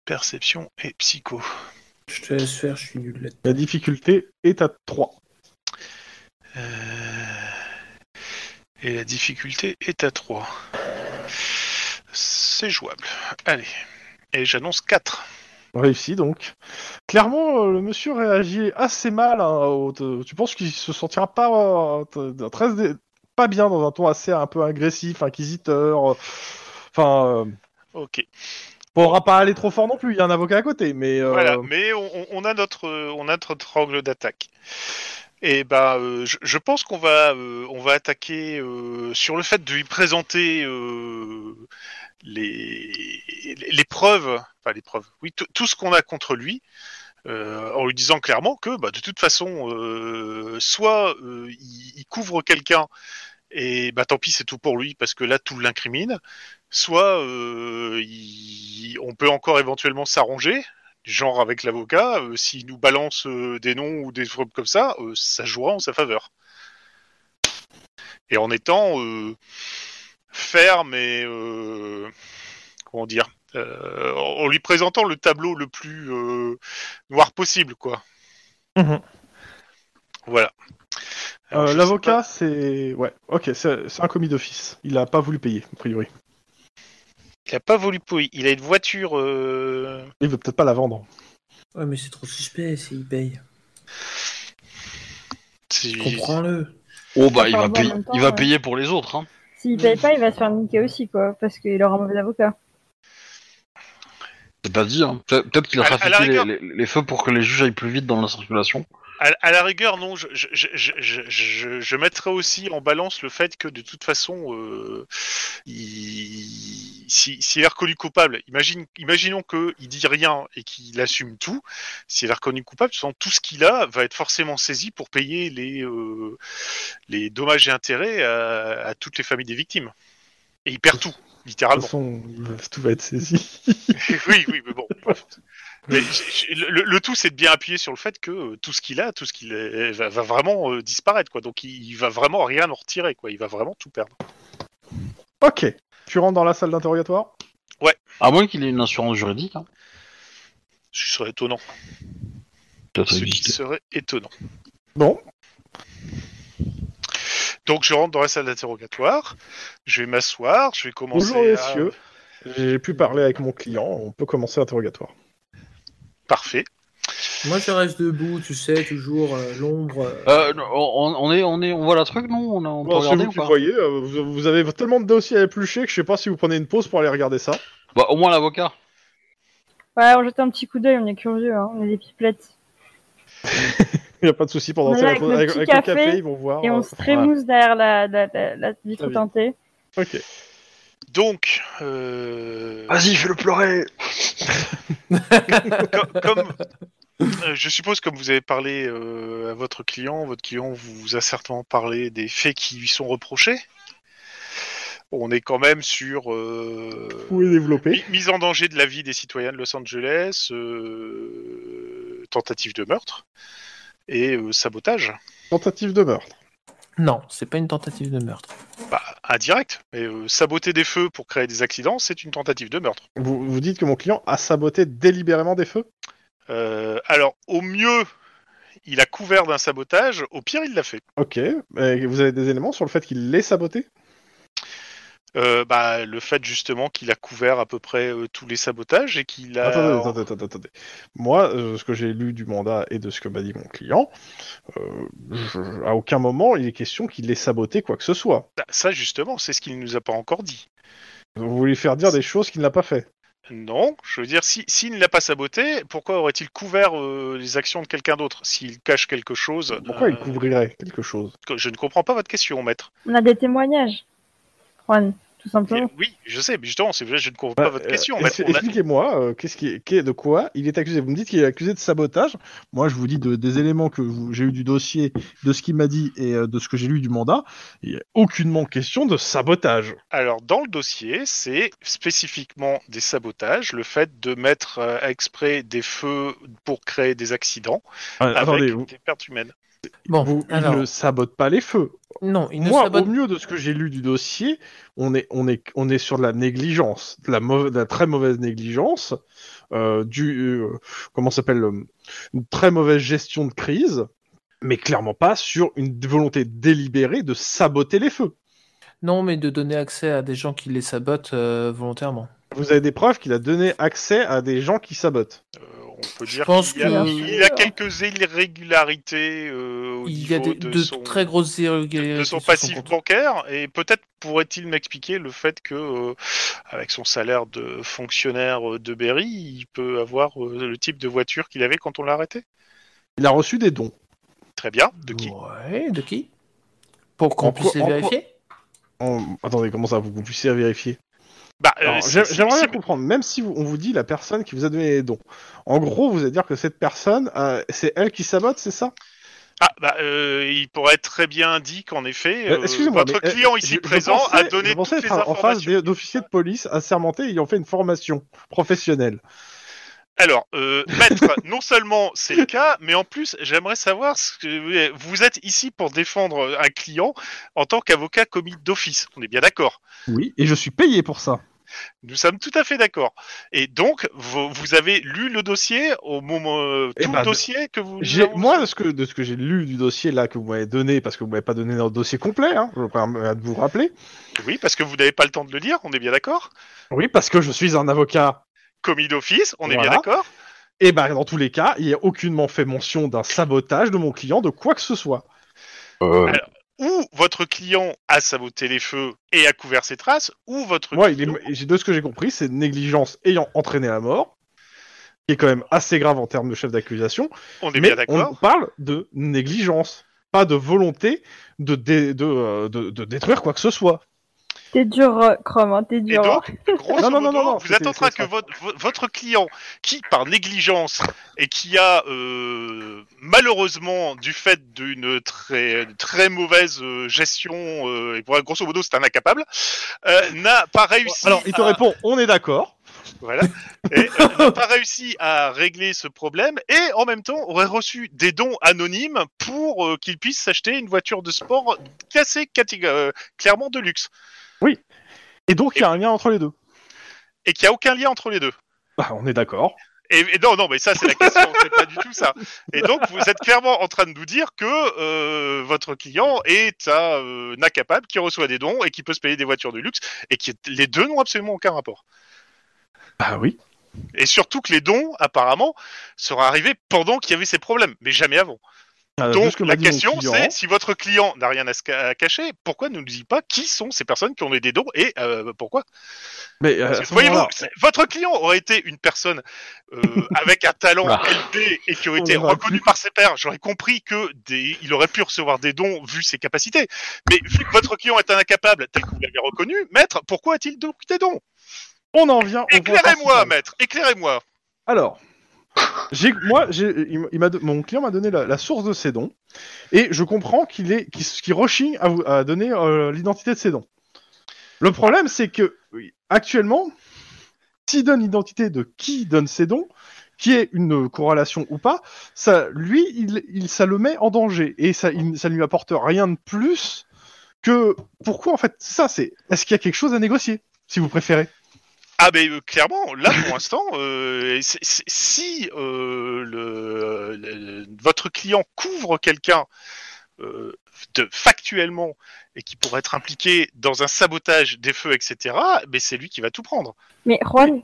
Speaker 4: Perception et psycho.
Speaker 6: Je te laisse faire, je suis nul là-dedans.
Speaker 2: La difficulté est à 3.
Speaker 4: Euh, Et la difficulté est à 3. C'est jouable. Allez. Et j'annonce 4.
Speaker 2: Réussi, donc. Clairement, euh, le monsieur réagit assez mal. hein, au- te- tu penses qu'il se sentira pas, euh, te- te- très dé- pas bien dans un ton assez un peu agressif, inquisiteur. euh, Enfin, euh,
Speaker 4: Ok.
Speaker 2: pourra pas aller trop fort non plus. Il y a un avocat à côté, mais euh,
Speaker 4: Voilà. Mais on, on- on a notre, euh, on a notre angle d'attaque. Et bah, euh, je, je pense qu'on va, euh, on va attaquer euh, sur le fait de lui présenter euh, les, les, les preuves, enfin les preuves, oui, tout- tout ce qu'on a contre lui, euh, en lui disant clairement que bah, de toute façon, euh, soit euh, il, il couvre quelqu'un et bah tant pis, c'est tout pour lui parce que là tout l'incrimine, soit euh, il- on peut encore éventuellement s'arranger. Genre avec l'avocat, euh, s'il nous balance euh, des noms ou des trucs comme ça, euh, ça jouera en sa faveur. Et en étant euh, ferme et euh, comment dire, euh, en en lui présentant le tableau le plus euh, noir possible, quoi.
Speaker 2: Mhm.
Speaker 4: Voilà. Alors,
Speaker 2: euh,
Speaker 4: je sais
Speaker 2: l'avocat, c'est ouais, ok, c'est c'est un commis d'office. Il a pas voulu payer, a priori.
Speaker 4: Il a pas voulu pouiller. Il a une voiture. euh,
Speaker 2: Il veut peut-être pas la vendre.
Speaker 6: Ouais, mais c'est trop suspect s'il paye.
Speaker 4: c'est-
Speaker 6: Comprends-le.
Speaker 1: Oh bah, il
Speaker 5: Enfin,
Speaker 1: va,
Speaker 5: bon, en
Speaker 1: payer,
Speaker 5: même temps,
Speaker 1: il va
Speaker 5: ouais.
Speaker 1: payer pour les autres. Hein.
Speaker 5: S'il
Speaker 4: Mm.
Speaker 5: paye pas, il va se faire niquer aussi, quoi, parce qu'il aura un mauvais avocat.
Speaker 1: C'est pas dit. Hein. Pe- Peut-être qu'il a
Speaker 4: À- à la
Speaker 1: trafiqué les,
Speaker 4: rigueur.
Speaker 1: les- les feux pour que les juges aillent plus vite dans la circulation.
Speaker 4: À, à la rigueur, non. Je, je, je, je- je, je, je mettrais aussi en balance le fait que de toute façon, euh, il- si- s'il est reconnu coupable, imagine, imaginons qu'il dit rien et qu'il assume tout. S'il est reconnu coupable, de toute façon, tout ce qu'il a va être forcément saisi pour payer les, euh, les dommages et intérêts à, à toutes les familles des victimes. Et il perd tout,
Speaker 2: De
Speaker 4: littéralement.
Speaker 2: toute façon, il- tout va être saisi.
Speaker 4: oui, oui, mais bon. Mais j- j- le, le tout, c'est de bien appuyer sur le fait que euh, tout ce qu'il a, tout ce qu'il est- va, va vraiment euh, disparaître, quoi. Donc il, il va vraiment rien en retirer, quoi. Il va vraiment tout perdre.
Speaker 2: ok, tu rentres dans la salle d'interrogatoire.
Speaker 1: À moins qu'il ait une assurance juridique. Hein.
Speaker 4: Ce serait étonnant.
Speaker 1: Peut-être
Speaker 4: Ce qui
Speaker 1: exister.
Speaker 4: serait étonnant.
Speaker 2: Bon.
Speaker 4: Donc je rentre dans la salle d'interrogatoire. Je vais m'asseoir. Je vais commencer.
Speaker 2: Bonjour
Speaker 4: à-
Speaker 2: messieurs, j'ai pu parler avec mon client. On peut commencer l'interrogatoire.
Speaker 4: Parfait.
Speaker 6: Moi, je reste debout, tu sais, toujours euh, l'ombre. euh,
Speaker 1: Euh, non, on, on est, on est, on voit la truc, non On, a- on peut
Speaker 2: Bon, si
Speaker 1: regarder
Speaker 2: vous
Speaker 1: ou pas
Speaker 2: tutoyez, euh, vous, vous avez tellement de dossiers à éplucher que je sais pas si vous prenez une pause pour aller regarder ça.
Speaker 1: Bah, au moins l'avocat.
Speaker 5: Ouais, on jette un petit coup d'œil, on est curieux, hein, on est des pipelettes.
Speaker 2: Il n'y a pas de souci pour danser
Speaker 5: Voilà,
Speaker 2: avec,
Speaker 5: avec le
Speaker 2: avec
Speaker 5: petit
Speaker 2: le café,
Speaker 5: café,
Speaker 2: ils vont
Speaker 4: Oh,
Speaker 2: voir.
Speaker 5: Et
Speaker 2: euh,
Speaker 5: on se trémousse derrière la, la, la- la vitre
Speaker 2: Ah oui.
Speaker 5: teintée.
Speaker 2: Ok.
Speaker 4: Donc, euh,
Speaker 1: Vas-y, fais-le pleurer.
Speaker 4: co- comme, euh, je suppose comme vous avez parlé euh, à votre client, votre client vous a certainement parlé des faits qui lui sont reprochés. On est quand même sur euh,
Speaker 2: Vous pouvez développer.
Speaker 4: Mi- Mise en danger de la vie des citoyens de Los Angeles, euh, tentative de meurtre et euh, sabotage.
Speaker 2: Tentative de meurtre.
Speaker 6: Non, c'est pas une tentative de meurtre.
Speaker 4: Bah, indirect, mais euh, saboter des feux pour créer des accidents, c'est une tentative de meurtre.
Speaker 2: Vous, vous dites que mon client a saboté délibérément des feux
Speaker 4: Euh, alors, au mieux, il a couvert d'un sabotage, au pire, il l'a fait.
Speaker 2: Ok. Et vous avez des éléments sur le fait qu'il l'ait saboté
Speaker 4: Euh, bah, le fait justement qu'il a couvert à peu près euh, tous les sabotages et qu'il a.
Speaker 2: Attendez, attendez, attendez, attendez. Moi, euh, ce que j'ai lu du mandat et de ce que m'a dit mon client, euh, je- je- à aucun moment il est question qu'il ait saboté quoi que ce soit.
Speaker 4: Bah, Ça, justement, c'est ce qu'il nous a pas encore dit.
Speaker 2: Vous voulez faire dire des choses qu'il n'a pas fait.
Speaker 4: Non, je veux dire, si- s'il ne l'a pas saboté, pourquoi aurait-il couvert euh, les actions de quelqu'un d'autre S'il cache quelque chose.
Speaker 2: Pourquoi
Speaker 4: euh,
Speaker 2: il couvrirait quelque chose
Speaker 4: que- Je ne comprends pas votre question, maître.
Speaker 5: On a des témoignages, Juan, tout simplement.
Speaker 4: Mais oui, je sais, mais justement, c'est vrai, je ne comprends pas votre
Speaker 2: Euh,
Speaker 4: question,
Speaker 2: euh,
Speaker 4: maître. On a-
Speaker 2: Expliquez-moi euh, qu'est-ce qui, est- qu'est- de quoi il est accusé. Vous me dites qu'il est accusé de sabotage. Moi, je vous dis de- des éléments que vous- j'ai eu du dossier, de ce qu'il m'a dit et euh, de ce que j'ai lu du mandat. Il n'y a aucunement question de sabotage.
Speaker 4: Alors, dans le dossier, c'est spécifiquement des sabotages, le fait de mettre euh, à exprès des feux pour créer des accidents
Speaker 2: Ah,
Speaker 4: avec
Speaker 2: attendez, vous,
Speaker 4: des pertes humaines.
Speaker 6: Bon,
Speaker 2: vous-
Speaker 6: alors,
Speaker 2: il ne sabote pas les feux.
Speaker 6: non, il ne
Speaker 2: Moi,
Speaker 6: sabote
Speaker 2: au mieux de ce que j'ai lu du dossier, on est, on est, on est sur de la négligence, de la, mauva- de la très mauvaise négligence, euh, du, euh, comment ça s'appelle, euh, une très mauvaise gestion de crise, mais clairement pas sur une volonté délibérée de saboter les feux.
Speaker 6: Non, mais de donner accès à des gens qui les sabotent euh, volontairement.
Speaker 2: Vous avez des preuves qu'il a donné accès à des gens qui sabotent.
Speaker 4: Euh, on peut dire
Speaker 6: pense
Speaker 4: qu'il y a,
Speaker 5: que-
Speaker 4: il y a quelques irrégularités euh, au
Speaker 6: Il y a
Speaker 4: niveau
Speaker 6: des,
Speaker 4: de,
Speaker 6: de
Speaker 4: son,
Speaker 6: très grosses irrégularités.
Speaker 4: de son
Speaker 6: sur
Speaker 4: passif
Speaker 6: compte.
Speaker 4: bancaire, et peut-être pourrait-il m'expliquer le fait que, euh, avec son salaire de fonctionnaire euh, de Berry, il peut avoir euh, le type de voiture qu'il avait quand on l'a arrêté
Speaker 2: Il a reçu des dons.
Speaker 4: Très bien. De qui
Speaker 6: Ouais, de qui Pour qu'on
Speaker 2: En
Speaker 6: puisse
Speaker 2: quoi-
Speaker 6: les
Speaker 2: en quoi-
Speaker 6: vérifier
Speaker 2: En- Attendez, comment ça, vous, vous puissiez vérifier
Speaker 4: Bah, euh,
Speaker 2: Alors,
Speaker 4: si-
Speaker 2: j'ai-
Speaker 4: si-
Speaker 2: J'aimerais
Speaker 4: si-
Speaker 2: bien comprendre, même si vous- on vous dit la personne qui vous a donné les dons. En gros, vous allez dire que cette personne, euh, c'est elle qui sabote, c'est ça
Speaker 4: Ah, bah, euh, il pourrait très bien dit qu'en effet,
Speaker 2: Euh,
Speaker 4: euh,
Speaker 2: Excusez-moi,
Speaker 4: votre
Speaker 2: mais, euh,
Speaker 4: client ici
Speaker 2: je- je
Speaker 4: présent
Speaker 2: pensais-
Speaker 4: a donné
Speaker 2: je
Speaker 4: toutes
Speaker 2: pensais
Speaker 4: les
Speaker 2: être en- en face
Speaker 4: informations.
Speaker 2: des- d'officiers de police assermentés ayant fait une formation professionnelle.
Speaker 4: Alors, euh, maître, non seulement c'est le cas, mais en plus, j'aimerais savoir ce que vous êtes ici pour défendre un client en tant qu'avocat commis d'office. On est bien d'accord.
Speaker 2: Oui. Et je suis payé pour ça.
Speaker 4: Nous sommes tout à fait d'accord. Et donc, vous, vous avez lu le dossier au moment euh,
Speaker 2: Eh
Speaker 4: tout
Speaker 2: ben,
Speaker 4: le dossier que vous.
Speaker 2: J'ai- Moi, de ce que, de ce que j'ai lu du dossier là que vous m'avez donné, parce que vous m'avez pas donné le dossier complet, hein, je vais de vous rappeler.
Speaker 4: Oui, parce que vous n'avez pas le temps de le lire. On est bien d'accord.
Speaker 2: Oui, parce que je suis un avocat.
Speaker 4: Commis d'office, on est
Speaker 2: Voilà.
Speaker 4: bien d'accord.
Speaker 2: Et ben, dans tous les cas, il n'y a aucunement fait mention d'un sabotage de mon client, de quoi que ce soit.
Speaker 1: Euh,
Speaker 4: Ou votre client a saboté les feux et a couvert ses traces, ou votre
Speaker 2: Moi, il est-
Speaker 4: client
Speaker 2: j'ai- de ce que j'ai compris, c'est négligence ayant entraîné la mort, qui est quand même assez grave en termes de chef d'accusation.
Speaker 4: On est
Speaker 2: mais
Speaker 4: bien
Speaker 2: on
Speaker 4: d'accord.
Speaker 2: parle de négligence, pas de volonté de, dé- de, euh, de- de détruire quoi que ce soit.
Speaker 5: T'es dur, euh, Chrome, hein, t'es
Speaker 4: Et
Speaker 5: dur. hein.
Speaker 4: donc, grosso
Speaker 2: Non, non, non,
Speaker 4: modo,
Speaker 2: non, non,
Speaker 4: vous
Speaker 2: c'était-
Speaker 4: attendrez que
Speaker 2: c'était-
Speaker 4: votre, vo- votre client, qui par négligence et qui a euh, malheureusement du fait d'une très très mauvaise euh, gestion, euh, et pour- grosso modo c'est un incapable, euh, n'a pas réussi.
Speaker 2: Alors, il te
Speaker 4: à-
Speaker 2: répond, on est d'accord.
Speaker 4: voilà. Et, euh, n'a pas réussi à régler ce problème et en même temps aurait reçu des dons anonymes pour euh, qu'il puisse s'acheter une voiture de sport classée catég- euh, clairement de luxe
Speaker 2: Et donc, il y a un lien entre les deux.
Speaker 4: et qui a aucun lien entre les deux.
Speaker 2: Bah, on est d'accord.
Speaker 4: Et, et non, non, mais ça, c'est la question, c'est pas du tout ça. Et donc, vous êtes clairement en train de nous dire que euh, votre client est un, euh, un incapable qui reçoit des dons et qui peut se payer des voitures de luxe et qui les deux n'ont absolument aucun rapport.
Speaker 2: Bah oui.
Speaker 4: Et surtout que les dons, apparemment, seraient arrivés pendant qu'il y avait ces problèmes, mais jamais avant.
Speaker 2: Euh, vu
Speaker 4: Donc,
Speaker 2: ce que m'a
Speaker 4: la
Speaker 2: dit mon
Speaker 4: question,
Speaker 2: client-
Speaker 4: c'est si votre client n'a rien à, se ca- à cacher, pourquoi ne nous dit pas qui sont ces personnes qui ont des dons et euh, pourquoi
Speaker 2: Mais euh,
Speaker 4: Parce
Speaker 2: à
Speaker 4: que
Speaker 2: ce
Speaker 4: Voyez-vous,
Speaker 2: moment-là,
Speaker 4: c'est- votre client aurait été une personne euh, avec un talent
Speaker 1: Oula.
Speaker 4: LD et qui aurait
Speaker 2: On
Speaker 4: été
Speaker 2: verra
Speaker 4: reconnue par ses pairs. J'aurais compris que des... il aurait pu recevoir des dons vu ses capacités. Mais vu que votre client est un incapable tel que vous l'avez reconnu, maître, pourquoi a-t-il donc des dons
Speaker 2: on en vient. au point
Speaker 4: Éclairez-moi,
Speaker 2: principal.
Speaker 4: maître, éclairez-moi.
Speaker 2: Alors, j'ai, moi, j'ai, il m- il m'a, don- mon client m'a donné la, la source de ses dons, et je comprends qu'il est, qu'il, s- qu'il rechigne à, vous- à donner euh, l'identité de ses dons. Le problème, c'est que oui, actuellement, s'il donne l'identité de qui donne ses dons, qui est une corrélation ou pas, ça, lui, il, il- ça le met en danger et ça, il- ça ne lui apporte rien de plus que pourquoi en fait ça c'est. Est-ce qu'il y a quelque chose à négocier, si vous préférez
Speaker 4: Ah ben euh, clairement, là pour l'instant, euh, c'est- c'est- si euh, le, le- le- votre client couvre quelqu'un euh, de factuellement et qui pourrait être impliqué dans un sabotage des feux, etc., ben c'est lui qui va tout prendre.
Speaker 5: Mais Juan,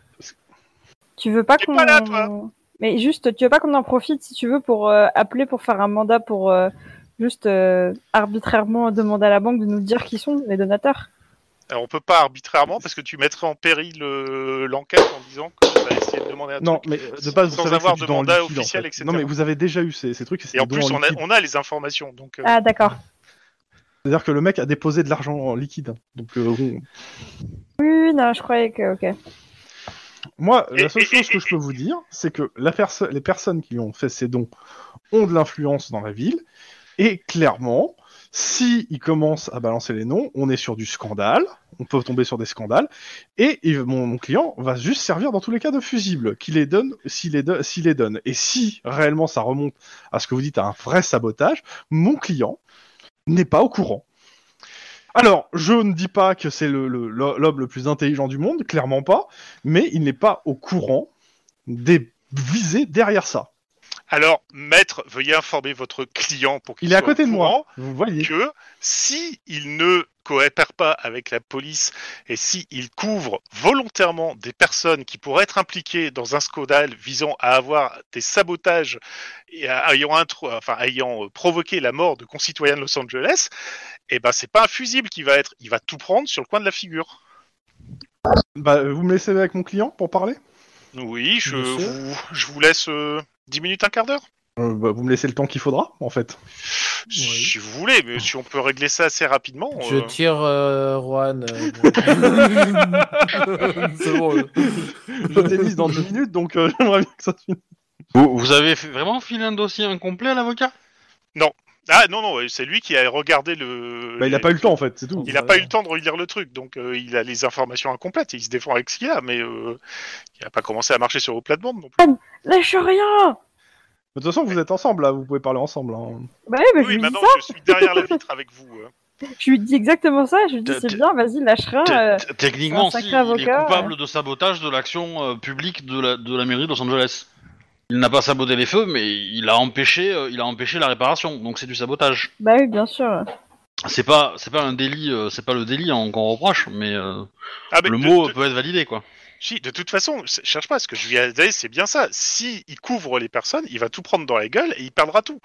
Speaker 5: tu veux pas
Speaker 4: T'es
Speaker 5: qu'on.
Speaker 4: pas là, toi.
Speaker 5: Mais juste, tu veux pas qu'on en profite si tu veux pour euh, appeler pour faire un mandat pour euh, juste euh, arbitrairement demander à la banque de nous dire qui sont les donateurs.
Speaker 4: Alors on peut pas arbitrairement parce que tu mettrais en péril euh, l'enquête en disant que tu vas essayer de demander un
Speaker 2: Non,
Speaker 4: truc. euh,
Speaker 2: mais de base, vous
Speaker 4: sans
Speaker 2: savez
Speaker 4: avoir
Speaker 2: que c'est
Speaker 4: de
Speaker 2: du don
Speaker 4: mandat
Speaker 2: liquide, en
Speaker 4: officiel,
Speaker 2: fait.
Speaker 4: etc.
Speaker 2: Non, mais vous avez déjà eu ces, ces trucs. c'est
Speaker 4: Et en
Speaker 2: du don
Speaker 4: plus on a,
Speaker 2: liquide.
Speaker 4: on a les informations, donc euh,
Speaker 5: Ah d'accord.
Speaker 2: C'est-à-dire que le mec a déposé de l'argent en liquide. hein. Donc, euh, bon.
Speaker 5: Oui, oui, non, je croyais que. Ok.
Speaker 2: moi, la
Speaker 4: Et-
Speaker 2: seule
Speaker 4: et-
Speaker 2: chose que je peux vous dire, c'est que la perso- les personnes qui lui ont fait ces dons ont de l'influence dans la ville. Et clairement, si il commence à balancer les noms, on est sur du scandale. On peut tomber sur des scandales. Et il- mon, mon client va juste servir dans tous les cas de fusible, qu'il les donne, s'il les, do- s'il les donne. Et si réellement ça remonte à ce que vous dites, à un vrai sabotage, mon client n'est pas au courant. Alors, je ne dis pas que c'est le- le- l'homme le, plus intelligent du monde, clairement pas, mais il n'est pas au courant des visées derrière ça.
Speaker 4: alors maître, veuillez informer votre client pour qu'il
Speaker 2: Il est à
Speaker 4: soit au
Speaker 2: côté de
Speaker 4: courant.
Speaker 2: moi, vous voyez.
Speaker 4: que si il ne coopère pas avec la police et si il couvre volontairement des personnes qui pourraient être impliquées dans un scandale visant à avoir des sabotages et à- ayant, intro- enfin, ayant euh, provoqué la mort de concitoyens de Los Angeles, eh ben c'est pas un fusible qui va être, il va tout prendre sur le coin de la figure.
Speaker 2: Bah, euh, vous me laissez avec mon client pour parler
Speaker 4: Oui, je
Speaker 6: Bien sûr.
Speaker 4: vous, je vous laisse euh, 10 minutes, un quart d'heure,
Speaker 2: Euh, bah, Vous me laissez le temps qu'il faudra, en fait.
Speaker 4: si vous voulez,
Speaker 2: Ah.
Speaker 4: mais si on peut régler ça assez rapidement.
Speaker 6: Je
Speaker 4: euh,
Speaker 6: tire euh, Juan. euh, bon. C'est bon. là.
Speaker 2: Je tennis dans 10 minutes, donc euh, j'aimerais bien que ça se finisse.
Speaker 1: Vous, vous avez fait- vraiment filé un dossier incomplet à l'avocat
Speaker 4: Ah non, non, c'est lui qui a regardé le...
Speaker 2: Bah, il n'a
Speaker 4: les-
Speaker 2: pas eu le temps, en fait, c'est tout.
Speaker 4: Il n'a pas eu le temps de relire le truc, donc euh, il a les informations incomplètes et il se défend avec ce qu'il a, mais euh, il n'a pas commencé à marcher sur vos plates-bandes non plus.
Speaker 5: Lâche rien.
Speaker 2: De toute façon, vous êtes ensemble, là, vous pouvez parler ensemble. hein.
Speaker 5: Bah oui, bah,
Speaker 4: oui,
Speaker 5: je lui dis
Speaker 4: maintenant
Speaker 5: ça.
Speaker 4: je suis derrière la vitre avec vous. euh.
Speaker 5: Je lui dis exactement ça. Je lui dis
Speaker 1: T'as-
Speaker 5: c'est
Speaker 1: t'as-
Speaker 5: bien, vas-y, lâche rien. euh,
Speaker 1: T- Techniquement,
Speaker 5: un
Speaker 1: si,
Speaker 5: sacré
Speaker 1: il est
Speaker 5: avocat,
Speaker 1: coupable de sabotage de l'action euh, publique de la, de la mairie de Los Angeles. Il n'a pas saboté les feux, mais il a empêché, euh, il a empêché la réparation, donc c'est du sabotage.
Speaker 5: Bah oui, bien sûr.
Speaker 1: C'est pas, c'est pas un délit, euh, c'est pas le délit en- qu'on reproche, mais euh,
Speaker 4: Ah, mais
Speaker 1: le
Speaker 4: de-
Speaker 1: mot
Speaker 4: de-
Speaker 1: peut être validé, quoi.
Speaker 4: si, de toute façon, c'est- cherche pas, ce que je lui ai dit, c'est bien ça. Si il couvre les personnes, il va tout prendre dans la gueule et il perdra tout.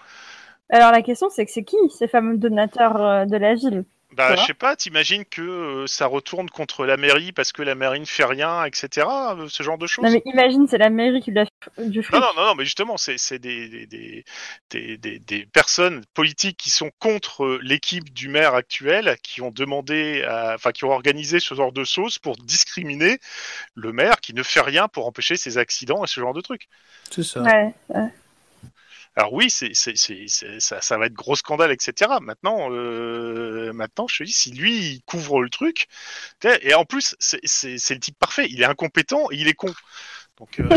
Speaker 5: Alors la question c'est que c'est qui ces fameux donateurs euh, de la ville
Speaker 4: Bah,
Speaker 5: Ça
Speaker 4: je
Speaker 5: va
Speaker 4: sais pas, t'imagines que euh, ça retourne contre la mairie parce que la mairie ne fait rien, etc. euh, ce genre de choses.
Speaker 5: Non mais imagine, c'est la mairie qui lui a f- du
Speaker 4: Non,
Speaker 5: fric.
Speaker 4: non, non, non, mais justement, c'est c'est des, des, des, des, des- des personnes politiques qui sont contre euh, l'équipe du maire actuel, qui ont demandé, à- enfin, qui ont organisé ce genre de sauce pour discriminer le maire qui ne fait rien pour empêcher ces accidents et ce genre de trucs.
Speaker 6: C'est ça.
Speaker 5: Ouais.
Speaker 4: Alors oui, c'est c'est- c'est- c'est- ça, ça va être gros scandale, etc. Maintenant, euh, maintenant, je te dis, si lui il couvre le truc, t'sais, et en plus, c'est- c'est c'est le type parfait, il est incompétent et il est con. Donc, euh,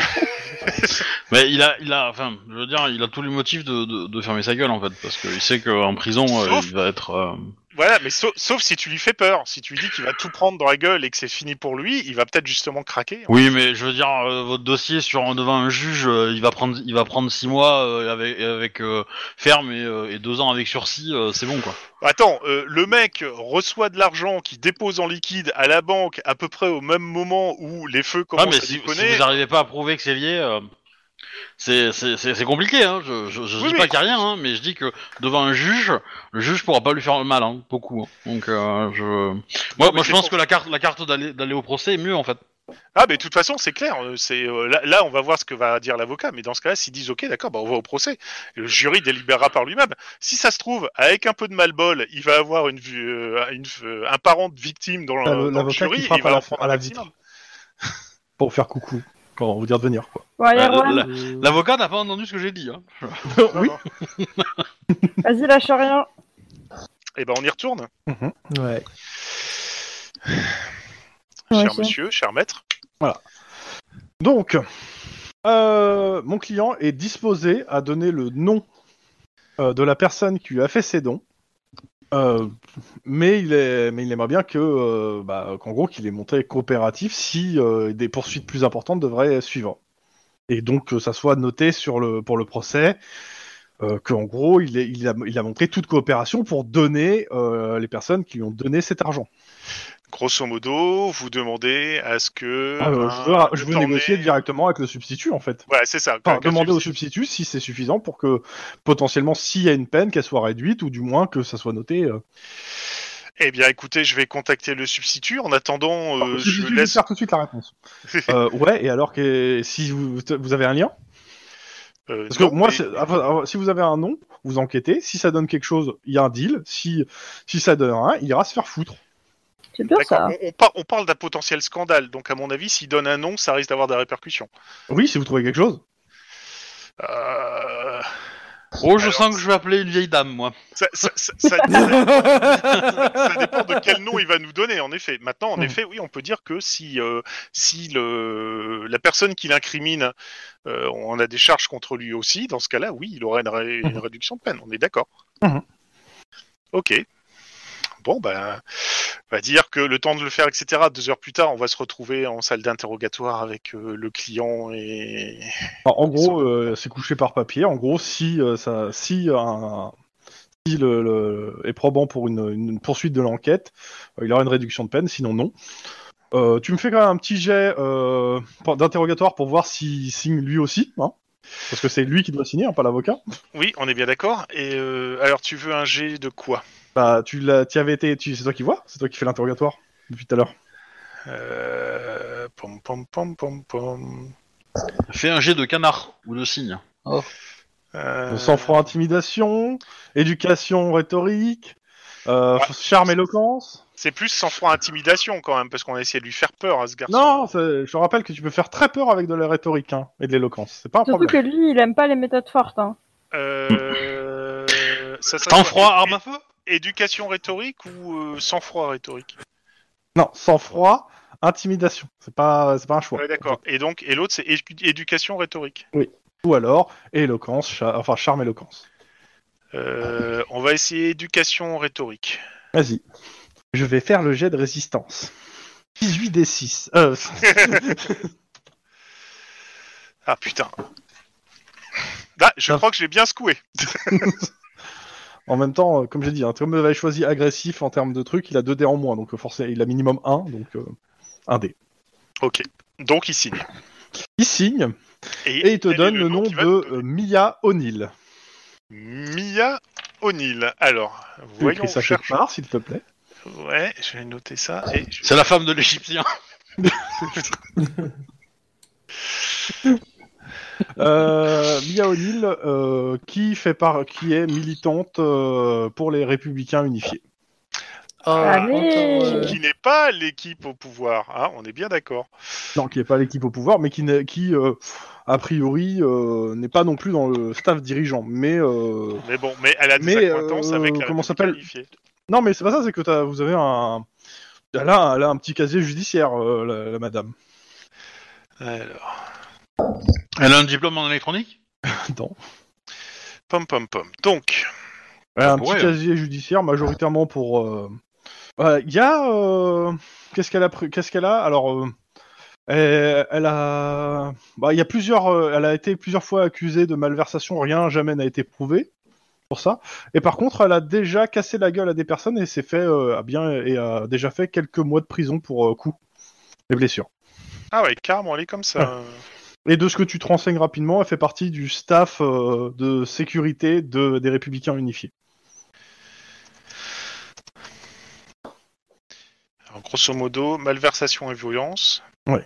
Speaker 1: Mais il a, il a, enfin, je veux dire, il a tous les motifs de, de, de fermer sa gueule en fait, parce qu'il sait qu'en prison, euh,
Speaker 4: Sauf-
Speaker 1: il va être. euh,
Speaker 4: Voilà, mais sauf, sauf si tu lui fais peur, si tu lui dis qu'il va tout prendre dans la gueule et que c'est fini pour lui, il va peut-être justement craquer.
Speaker 1: Oui, mais je veux dire, euh, votre dossier sur devant un juge, euh, il va prendre, il va prendre six mois euh, avec, avec euh, ferme et, euh, et deux ans avec sursis, euh, c'est bon quoi.
Speaker 4: Attends, euh, le mec reçoit de l'argent qui dépose en liquide à la banque à peu près au même moment où les feux
Speaker 1: Ah
Speaker 4: commencent
Speaker 1: mais
Speaker 4: à
Speaker 1: si, si
Speaker 4: déconner.
Speaker 1: vous n'arrivez pas à prouver que c'est lié, euh, C'est- C'est c'est- c'est compliqué, hein. je, je, je
Speaker 4: Oui,
Speaker 1: dis
Speaker 4: mais-
Speaker 1: pas qu'il y a rien, hein, mais je dis que devant un juge, le juge pourra pas lui faire le mal, hein, beaucoup. hein. Donc, euh, je... moi,
Speaker 4: mais
Speaker 1: moi je
Speaker 4: c'est
Speaker 1: pense
Speaker 4: pour-
Speaker 1: que la carte, la carte d'aller d'aller au procès est mieux en fait.
Speaker 4: Ah, mais de toute façon, c'est clair. euh, C'est euh, là, là, on va voir ce que va dire l'avocat. Mais dans ce cas-là, s'ils disent OK, d'accord, bah, on va au procès. Le jury délibérera par lui-même. Si ça se trouve, avec un peu de malbol, il va avoir une, vue- euh, une, euh, un parent de victime dans, le-
Speaker 2: T'as le-
Speaker 4: dans le
Speaker 2: l'avocat qui
Speaker 4: jury.
Speaker 2: frappe
Speaker 4: il va
Speaker 2: à la
Speaker 4: en faire
Speaker 2: fin- à la
Speaker 4: un maximum.
Speaker 2: pour faire coucou, pour vous dire de venir quoi.
Speaker 5: Bon, allez,
Speaker 1: Euh,
Speaker 5: Rouen,
Speaker 1: la- L'avocat n'a pas entendu ce que j'ai dit. Hein.
Speaker 4: Non,
Speaker 2: oui.
Speaker 4: non.
Speaker 5: vas-y, lâche rien.
Speaker 4: Eh ben, on y retourne.
Speaker 6: Ouais.
Speaker 5: Ouais,
Speaker 4: cher
Speaker 5: c'est-
Speaker 4: monsieur, cher maître.
Speaker 2: Donc, euh, mon client est disposé à donner le nom euh, de la personne qui lui a fait ses dons, euh, mais il est, mais il aimerait bien que, euh, bah, qu'en gros, qu'il est monté coopératif si euh, des poursuites plus importantes devraient suivre. Et donc que ça soit noté sur le pour le procès. Euh, qu'en gros, il, est- il, a, il a montré toute coopération pour donner euh, les personnes qui lui ont donné cet argent.
Speaker 4: Grosso modo, vous demandez à ce que.
Speaker 2: Euh,
Speaker 4: un-
Speaker 2: je veux, je veux
Speaker 4: le
Speaker 2: négocier
Speaker 4: tournée-
Speaker 2: directement avec le substitut, en fait.
Speaker 4: Voilà, c'est ça.
Speaker 2: Enfin,
Speaker 4: qu'un- qu'un
Speaker 2: demander au
Speaker 4: substitut.
Speaker 2: substitut si c'est suffisant pour que potentiellement s'il y a une peine qu'elle soit réduite ou du moins que ça soit noté. euh.
Speaker 4: Eh bien, écoutez, je vais contacter le substitut. En attendant, euh,
Speaker 2: Alors, le
Speaker 4: je
Speaker 2: substitut, je vais
Speaker 4: laisse.
Speaker 2: faire tout de suite la réponse. Euh, ouais, et alors que si vous, vous avez un lien
Speaker 4: euh,
Speaker 2: Parce que
Speaker 4: non,
Speaker 2: moi,
Speaker 4: mais-
Speaker 2: c'est- avant- avant- si vous avez un nom, vous enquêtez. Si ça donne quelque chose, il y a un deal. Si, si ça donne rien, il ira se faire foutre.
Speaker 5: C'est bien ça.
Speaker 4: D'accord. On, on par- on parle d'un potentiel scandale, donc à mon avis, s'il donne un nom, ça risque d'avoir des répercussions.
Speaker 2: Oui, si vous trouvez quelque chose.
Speaker 4: Euh,
Speaker 1: Oh, je
Speaker 4: Alors,
Speaker 1: sens que je vais appeler une vieille dame, moi.
Speaker 4: ça, ça- ça- ça- ça dépend de quel nom il va nous donner, en effet. Maintenant, en
Speaker 2: Mhm.
Speaker 4: effet, oui, on peut dire que si, euh, si le, la personne qui l'incrimine, euh, on a des charges contre lui aussi, dans ce cas-là, oui, il aurait une, ré- une
Speaker 2: Mhm.
Speaker 4: réduction de peine, on est d'accord.
Speaker 2: Mhm.
Speaker 4: Ok. Bon, ben, on va dire que le temps de le faire, etc., deux heures plus tard, on va se retrouver en salle d'interrogatoire avec euh, le client et,
Speaker 2: Enfin, en gros, euh, c'est couché par papier. En gros, si euh, ça, si un, si le, le- est probant pour une, une poursuite de l'enquête, euh, il aura une réduction de peine. Sinon, non. Euh, tu me fais quand même un petit jet euh, pour- d'interrogatoire pour voir s'il signe lui aussi, hein, parce que c'est lui qui doit signer, hein, pas l'avocat.
Speaker 4: Oui, on est bien d'accord. Et euh, alors, tu veux un G de quoi
Speaker 2: Bah, tu l'as, t'y avais été, tu, c'est toi qui vois, c'est toi qui fais l'interrogatoire depuis tout à l'heure.
Speaker 4: euh... Pom pom pom pom pom.
Speaker 1: Fais un jet de canard ou de cygne.
Speaker 4: Euh,
Speaker 2: Sans froid, intimidation, éducation, rhétorique, euh,
Speaker 4: Ouais.
Speaker 2: charme, éloquence.
Speaker 4: C'est plus sans froid intimidation quand même, parce qu'on a essayé de lui faire peur à ce garçon.
Speaker 2: Non, c'est- je te rappelle que tu peux faire très peur avec de la rhétorique hein, et de l'éloquence. C'est pas un
Speaker 5: Surtout
Speaker 2: problème.
Speaker 5: que lui, il aime pas les méthodes fortes. Hein.
Speaker 4: Euh... ça serait
Speaker 1: Temps
Speaker 4: quoi
Speaker 1: froid,
Speaker 4: É-
Speaker 1: arme à feu
Speaker 4: Éducation rhétorique ou euh, sans froid rhétorique
Speaker 2: Non, sang-froid, intimidation. C'est pas, c'est pas un choix.
Speaker 4: Ouais, D'accord. Et donc, et l'autre, c'est édu- éducation rhétorique.
Speaker 2: Ou alors éloquence, cha- enfin charme, éloquence.
Speaker 4: Euh, on va essayer éducation rhétorique.
Speaker 2: Vas-y. Je vais faire le jet de résistance. 18 des 6. Euh,
Speaker 4: Ah putain. Ah, je crois que j'ai bien secoué.
Speaker 2: en même temps, euh, comme j'ai dit, hein, Tom avait choisi agressif en termes de trucs. Il a 2 dés en moins, donc euh, forcément, il a minimum 1, donc 1 dé.
Speaker 4: Ok. Donc il signe.
Speaker 2: Il signe et il te
Speaker 4: quel est
Speaker 2: donne le nom
Speaker 4: qu'il va
Speaker 2: de
Speaker 4: te
Speaker 2: euh, Mia O'Neill.
Speaker 4: Mia O'Neill. Alors,
Speaker 2: Tu
Speaker 4: voyons,
Speaker 2: écris ça quelque
Speaker 4: cherchons.
Speaker 2: part, s'il te plaît.
Speaker 4: Ouais, je vais noter ça. Et je-
Speaker 1: C'est la femme de l'Égyptien.
Speaker 2: Euh, Mia O'Neill, euh, qui, fait par... qui est militante euh, pour les Républicains Unifiés.
Speaker 6: Ah,
Speaker 5: Allez.
Speaker 6: encore, euh,
Speaker 4: Qui n'est pas l'équipe au pouvoir, hein, on est bien d'accord.
Speaker 2: Non, qui n'est pas l'équipe au pouvoir, mais qui, n'est- qui euh, a priori, euh, n'est pas non plus dans le staff dirigeant. Mais euh,
Speaker 4: Mais bon, mais elle a des
Speaker 2: Mais,
Speaker 4: accointances
Speaker 2: euh,
Speaker 4: avec la
Speaker 2: comment
Speaker 4: République
Speaker 2: s'appelle
Speaker 4: unifiée.
Speaker 2: non, mais c'est pas ça, c'est que t'as- vous avez un. Elle a, elle a un petit casier judiciaire, euh, la, la madame.
Speaker 4: Alors,
Speaker 1: Elle a un diplôme en électronique
Speaker 2: Non.
Speaker 4: pom pom pom. Donc,
Speaker 2: Elle a un
Speaker 1: Ouais.
Speaker 2: petit casier judiciaire, majoritairement pour. euh, ouais, Il y a. euh, Qu'est-ce qu'elle a pris- Qu'est-ce qu'elle a Alors. euh, Elle, elle a. bah, Il y a plusieurs. euh, Elle a été plusieurs fois accusée de malversation. Rien jamais n'a été prouvé pour ça. Et par contre, elle a déjà cassé la gueule à des personnes et s'est fait euh, a bien et a déjà fait quelques mois de prison pour euh, coups et blessures.
Speaker 4: ah ouais, carrément, elle est comme ça.
Speaker 2: Et de ce que tu te renseignes rapidement, elle fait partie du staff euh, de sécurité de, des Républicains Unifiés.
Speaker 4: Alors, grosso modo, malversation et violence
Speaker 2: Bon,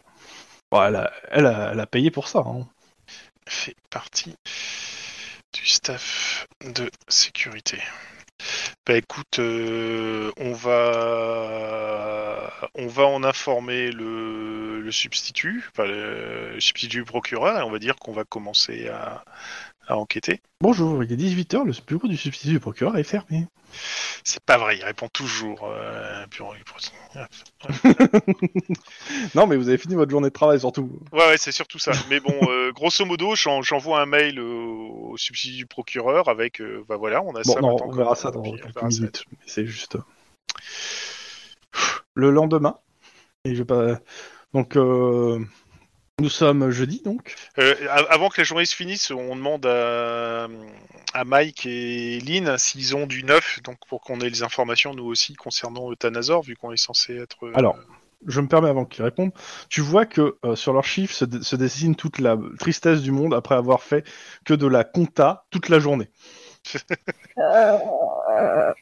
Speaker 2: Bah, elle, a, elle a- elle a payé pour ça. hein.
Speaker 4: fait partie du staff de sécurité. Bah écoute, euh, on va on va en informer le, le substitut, enfin, le substitut du procureur, et on va dire qu'on va commencer à, à enquêter.
Speaker 2: Bonjour, il est 18h, le bureau du substitut du procureur est fermé.
Speaker 4: C'est pas vrai, il répond toujours. euh, puis on-
Speaker 2: Non, mais vous avez fini votre journée de travail surtout.
Speaker 4: Ouais, ouais, c'est surtout ça. Mais bon, euh, grosso modo, j'en- j'envoie un mail au, au substitut du procureur avec, euh, bah voilà, on a
Speaker 2: Bon,
Speaker 4: ça.
Speaker 2: non,
Speaker 4: maintenant
Speaker 2: on verra
Speaker 4: comme-
Speaker 2: ça dans
Speaker 4: puis on
Speaker 2: quelques
Speaker 4: verra ça.
Speaker 2: minutes. mais C'est juste. euh, Le lendemain, et je vais pas. Donc, euh, nous sommes jeudi, donc.
Speaker 4: Euh, a- avant que la journée se finisse, on demande à, à Mike et Lynn s'ils ont du neuf, donc pour qu'on ait les informations nous aussi concernant Eutanazor, vu qu'on est censé être. euh,
Speaker 2: Alors, je me permets avant qu'ils répondent. Tu vois que euh, sur leurs chiffres se, dé- se dessine toute la tristesse du monde après avoir fait que de la compta toute la journée.
Speaker 5: Euh,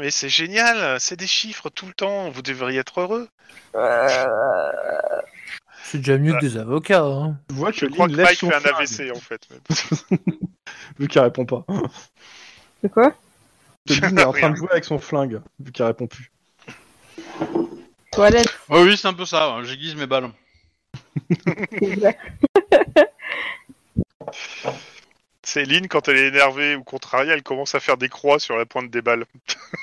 Speaker 4: Mais c'est génial, c'est des chiffres tout le temps, vous devriez être heureux.
Speaker 5: euh,
Speaker 3: C'est déjà mieux
Speaker 4: Ouais.
Speaker 3: que des avocats. Hein.
Speaker 2: Tu vois
Speaker 4: Je
Speaker 2: que
Speaker 4: crois que
Speaker 2: Lynn lève
Speaker 4: Mike
Speaker 2: son
Speaker 4: fait un
Speaker 2: flingue,
Speaker 4: AVC en fait.
Speaker 2: Vu qu'elle répond pas.
Speaker 5: De quoi
Speaker 2: Que Lynn est en train de jouer avec son flingue, vu qu'elle répond plus.
Speaker 5: Toilette,
Speaker 1: Oh oui, c'est un peu ça, hein, j'aiguise mes balles.
Speaker 5: c'est vrai.
Speaker 4: C'est Lynn, quand elle est énervée ou contrariée, elle commence à faire des croix sur la pointe des balles.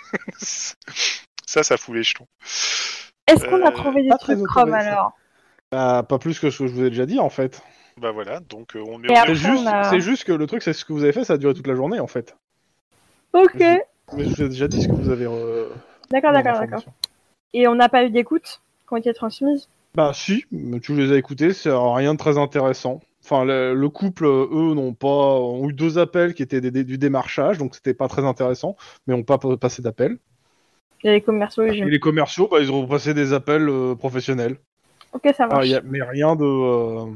Speaker 4: ça, ça fout les jetons.
Speaker 5: Est-ce qu'on
Speaker 4: Euh,
Speaker 5: a trouvé des
Speaker 2: pas très
Speaker 5: trucs Chrome
Speaker 2: automatisé.
Speaker 5: alors
Speaker 2: Bah, pas plus que ce que je vous ai déjà dit en fait.
Speaker 4: Bah voilà, donc euh, on est.
Speaker 5: Et après,
Speaker 2: C'est juste,
Speaker 5: on a-
Speaker 2: c'est juste que le truc, c'est ce que vous avez fait, ça a duré toute la journée en fait.
Speaker 5: Ok,
Speaker 4: Mhm.
Speaker 2: Je- Mais je vous ai déjà dit ce que vous avez. euh,
Speaker 5: Ah, d'accord,
Speaker 2: dans
Speaker 5: d'accord, d'accord.
Speaker 2: l'information.
Speaker 5: Et on n'a pas eu d'écoute qui ont été transmises
Speaker 2: Bah si, mais tu les as écoutés, c'est rien de très intéressant. Enfin, le, le couple, euh, eux, n'ont pas ont eu deux appels qui étaient des- des- du démarchage, donc c'était pas très intéressant, mais ont pas pa- passé d'appel.
Speaker 5: Il y a les commerciaux,
Speaker 2: Et
Speaker 5: les
Speaker 2: les commerciaux, bah, ils ont passé des appels euh, professionnels,
Speaker 5: Ok, ça
Speaker 2: Ah,
Speaker 5: marche.
Speaker 2: il y a- mais rien de euh,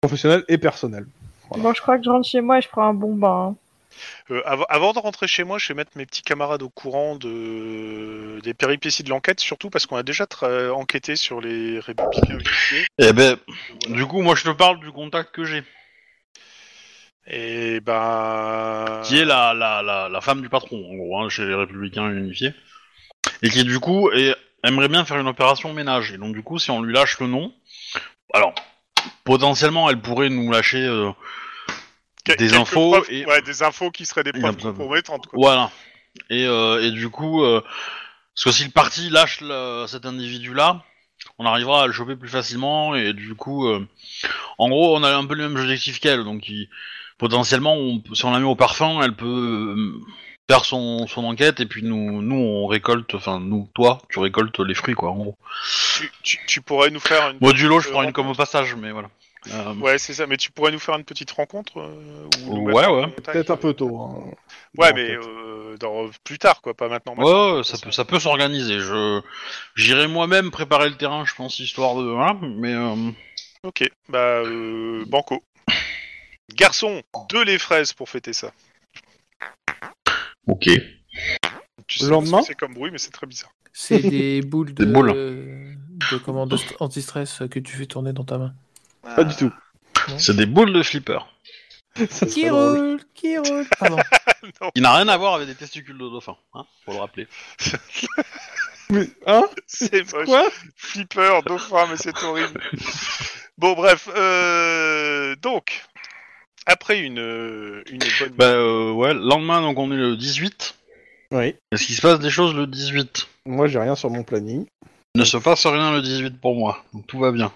Speaker 2: professionnel et personnel. voilà.
Speaker 5: Bon, je crois que je rentre chez moi et je prends un bon bain. hein.
Speaker 4: Euh, av- avant de rentrer chez moi, je vais mettre mes petits camarades au courant de... des péripéties de l'enquête, surtout parce qu'on a déjà tra- enquêté sur les républicains unifiés.
Speaker 1: Eh ben,
Speaker 4: Voilà.
Speaker 1: du coup, moi je te parle du contact que j'ai,
Speaker 4: Et ben.
Speaker 1: qui est la, la, la, la femme du patron, en gros, hein, chez les Républicains Unifiés, et qui du coup est- aimerait bien faire une opération ménage. Et donc du coup, si on lui lâche le nom, alors potentiellement, elle pourrait nous lâcher euh,
Speaker 4: Que-
Speaker 1: des
Speaker 4: quelques
Speaker 1: infos
Speaker 4: preuves-
Speaker 1: et-
Speaker 4: ouais, des infos qui seraient des
Speaker 1: Il y a
Speaker 4: preuves
Speaker 1: besoin de-
Speaker 4: compromettantes. Quoi.
Speaker 1: Voilà. Et, euh, et du coup, euh, parce que si le parti lâche le- cet individu-là, on arrivera à le choper plus facilement. Et du coup, euh, en gros, on a un peu le même objectif qu'elle. Donc, il- potentiellement, on peut- si on la met au parfum, elle peut euh, faire son, son enquête. Et puis, nous, nous, on récolte, enfin, nous, toi, tu récoltes les fruits, quoi, en gros.
Speaker 4: Tu, tu- tu pourrais nous faire une.
Speaker 1: Modulo, je
Speaker 4: euh,
Speaker 1: prends une comme au passage, mais voilà. Euh,
Speaker 4: Ouais, c'est ça. Mais tu pourrais nous faire une petite rencontre. euh, ou nous
Speaker 1: Ouais,
Speaker 4: mettre en
Speaker 1: ouais.
Speaker 4: contact,
Speaker 2: Peut-être un
Speaker 4: euh,
Speaker 2: peu tôt. hein,
Speaker 4: Ouais,
Speaker 2: dans
Speaker 4: mais
Speaker 2: l'enquête.
Speaker 4: euh, dans- plus tard, quoi, pas maintenant. maintenant.
Speaker 1: Ouais, ouais, ça peut, ça peut s'organiser. Je, j'irai moi-même préparer le terrain, je pense, histoire de, hein, mais. euh,
Speaker 4: Ok, bah euh, banco. Garçon, deux les fraises pour fêter ça.
Speaker 1: Ok.
Speaker 4: Tu
Speaker 2: Le
Speaker 4: sais pas ce que
Speaker 2: lendemain
Speaker 4: C'est comme bruit, mais c'est très bizarre.
Speaker 6: C'est des boules de,
Speaker 1: Des boules.
Speaker 6: de comment de st- anti-stress que tu fais tourner dans ta main.
Speaker 2: Pas du tout.
Speaker 1: C'est des boules de flipper.
Speaker 2: Ça, c'est
Speaker 6: Qui
Speaker 2: drôle.
Speaker 6: roule, qui roule. Pardon.
Speaker 1: Il n'a rien à voir avec des testicules de dauphin, hein, faut le rappeler.
Speaker 2: Mais, hein
Speaker 4: C'est moche.
Speaker 2: Quoi
Speaker 4: Flipper, dauphin, mais c'est horrible. Bon, bref. euh, donc, après une, euh, une bonne.
Speaker 1: Bah euh, ouais, le lendemain donc on est le 18.
Speaker 2: Oui.
Speaker 1: Est-ce qu'il se passe des choses le 18
Speaker 2: Moi, j'ai rien sur mon planning.
Speaker 1: Il ne se passe rien le 18 pour moi, donc tout va bien.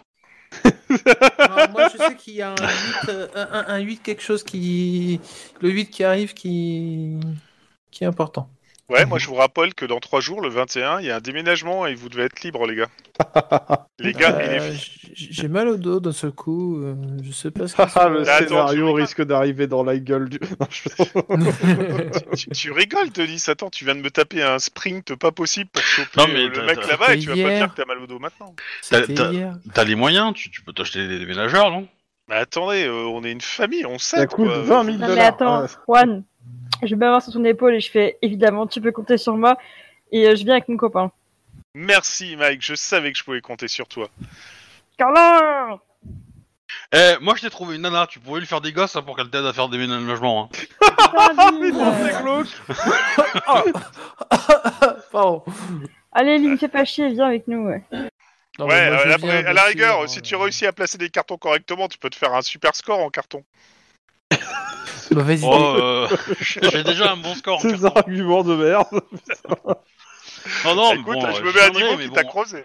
Speaker 6: Alors, moi, je sais qu'il y a un 8, euh, un- un- un 8 quelque chose qui. Le 8 qui arrive qui. qui est important.
Speaker 4: Ouais, moi je vous rappelle que dans trois jours, le 21, il y a un déménagement et vous devez être libre, les gars. les gars et les
Speaker 6: Euh, j- J'ai mal au dos d'un seul coup. euh, Je sais pas ce qui se
Speaker 2: Ah, le
Speaker 4: Là, attends, tu
Speaker 2: scénario
Speaker 4: rigoles.
Speaker 2: risque d'arriver dans la gueule du. Non, je-
Speaker 6: passe.
Speaker 4: filles. Tu, tu rigoles, Denis. Attends, tu viens de me taper un sprint pas possible pour choper
Speaker 1: Non, mais
Speaker 4: euh, le
Speaker 1: t'as-
Speaker 4: mec
Speaker 1: t'as-
Speaker 4: là-bas et tu vas pas
Speaker 6: Hier.
Speaker 4: dire que t'as mal au dos maintenant.
Speaker 1: T'as-
Speaker 6: C'était
Speaker 1: t'as-
Speaker 6: hier.
Speaker 1: T'as les moyens, tu, tu peux t'acheter des déménageurs, non
Speaker 4: Mais attendez, euh, on est une famille, on sait.
Speaker 2: Ça coûte
Speaker 4: quoi.
Speaker 2: 20 000
Speaker 5: Non,
Speaker 2: dollars.
Speaker 5: mais attends,
Speaker 2: Ouais.
Speaker 5: Juan, je mets ma main sur son épaule et je fais évidemment, tu peux compter sur moi. Et euh, je viens avec mon copain.
Speaker 4: Merci Mike, je savais que je pouvais compter sur toi.
Speaker 5: Carlin
Speaker 1: Eh, moi je t'ai trouvé une nana, tu pouvais lui faire des gosses hein, pour qu'elle t'aide à faire des ménagements. Hein.
Speaker 5: Putain,
Speaker 2: Ah, Mais
Speaker 5: Lynn.
Speaker 2: non, c'est glauque.
Speaker 6: Pardon.
Speaker 5: Allez, Lynn, fais pas chier, viens avec nous. ouais.
Speaker 6: Non,
Speaker 4: ouais,
Speaker 6: mais moi, je
Speaker 4: euh,
Speaker 6: viens
Speaker 4: après, à la
Speaker 6: dessus,
Speaker 4: rigueur,
Speaker 6: euh,
Speaker 4: si tu réussis à placer des cartons correctement, tu peux te faire un super score en carton.
Speaker 6: Bah, vas-y.
Speaker 1: Oh, euh, j'ai déjà un bon score. en
Speaker 2: Ces
Speaker 1: carton.
Speaker 2: arguments de merde.
Speaker 1: Non, non,
Speaker 4: Écoute,
Speaker 1: bon,
Speaker 4: je
Speaker 1: euh,
Speaker 4: me mets à
Speaker 1: viendrai,
Speaker 4: niveau
Speaker 1: mais
Speaker 4: qui
Speaker 1: bon.
Speaker 4: t'a creusé.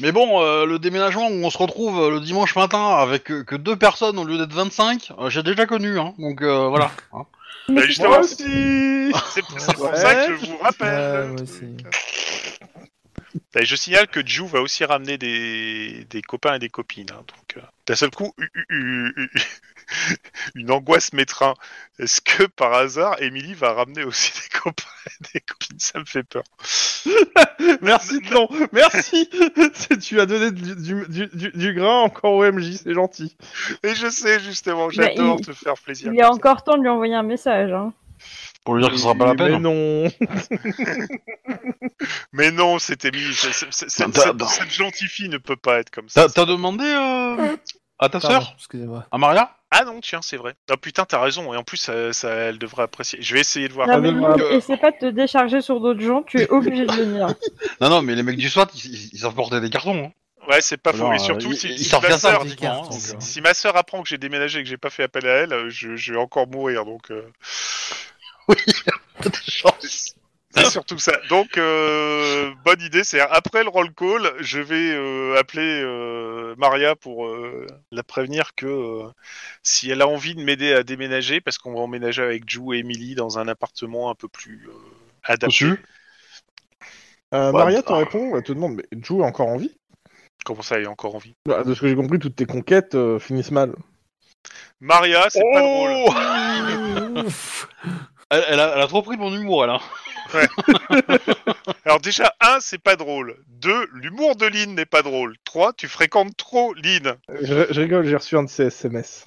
Speaker 1: Mais bon, euh, le déménagement où on se retrouve euh, le dimanche matin avec euh, que deux personnes au lieu d'être 25, euh, j'ai déjà connu, hein, donc euh, voilà. hein.
Speaker 4: Bah,
Speaker 2: Moi
Speaker 4: justement, c'est
Speaker 2: aussi.
Speaker 4: c'est pour
Speaker 2: Ouais.
Speaker 4: ça que je vous
Speaker 6: Ouais, Ah,
Speaker 4: rappelle.
Speaker 6: moi aussi.
Speaker 4: Et je signale que Ju va aussi ramener des, des copains et des copines. hein, donc, euh, d'un seul coup, u- u- u- u- une angoisse m'étreint. Est-ce que par hasard, Émilie va ramener aussi des copains et des copines Ça me fait peur.
Speaker 2: Merci Tlon. Merci. C'est- tu as donné du, du- du- du- du grain encore au MJ. C'est gentil.
Speaker 4: Et je sais justement, j'adore
Speaker 5: Bah, il-
Speaker 4: te faire plaisir.
Speaker 5: Il est encore temps de lui envoyer un message. Hein.
Speaker 1: Pour lui dire que ce sera pas la
Speaker 2: Mais
Speaker 1: peine. hein.
Speaker 2: non.
Speaker 4: Mais non, c'est Émilie. c'est- c'est- c'est-
Speaker 1: Non,
Speaker 4: Cette
Speaker 1: t'as-
Speaker 4: cette-
Speaker 1: non.
Speaker 4: cette gentille fille ne peut pas être comme ça.
Speaker 1: T'as t'as demandé euh, à ta
Speaker 6: Pardon,
Speaker 1: sœur,
Speaker 6: excusez-moi.
Speaker 1: à Maria
Speaker 4: Ah non, tiens, c'est vrai. Ah putain, t'as raison. Et en plus, ça, ça- elle devrait apprécier. Je vais essayer de
Speaker 1: Bah,
Speaker 4: voir.
Speaker 5: Non, mais
Speaker 2: donne-moi
Speaker 5: Lynn,
Speaker 2: un-
Speaker 5: essaie pas de te décharger sur d'autres gens, tu es obligé de venir.
Speaker 1: Non, non, mais les mecs du SWAT, ils, ils, ils savent porter des cartons. Hein.
Speaker 4: Ouais, c'est pas faux.
Speaker 1: Alors,
Speaker 4: Et surtout,
Speaker 1: euh,
Speaker 4: si,
Speaker 1: ils-
Speaker 4: si
Speaker 1: ils sortent
Speaker 4: ma
Speaker 1: bien ça,
Speaker 4: sœur,
Speaker 1: pratiquement,
Speaker 6: Ricard,
Speaker 1: hein,
Speaker 6: c'est
Speaker 1: donc,
Speaker 4: si ma sœur apprend que j'ai déménagé et que j'ai pas fait appel à elle, euh, je, je vais encore mourir. Donc, euh,
Speaker 1: euh, t'as chance.
Speaker 4: c'est surtout ça. Donc, euh, bonne idée. C'est après le roll call, je vais euh, appeler euh, Maria pour euh, la prévenir que euh, si elle a envie de m'aider à déménager, parce qu'on va emménager avec Ju et Emily dans un appartement un peu plus euh, adapté.
Speaker 1: Dessus.
Speaker 2: Euh,
Speaker 4: Ouais,
Speaker 2: Maria te
Speaker 4: bah.
Speaker 2: répond. Elle te demande. Mais Joe a encore envie.
Speaker 4: Comment ça, elle a encore envie
Speaker 2: Bah, de ce que j'ai compris, toutes tes conquêtes euh, finissent mal.
Speaker 4: Maria, c'est pas drôle.
Speaker 1: Oh elle, elle a, elle a trop pris mon humour, elle. Hein.
Speaker 4: Alors déjà, un, c'est pas drôle. Deux, l'humour de Lynn n'est pas drôle. Trois, tu fréquentes trop Lynn.
Speaker 2: Je, je rigole. J'ai reçu un de ces SMS.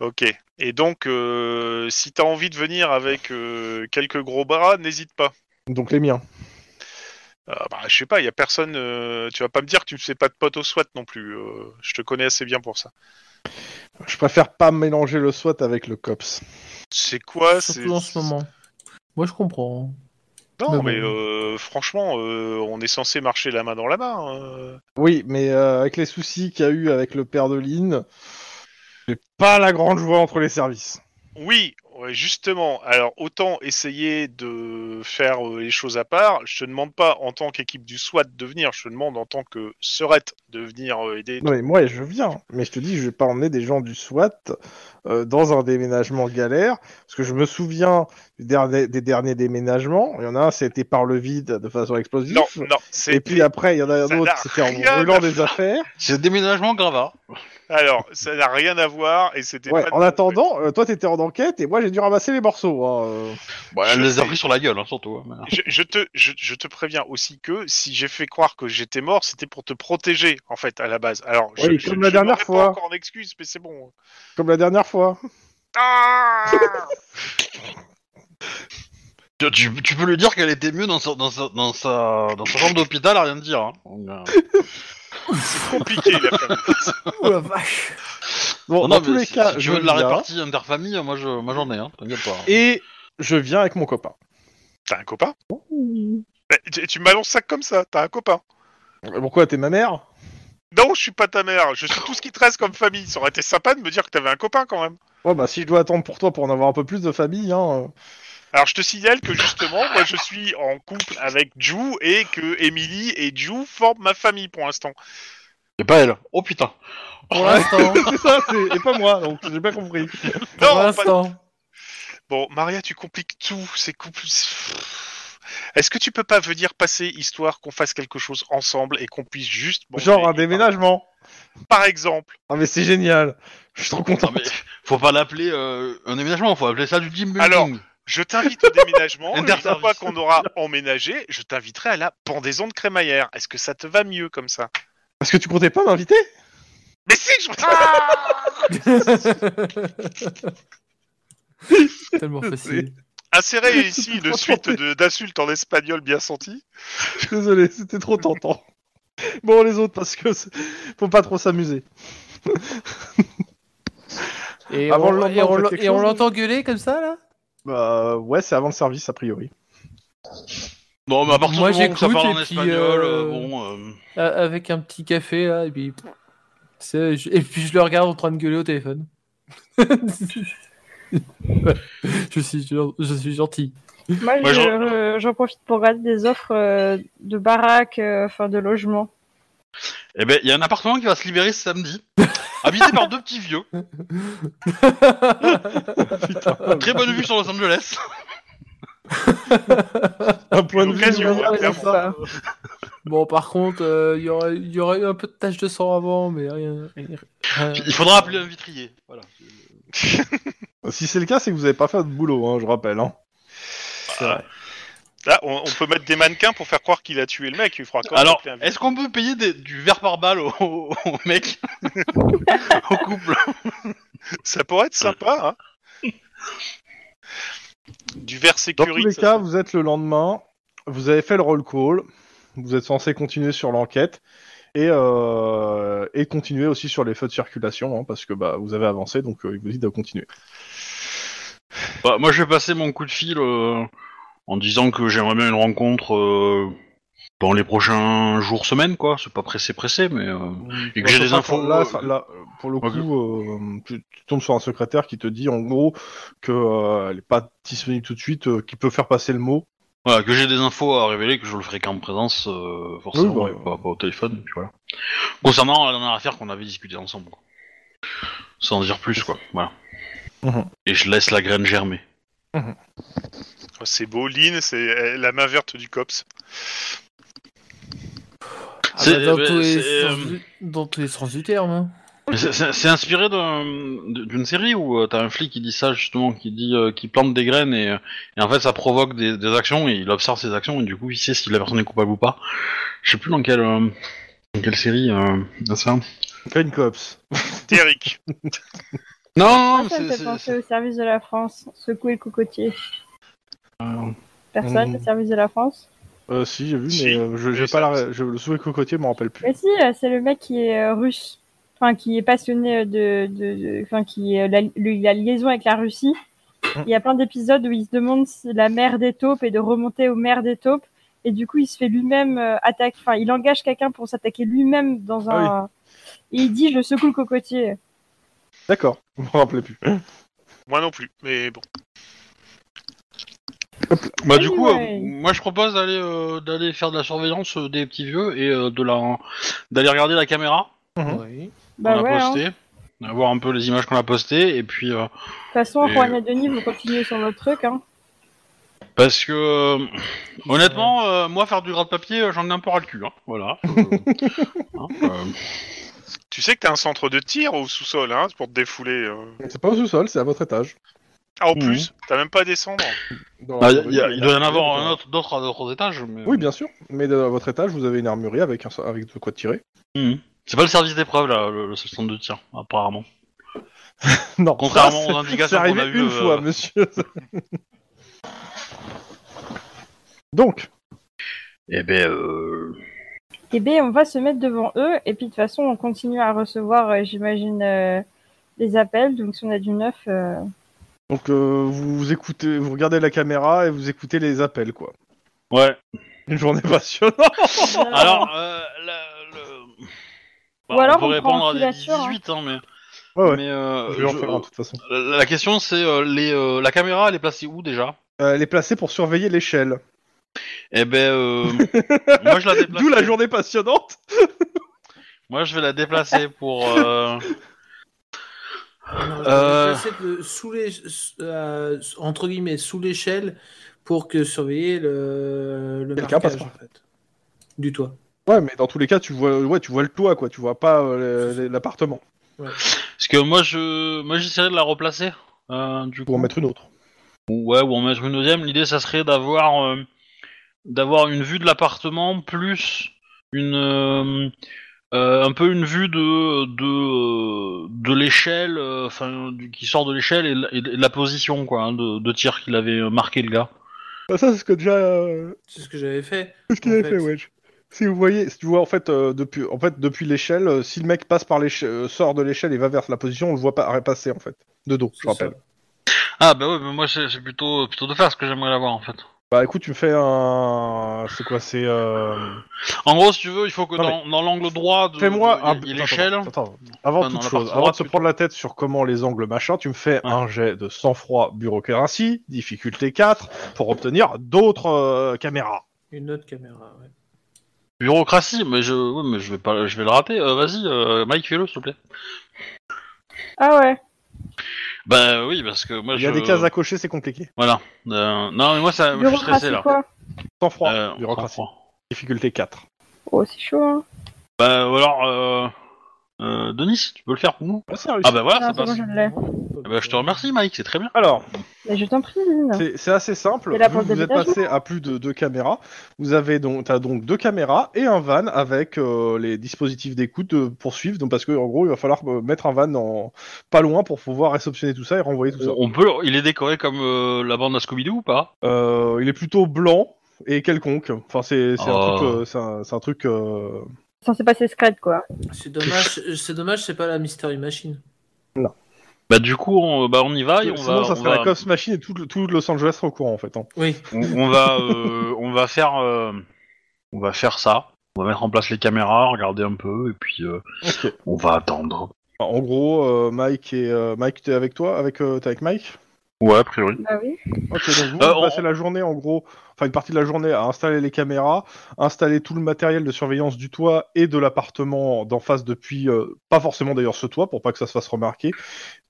Speaker 4: Ok. Et donc, euh, si t'as envie de venir avec euh, quelques gros bras, n'hésite pas.
Speaker 2: Donc les miens.
Speaker 4: Ah, bah, je sais pas, il y a personne... euh, tu vas pas me dire que tu ne fais pas de pote au SWAT non plus. euh, je te connais assez bien pour ça.
Speaker 2: Je préfère pas mélanger le SWAT avec le COPS.
Speaker 4: C'est quoi c'est-
Speaker 6: Surtout en ce moment. Moi, je comprends. hein.
Speaker 4: Non,
Speaker 6: Mais
Speaker 4: mais
Speaker 6: bon.
Speaker 4: euh, franchement, euh, on est censé marcher la main dans la main. euh.
Speaker 2: Oui, mais euh, avec les soucis qu'il y a eu avec le père de Lynn, j'ai pas la grande joie entre les services.
Speaker 4: Oui, ouais, justement. Alors, autant essayer de faire euh, les choses à part. Je te demande pas en tant qu'équipe du SWAT de venir. Je te demande en tant que sœurette de venir euh, aider.
Speaker 2: Non, mais moi, je viens. hein. Mais je te dis, je vais pas emmener des gens du SWAT euh, dans un déménagement galère. Parce que je me souviens du dernier- des derniers déménagements. Il y en a un, c'était par le vide de façon explosive.
Speaker 4: Non, non, c'est.
Speaker 2: Et puis après, il y en a un
Speaker 4: ça
Speaker 2: autre,
Speaker 4: n'a
Speaker 2: c'était
Speaker 4: rien
Speaker 2: en
Speaker 4: à
Speaker 2: brûlant des affaires.
Speaker 1: C'est le déménagement hein. gravard.
Speaker 4: Alors, ça n'a rien à voir et c'était.
Speaker 2: Ouais,
Speaker 4: pas
Speaker 2: en attendant, euh, toi, t'étais en enquête et moi, j'ai dû ramasser les morceaux. hein, euh.
Speaker 1: Bon, elle
Speaker 4: Je
Speaker 1: les a
Speaker 4: sais.
Speaker 1: pris sur la gueule, hein, surtout. hein, mais-
Speaker 4: Je, je te, je, je te préviens aussi que si j'ai fait croire que j'étais mort, c'était pour te protéger en fait à la base. Alors, je,
Speaker 2: Oui,
Speaker 4: je-
Speaker 2: comme la
Speaker 4: je
Speaker 2: dernière
Speaker 4: m'aurais
Speaker 2: fois.
Speaker 4: Pas encore en excuse, mais c'est bon.
Speaker 2: Comme la dernière fois.
Speaker 4: Ah
Speaker 1: Tu, tu- tu peux lui dire qu'elle était mieux dans sa, dans sa, dans sa, dans sa chambre d'hôpital à rien dire. Hein. Donc, euh,
Speaker 4: c'est compliqué la famille.
Speaker 6: Oh la vache
Speaker 2: Bon,
Speaker 1: non,
Speaker 2: dans tous
Speaker 1: mais
Speaker 2: les
Speaker 1: si-
Speaker 2: cas,
Speaker 1: si tu
Speaker 2: je
Speaker 1: veux de la
Speaker 2: viens
Speaker 1: répartie interfamille, moi je- moi, j'en ai, hein, t'inquiète pas.
Speaker 2: et je viens avec mon copain.
Speaker 4: T'as un copain Eh, Tu, tu m'annonces ça comme ça. T'as un copain.
Speaker 2: Pourquoi t'es ma mère
Speaker 4: Non, je suis pas ta mère, je suis tout ce qui te reste comme famille. Ça aurait été sympa de me dire que t'avais un copain quand même.
Speaker 2: Ouais, bah si je dois attendre pour toi pour en avoir un peu plus de famille, hein. euh.
Speaker 4: Alors je te signale que justement, moi je suis en couple avec Ju et que Emily et Ju forment ma famille pour l'instant.
Speaker 1: Et pas elle. Oh putain.
Speaker 6: Pour l'instant.
Speaker 2: c'est ça, c'est- et pas moi, donc j'ai pas compris.
Speaker 6: Pour
Speaker 4: Non, pas...
Speaker 6: l'instant.
Speaker 4: Bon, Maria, tu compliques tout, c'est compliqué. Est-ce que tu peux pas venir passer histoire qu'on fasse quelque chose ensemble et qu'on puisse juste manger
Speaker 2: Genre un
Speaker 4: et
Speaker 2: déménagement.
Speaker 4: parler Par exemple.
Speaker 2: Ah mais c'est génial. Je suis trop content.
Speaker 1: Non, mais faut pas l'appeler euh, un déménagement, faut appeler ça du team building.
Speaker 4: Alors, Je t'invite au déménagement. et
Speaker 1: Interservice.
Speaker 4: Une fois qu'on aura emménagé, je t'inviterai à la pendaison de crémaillère. Est-ce que ça te va mieux comme ça
Speaker 2: Parce que tu comptais pas m'inviter
Speaker 4: Mais si, je
Speaker 6: Tellement facile.
Speaker 4: Insérer ici une suite de- d'insultes en espagnol bien senti.
Speaker 2: Je suis Désolé, c'était trop tentant. Bon, les autres, parce que c'est- faut pas trop s'amuser.
Speaker 6: Et
Speaker 2: Avant
Speaker 6: on-
Speaker 2: le lendemain,
Speaker 6: et on
Speaker 2: on fait
Speaker 6: l'en-
Speaker 2: quelque
Speaker 6: et on
Speaker 2: chose
Speaker 6: l'entend gueuler comme ça là
Speaker 2: Bah, ouais, c'est avant le service, a priori.
Speaker 1: Non, mais à partir
Speaker 6: Moi,
Speaker 1: du moment où ça
Speaker 6: j'écoute,
Speaker 1: parle
Speaker 6: et
Speaker 1: en
Speaker 6: puis,
Speaker 1: espagnol,
Speaker 6: euh,
Speaker 1: euh, bon. euh,
Speaker 6: Euh, avec un petit café là, et puis c'est- je, et puis je le regarde en train de gueuler au téléphone. je suis gen- je suis gentil.
Speaker 5: Moi,
Speaker 1: Moi,
Speaker 5: je-
Speaker 1: j'en-
Speaker 5: euh, j'en profite pour regarder des offres euh, de baraques, euh, enfin de logements.
Speaker 1: Eh ben, il y a un appartement qui va se libérer ce samedi, habité par deux petits vieux. Très bonne vue sur Los Angeles.
Speaker 2: Un point de
Speaker 4: Une
Speaker 2: vue.
Speaker 4: occasion,
Speaker 1: Ah,
Speaker 2: ouais,
Speaker 4: ouais,
Speaker 2: comme
Speaker 4: hein, clairement.
Speaker 2: ça.
Speaker 6: Bon par contre, euh, il y aurait il y aurait eu un peu de tache de sang avant, mais rien. rien- Ah, bah, rien-
Speaker 1: Il faudra appeler un vitrier. Voilà.
Speaker 2: Si c'est le cas, c'est que vous avez pas fait votre boulot, hein, je rappelle. Hein.
Speaker 6: c'est vrai.
Speaker 4: Là, on, on peut mettre des mannequins pour faire croire qu'il a tué le mec. Il fera quand même
Speaker 1: Alors,
Speaker 4: appeler un vic-
Speaker 1: est-ce qu'on peut payer des- du verre par balle au, au- au mec Au couple
Speaker 4: ça pourrait être sympa. hein. du verre
Speaker 2: Dans tous
Speaker 4: sécurité.
Speaker 2: les cas, vous êtes le lendemain, vous avez fait le roll call, vous êtes censé continuer sur l'enquête et, euh, et continuer aussi sur les feux de circulation, hein, parce que bah, vous avez avancé, donc euh, il vous dit de continuer.
Speaker 1: Bah, Moi, je vais passer mon coup de fil euh, en disant que j'aimerais bien une rencontre euh, dans les prochains jours, semaines, quoi. C'est pas pressé, pressé, mais. euh, Et que j'ai
Speaker 2: Enfin,
Speaker 1: des
Speaker 2: ça,
Speaker 1: infos.
Speaker 2: Là,
Speaker 1: euh,
Speaker 2: ça- là, euh, pour le
Speaker 1: Ok.
Speaker 2: coup, euh, tu, tu tombes sur un secrétaire qui te dit en gros que euh, elle n'est pas disponible tout de suite, euh, qui peut faire passer le mot.
Speaker 1: Voilà, que j'ai des infos à révéler, que je le ferai qu'en présence, euh, forcément,
Speaker 2: Oui, bah,
Speaker 1: et pas, pas au téléphone, et puis voilà. Concernant la dernière affaire qu'on avait discutée ensemble, quoi. Sans dire plus, quoi, voilà.
Speaker 2: Mhm.
Speaker 1: Et je laisse la graine germer.
Speaker 4: Oh, C'est beau, Lynn, c'est euh, la main verte du COPS.
Speaker 6: Ah
Speaker 1: C'est-
Speaker 6: bah, dans,
Speaker 1: bah,
Speaker 6: tous les
Speaker 1: c'est,
Speaker 6: sens
Speaker 1: euh,
Speaker 6: du- dans tous les sens du terme. hein.
Speaker 1: Mais c'est- C'est c'est inspiré d'un- d'une série où euh, t'as un flic qui dit ça, justement, qui dit euh, qui plante des graines, et, euh, et en fait, ça provoque des, des actions, et il observe ces actions, et du coup, il sait si la personne est coupable ou pas. Je sais plus dans quelle, euh, dans quelle série euh, ça.
Speaker 5: Ah,
Speaker 2: Green Cops.
Speaker 4: T'es Eric.
Speaker 1: Non,
Speaker 5: Moi,
Speaker 1: non,
Speaker 5: ça me
Speaker 1: c'est-
Speaker 5: fait
Speaker 1: c'est-
Speaker 5: penser
Speaker 1: c'est...
Speaker 5: au service de la France, secouer le cocotier.
Speaker 1: euh,
Speaker 5: Personne,
Speaker 2: Mm.
Speaker 5: le service de la France.
Speaker 2: Euh, si, j'ai vu,
Speaker 4: Si,
Speaker 2: mais euh, je, j'ai
Speaker 4: mais
Speaker 2: pas
Speaker 4: ça-
Speaker 2: la- je- le souhait cocotier me rappelle plus.
Speaker 5: Mais si, euh, c'est le mec qui est euh, russe, enfin qui est passionné euh, de, de, de- enfin qui est la, le- la liaison avec la Russie.
Speaker 1: Mm.
Speaker 5: Il y a plein d'épisodes où il se demande si la mer des taupes et de remonter aux mers des taupes. Et du coup, il se fait lui-même euh, attaque. Enfin, il engage quelqu'un pour s'attaquer lui-même dans
Speaker 1: Ah
Speaker 5: un. Et il dit, je secoue le cocotier.
Speaker 2: D'accord, je me rappelais plus.
Speaker 4: Moi non plus, mais bon.
Speaker 1: Bah du coup, euh,
Speaker 5: Anyway.
Speaker 1: moi je propose d'aller euh, d'aller faire de la surveillance euh, des petits vieux et euh, de la d'aller regarder la caméra
Speaker 2: Mhm.
Speaker 6: Oui.
Speaker 5: Bah
Speaker 1: qu'on
Speaker 5: ouais.
Speaker 1: a
Speaker 5: hein.
Speaker 1: postée, voir un peu les images qu'on a postées et puis euh,
Speaker 5: De toute façon,
Speaker 1: Et-
Speaker 5: Juan et Denis, vous continuez sur votre truc. Hein.
Speaker 1: parce que euh, honnêtement, euh, moi faire du gras de papier, euh, j'en ai un peu ras le cul. Hein, voilà. Euh, hein, euh,
Speaker 4: Tu sais que t'as un centre de tir au sous-sol, hein, pour te défouler. euh.
Speaker 2: C'est pas au sous-sol, c'est à votre étage.
Speaker 4: Ah, en
Speaker 1: Mhm.
Speaker 4: plus, t'as même pas à descendre.
Speaker 2: Dans
Speaker 1: bah,
Speaker 2: la-
Speaker 1: y a- il doit y en avoir
Speaker 2: dans-
Speaker 1: un autre d'autres à d'autres étages. Mais,
Speaker 2: Oui, bien sûr, mais dans- à votre étage, vous avez une armurerie avec, un, avec de quoi tirer.
Speaker 1: Mhm. C'est pas le service d'épreuve là, le, le seul centre de tir apparemment.
Speaker 2: Non,
Speaker 1: Contrairement aux
Speaker 2: ça, c'est-
Speaker 1: indications
Speaker 2: C'est arrivé
Speaker 1: qu'on a eues,
Speaker 2: une
Speaker 1: euh,
Speaker 2: fois, monsieur. Donc,
Speaker 1: Eh ben euh,
Speaker 5: Eh bien, on va se mettre devant eux, et puis de toute façon, on continue à recevoir, euh, j'imagine, euh, les appels. Donc, si on a du neuf, euh,
Speaker 2: donc euh, vous, vous écoutez, vous regardez la caméra et vous écoutez les appels, quoi.
Speaker 1: ouais.
Speaker 2: Une journée passionnante.
Speaker 1: Alors, euh, la- le-
Speaker 5: Ou alors
Speaker 1: on peut
Speaker 5: on
Speaker 1: répondre
Speaker 5: prend
Speaker 1: à
Speaker 5: un
Speaker 1: des
Speaker 5: filature,
Speaker 1: 18, hein, mais,
Speaker 2: Ouais, ouais.
Speaker 1: mais, euh,
Speaker 2: Je vais en
Speaker 1: je-
Speaker 2: faire un, de toute façon.
Speaker 1: la la question c'est euh, les, euh, la caméra elle est placée où déjà
Speaker 2: Euh, elle est placée pour surveiller l'échelle.
Speaker 1: Eh ben, euh, moi je la déplace.
Speaker 2: D'où la journée passionnante.
Speaker 1: Moi je vais la déplacer pour. euh,
Speaker 6: Non, je
Speaker 1: Euh.
Speaker 6: vais placer le- sous les, s- euh, entre guillemets sous l'échelle pour que surveiller le, le
Speaker 2: Quelqu'un passe
Speaker 6: marquage en fait, du toit.
Speaker 2: Ouais, mais dans tous les cas, tu vois, ouais, tu vois le toit, quoi. Tu vois pas euh, les- l'appartement.
Speaker 1: Parce que moi je, moi j'essaierai de la replacer. euh, du
Speaker 2: Pour en
Speaker 1: coup.
Speaker 2: mettre une autre.
Speaker 1: Ou- Ouais, ou en mettre une deuxième. L'idée ça serait d'avoir, euh, d'avoir une vue de l'appartement plus une. euh, euh, un peu une vue de de, euh, de l'échelle, euh, enfin du- qui sort de l'échelle et, de la- et de la position quoi, hein, de, de tir qu'il avait euh, marqué le gars.
Speaker 2: Bah, ça, c'est ce que déjà. euh,
Speaker 6: C'est ce que j'avais fait.
Speaker 2: ce qu'il
Speaker 6: En
Speaker 2: avait
Speaker 6: fait.
Speaker 2: fait, Wedge. Si vous voyez, si tu vois, en fait, euh, depuis, en fait, depuis l'échelle, euh, si le mec passe par l'échelle, euh, sort de l'échelle et va vers la position, on le voit pas passer, en fait. De dos, je
Speaker 6: C'est ça.
Speaker 2: rappelle.
Speaker 1: Ah bah ouais, mais moi c'est c'est plutôt plutôt de faire ce que j'aimerais l'avoir en fait.
Speaker 2: Bah, écoute, tu me fais un. C'est quoi, c'est. euh,
Speaker 1: En gros, si tu veux, il faut que
Speaker 2: Non,
Speaker 1: dans, dans l'angle droit de,
Speaker 2: Fais-moi
Speaker 1: de-
Speaker 2: un.
Speaker 1: Euh, il y ait
Speaker 2: Attends,
Speaker 1: l'échelle. Ah,
Speaker 2: attends, attends. Avant
Speaker 1: Enfin, dans
Speaker 2: toute
Speaker 1: la
Speaker 2: chose,
Speaker 1: partie
Speaker 2: avant de
Speaker 1: droite,
Speaker 2: se prendre la tête sur comment les angles machin, tu me fais
Speaker 1: Ouais.
Speaker 2: un jet de sang-froid bureaucratie, difficulté 4, pour obtenir d'autres euh, caméras.
Speaker 6: Une autre caméra, ouais.
Speaker 1: Bureaucratie, mais je ouais, mais je vais pas je vais le rater. Euh, Vas-y, euh, Mike fais-le s'il te plaît.
Speaker 5: Ah ouais.
Speaker 1: Bah oui, parce que moi
Speaker 2: Il
Speaker 1: je
Speaker 2: y a des cases à cocher, c'est compliqué.
Speaker 1: Voilà. Euh, non mais moi ça je suis stressé
Speaker 5: Bureaucratie
Speaker 1: là.
Speaker 5: quoi
Speaker 2: Sang-froid
Speaker 1: Euh, on
Speaker 2: bureaucratie,
Speaker 1: prend.
Speaker 2: difficulté 4.
Speaker 5: Oh c'est chaud hein.
Speaker 1: Bah ou alors euh, euh, Denis, tu peux le faire pour nous
Speaker 2: Ah, ça,
Speaker 1: Ah bah voilà,
Speaker 5: Ah,
Speaker 1: ça
Speaker 5: c'est bon,
Speaker 1: passe.
Speaker 5: je l'ai.
Speaker 1: Ah bah, je te remercie Mike, c'est très bien.
Speaker 2: bah. Alors,
Speaker 5: Mais je t'en prie. Lynn.
Speaker 2: C'est c'est assez simple.
Speaker 5: C'est la
Speaker 2: Vu
Speaker 5: porte
Speaker 2: que vous êtes
Speaker 5: d'habitation.
Speaker 2: passé à plus de deux caméras. Vous avez donc, t'as donc deux caméras et un van avec euh, les dispositifs d'écoute de poursuivre. Donc parce que en gros, il va falloir euh, mettre un van en pas loin pour pouvoir réceptionner tout ça et renvoyer tout ça.
Speaker 1: On peut il est décoré comme euh, la bande à Scooby Doo ou pas
Speaker 2: Euh, il est plutôt blanc et quelconque. Enfin, c'est c'est
Speaker 1: Oh.
Speaker 2: un truc, euh, c'est un, c'est un truc. euh,
Speaker 5: Ça s'est passé scred quoi.
Speaker 6: C'est dommage, euh, c'est dommage, c'est pas la Mystery Machine.
Speaker 1: Bah du coup, on, bah on y va et on
Speaker 2: Euh, Sinon,
Speaker 1: va
Speaker 2: ça
Speaker 1: on
Speaker 2: serait
Speaker 1: va,
Speaker 2: la Cops Machine et tout, le- tout Los Angeles serait au courant en fait. hein.
Speaker 6: Oui,
Speaker 1: on, on va euh, on va faire euh, on va faire ça. On va mettre en place les caméras, regarder un peu et puis euh,
Speaker 2: Ok.
Speaker 1: on va attendre.
Speaker 2: Enfin, en gros, euh, Mike et euh, Mike, t'es avec toi, avec euh, t'es avec Mike.
Speaker 1: Ouais, a priori.
Speaker 5: Bah oui.
Speaker 2: Ok, donc vous,
Speaker 1: Euh,
Speaker 2: vous
Speaker 1: on-
Speaker 2: passez la journée en gros, enfin une partie de la journée à installer les caméras, installer tout le matériel de surveillance du toit et de l'appartement d'en face depuis, euh, pas forcément d'ailleurs ce toit pour pas que ça se fasse remarquer,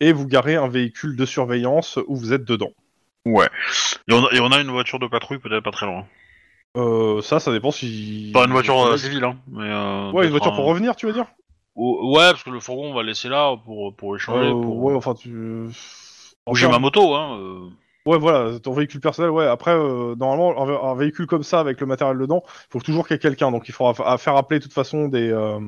Speaker 2: et vous garez un véhicule de surveillance où vous êtes dedans.
Speaker 1: Ouais. Et on, a, et on a une voiture de patrouille peut-être pas très loin.
Speaker 2: Euh, ça, ça dépend si.
Speaker 1: Pas une voiture euh, civile, hein. Mais, euh,
Speaker 2: Ouais,
Speaker 1: peut-être
Speaker 2: une voiture pour
Speaker 1: un-
Speaker 2: revenir, tu veux dire
Speaker 1: Ou- Ouais, parce que le fourgon on va laisser là pour, pour échanger.
Speaker 2: Euh,
Speaker 1: pour...
Speaker 2: Ouais, enfin tu.
Speaker 1: Ou j'ai ma moto, hein. euh.
Speaker 2: Ouais, voilà, ton véhicule personnel, ouais. Après, euh, normalement, un, vé- un véhicule comme ça, avec le matériel dedans, il faut toujours qu'il y ait quelqu'un. Donc, il faudra fa- faire appeler, de toute façon, des, euh,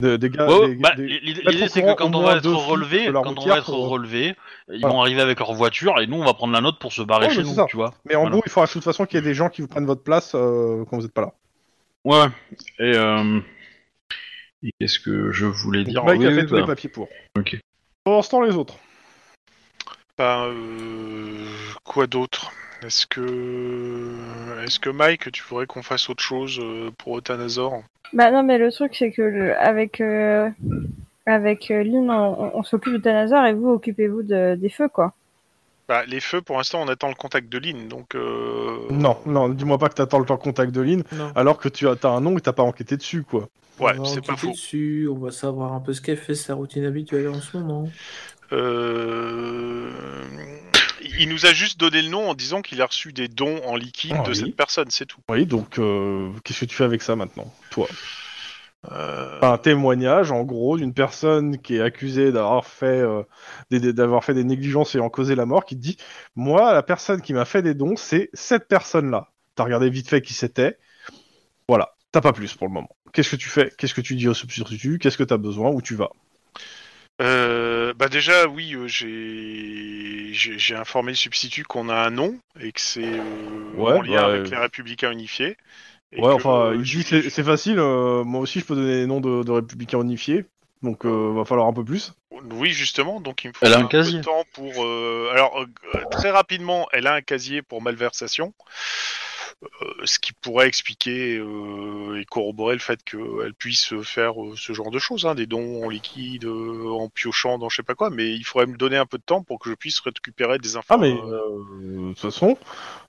Speaker 2: des, des gars.
Speaker 1: Ouais, ouais,
Speaker 2: Ah, des-
Speaker 1: bah,
Speaker 2: des-
Speaker 1: l'idée,
Speaker 2: mettre
Speaker 1: l'idée,
Speaker 2: au
Speaker 1: c'est que
Speaker 2: courant au
Speaker 1: quand on
Speaker 2: moins
Speaker 1: va être
Speaker 2: deux flics
Speaker 1: relevé,
Speaker 2: de la
Speaker 1: quand on
Speaker 2: routière
Speaker 1: va être
Speaker 2: pour-
Speaker 1: relevé, ils
Speaker 2: Voilà.
Speaker 1: vont arriver avec leur voiture et nous on va prendre la nôtre pour se barrer
Speaker 2: Ouais,
Speaker 1: chez
Speaker 2: mais
Speaker 1: nous,
Speaker 2: c'est ça.
Speaker 1: tu vois.
Speaker 2: Mais en
Speaker 1: Voilà.
Speaker 2: gros, il faudra de toute façon qu'il y ait des gens qui vous prennent votre place euh, quand vous n'êtes pas là.
Speaker 1: Ouais. ouais. Et, euh... et qu'est-ce que je voulais dire
Speaker 2: Donc, Mike
Speaker 1: Oui,
Speaker 2: a fait
Speaker 1: oui,
Speaker 2: tous
Speaker 1: bah,
Speaker 2: les papiers pour.
Speaker 1: ok.
Speaker 2: Pendant ce temps, les autres.
Speaker 4: Ben, euh, quoi d'autre Est-ce que est-ce que Mike, tu voudrais qu'on fasse autre chose euh, pour Otanazor
Speaker 5: Bah non, mais le truc, c'est que le- avec, euh, avec euh, Lynn, on, on- on s'occupe de Thanazar et vous, occupez-vous de- des feux, quoi.
Speaker 4: Bah, les feux, pour l'instant, on attend le contact de Lynn, donc. euh,
Speaker 2: Non, non, dis-moi pas que t'attends le temps de contact de Lynn,
Speaker 6: non.
Speaker 2: alors que tu as, t'as un nom et t'as pas enquêté dessus, quoi.
Speaker 4: Ah, Ouais,
Speaker 6: on va
Speaker 4: c'est pas
Speaker 6: enquêter
Speaker 4: faux.
Speaker 6: dessus, on va savoir un peu ce qu'elle fait, sa routine habituelle en ce moment.
Speaker 4: Euh, Il nous a juste donné le nom en disant qu'il a reçu des dons en liquide
Speaker 2: Ah
Speaker 4: de
Speaker 2: oui.
Speaker 4: cette personne, c'est tout.
Speaker 2: Oui, donc, euh, qu'est-ce que tu fais avec ça maintenant, toi
Speaker 4: Euh,
Speaker 2: un témoignage en gros d'une personne qui est accusée d'avoir fait euh, des- des- d'avoir fait des négligences ayant causé la mort qui dit moi la personne qui m'a fait des dons c'est cette personne là t'as regardé vite fait qui c'était voilà t'as pas plus pour le moment qu'est-ce que tu fais qu'est-ce que tu dis au substitut qu'est-ce que t'as besoin où tu vas
Speaker 4: euh, bah déjà, oui, euh, j'ai j'ai j'ai informé le substitut qu'on a un nom et que c'est euh,
Speaker 2: Ouais,
Speaker 4: en lien
Speaker 2: bah,
Speaker 4: avec
Speaker 2: euh,
Speaker 4: les Républicains Unifiés. Et
Speaker 2: ouais
Speaker 4: que,
Speaker 2: enfin
Speaker 4: euh,
Speaker 2: il
Speaker 4: je-
Speaker 2: dit c'est c'est facile euh, moi aussi je peux donner les noms de, de républicains unifiés donc euh, va falloir un peu plus
Speaker 4: Oui, justement, donc il me faut
Speaker 1: Elle a un
Speaker 4: peu de
Speaker 1: casier.
Speaker 4: temps pour. euh, Alors, euh, euh, très rapidement, elle a un casier pour malversation, euh, ce qui pourrait expliquer euh, et corroborer le fait qu'elle puisse faire euh, ce genre de choses, hein, des dons en liquide, euh, en piochant dans je sais pas quoi, mais il faudrait me donner un peu de temps pour que je puisse récupérer des infos.
Speaker 2: Ah mais
Speaker 4: euh,
Speaker 2: euh, de toute façon,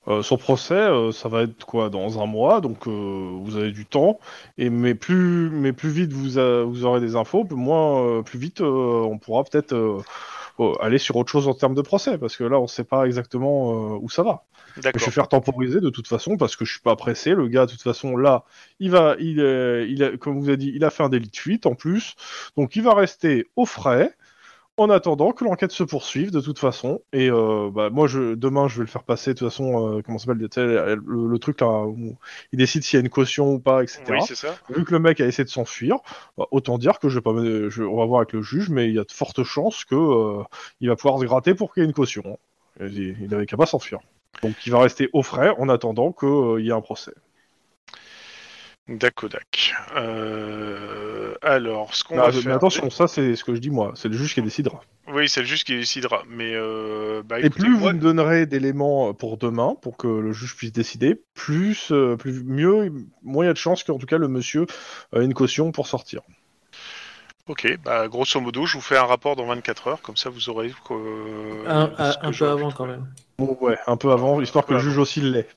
Speaker 2: euh, son procès, euh, ça va être quoi dans un mois, donc euh, vous avez du temps. Et mais plus, mais plus vite vous, a- vous aurez des infos, plus moins, euh, plus vite euh, on pourra peut-être euh, euh, aller sur autre chose en termes de procès, parce que là on sait pas exactement euh, où ça va. Je
Speaker 4: D'accord.
Speaker 2: vais faire temporiser de toute façon parce que je suis pas pressé. Le gars, de toute façon, là, il va, il, est- il a, comme vous avez dit, il a fait un délit de fuite en plus, donc il va rester au frais. En attendant que l'enquête se poursuive, de toute façon, et euh, bah, moi, je, demain, je vais le faire passer, de toute façon, euh, comment ça s'appelle, tu sais, le, le truc là, où il décide s'il y a une caution ou pas, etc.
Speaker 4: Oui, c'est ça.
Speaker 2: Vu que le mec a essayé de s'enfuir, bah, autant dire que je vais pas, me- je- on va voir avec le juge, mais il y a de fortes chances que euh, il va pouvoir se gratter pour qu'il y ait une caution. hein. Il il n'avait qu'à pas s'enfuir. Donc il va rester au frais en attendant qu'il y ait un procès.
Speaker 4: Dakodak. Euh, alors, ce qu'on
Speaker 2: Ah,
Speaker 4: va
Speaker 2: mais
Speaker 4: faire.
Speaker 2: attention, ça c'est ce que je dis moi, c'est le juge qui décidera.
Speaker 4: Oui, c'est le juge qui décidera. Mais euh, bah,
Speaker 2: Et
Speaker 4: écoutez,
Speaker 2: plus
Speaker 4: moi-
Speaker 2: vous me donnerez d'éléments euh, pour demain, pour que le juge puisse décider, plus, euh, plus mieux, moins il y a de chances qu'en tout cas le monsieur ait une caution pour sortir.
Speaker 4: Ok, bah, grosso modo, je vous fais un rapport dans 24 heures, comme ça vous aurez. euh,
Speaker 6: Un,
Speaker 4: ce
Speaker 6: un-
Speaker 4: que
Speaker 6: un peu
Speaker 4: j'aurais pu
Speaker 6: avant
Speaker 4: trouver.
Speaker 6: quand même.
Speaker 2: Bon, ouais, un peu avant, histoire que le juge aussi l'ait.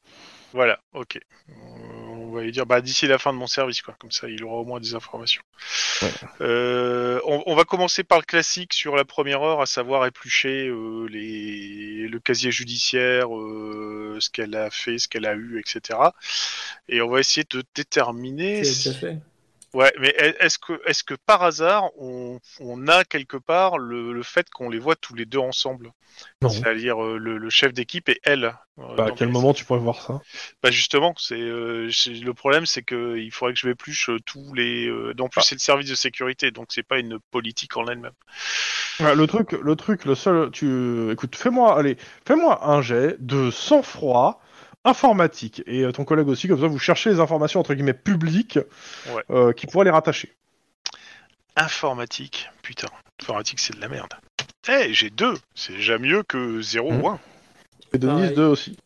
Speaker 4: Voilà, ok. Euh, On va lui dire bah, d'ici la fin de mon service, quoi. Comme ça, il aura au moins des informations. Euh, on, on va commencer par le classique sur la première heure, à savoir éplucher euh, les, le casier judiciaire, euh, ce qu'elle a fait, ce qu'elle a eu, etc. Et on va essayer de déterminer.
Speaker 6: C'est déjà
Speaker 4: si-
Speaker 6: fait.
Speaker 4: Ouais, mais est- est-ce que, est-ce que par hasard, on, on a quelque part le, le fait qu'on les voit tous les deux ensemble
Speaker 2: Non.
Speaker 4: C'est-à-dire euh, le, le chef d'équipe et elle. euh,
Speaker 2: Bah, à
Speaker 4: dans
Speaker 2: quel
Speaker 4: les-
Speaker 2: moment tu pourrais voir ça
Speaker 4: bah justement, c'est euh, c'est- le problème, c'est que il faudrait que je m'épluche euh, tous les. euh, non
Speaker 2: Ah.
Speaker 4: plus, c'est le service de sécurité, donc c'est pas une politique en elle-même.
Speaker 2: Ouais, Le truc, le truc, le seul, tu, écoute, fais-moi, allez, fais-moi un jet de sang-froid informatique et euh, ton collègue aussi, comme ça vous cherchez les informations entre guillemets publiques
Speaker 4: Ouais.
Speaker 2: euh, qui pourraient les rattacher.
Speaker 4: Informatique, putain, informatique, c'est de la merde. Eh, j'ai deux, c'est déjà mieux que zéro
Speaker 2: Mhm.
Speaker 4: ou un.
Speaker 2: Et Denise
Speaker 6: Pareil.
Speaker 2: deux aussi.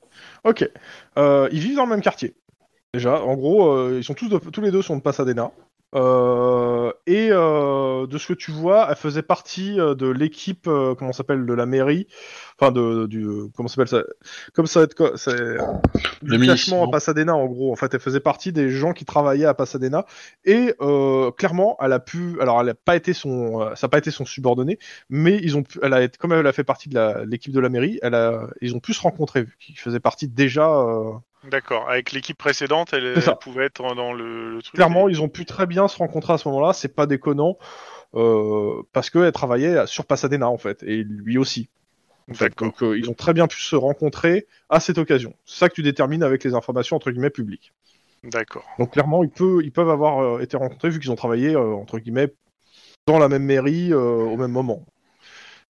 Speaker 2: Ok, Euh, ils vivent dans le même quartier. Déjà, en gros, euh, ils sont tous, de- tous les deux sont de Pasadena. Euh, et euh, de ce que tu vois, elle faisait partie euh, de l'équipe, euh, comment ça s'appelle, de la mairie, enfin de du, euh, comment ça s'appelle ça, comme ça va être quoi, c'est
Speaker 1: Le
Speaker 2: du détachement
Speaker 1: milice,
Speaker 2: à Pasadena en gros. En fait, elle faisait partie des gens qui travaillaient à Pasadena et euh, clairement, elle a pu, alors elle a pas été son, euh, ça n'a pas été son subordonné, mais ils ont, pu, elle a, été- comme elle a fait partie de la- l'équipe de la mairie, elle a, ils ont pu se rencontrer vu qu'ils faisaient partie déjà. euh,
Speaker 4: D'accord, avec l'équipe précédente, elle,
Speaker 2: C'est ça.
Speaker 4: elle pouvait être dans le, le truc.
Speaker 2: clairement, ils ont pu très bien se rencontrer à ce moment-là, c'est pas déconnant, euh, parce qu'elle travaillait sur Pasadena, en fait, et lui aussi. en fait.
Speaker 4: D'accord.
Speaker 2: Donc, euh, ils ont très bien pu se rencontrer à cette occasion. C'est ça que tu détermines avec les informations, entre guillemets, publiques.
Speaker 4: D'accord.
Speaker 2: Donc, clairement, ils, peut- ils peuvent avoir euh, été rencontrés, vu qu'ils ont travaillé, euh, entre guillemets, dans la même mairie, euh, au même moment.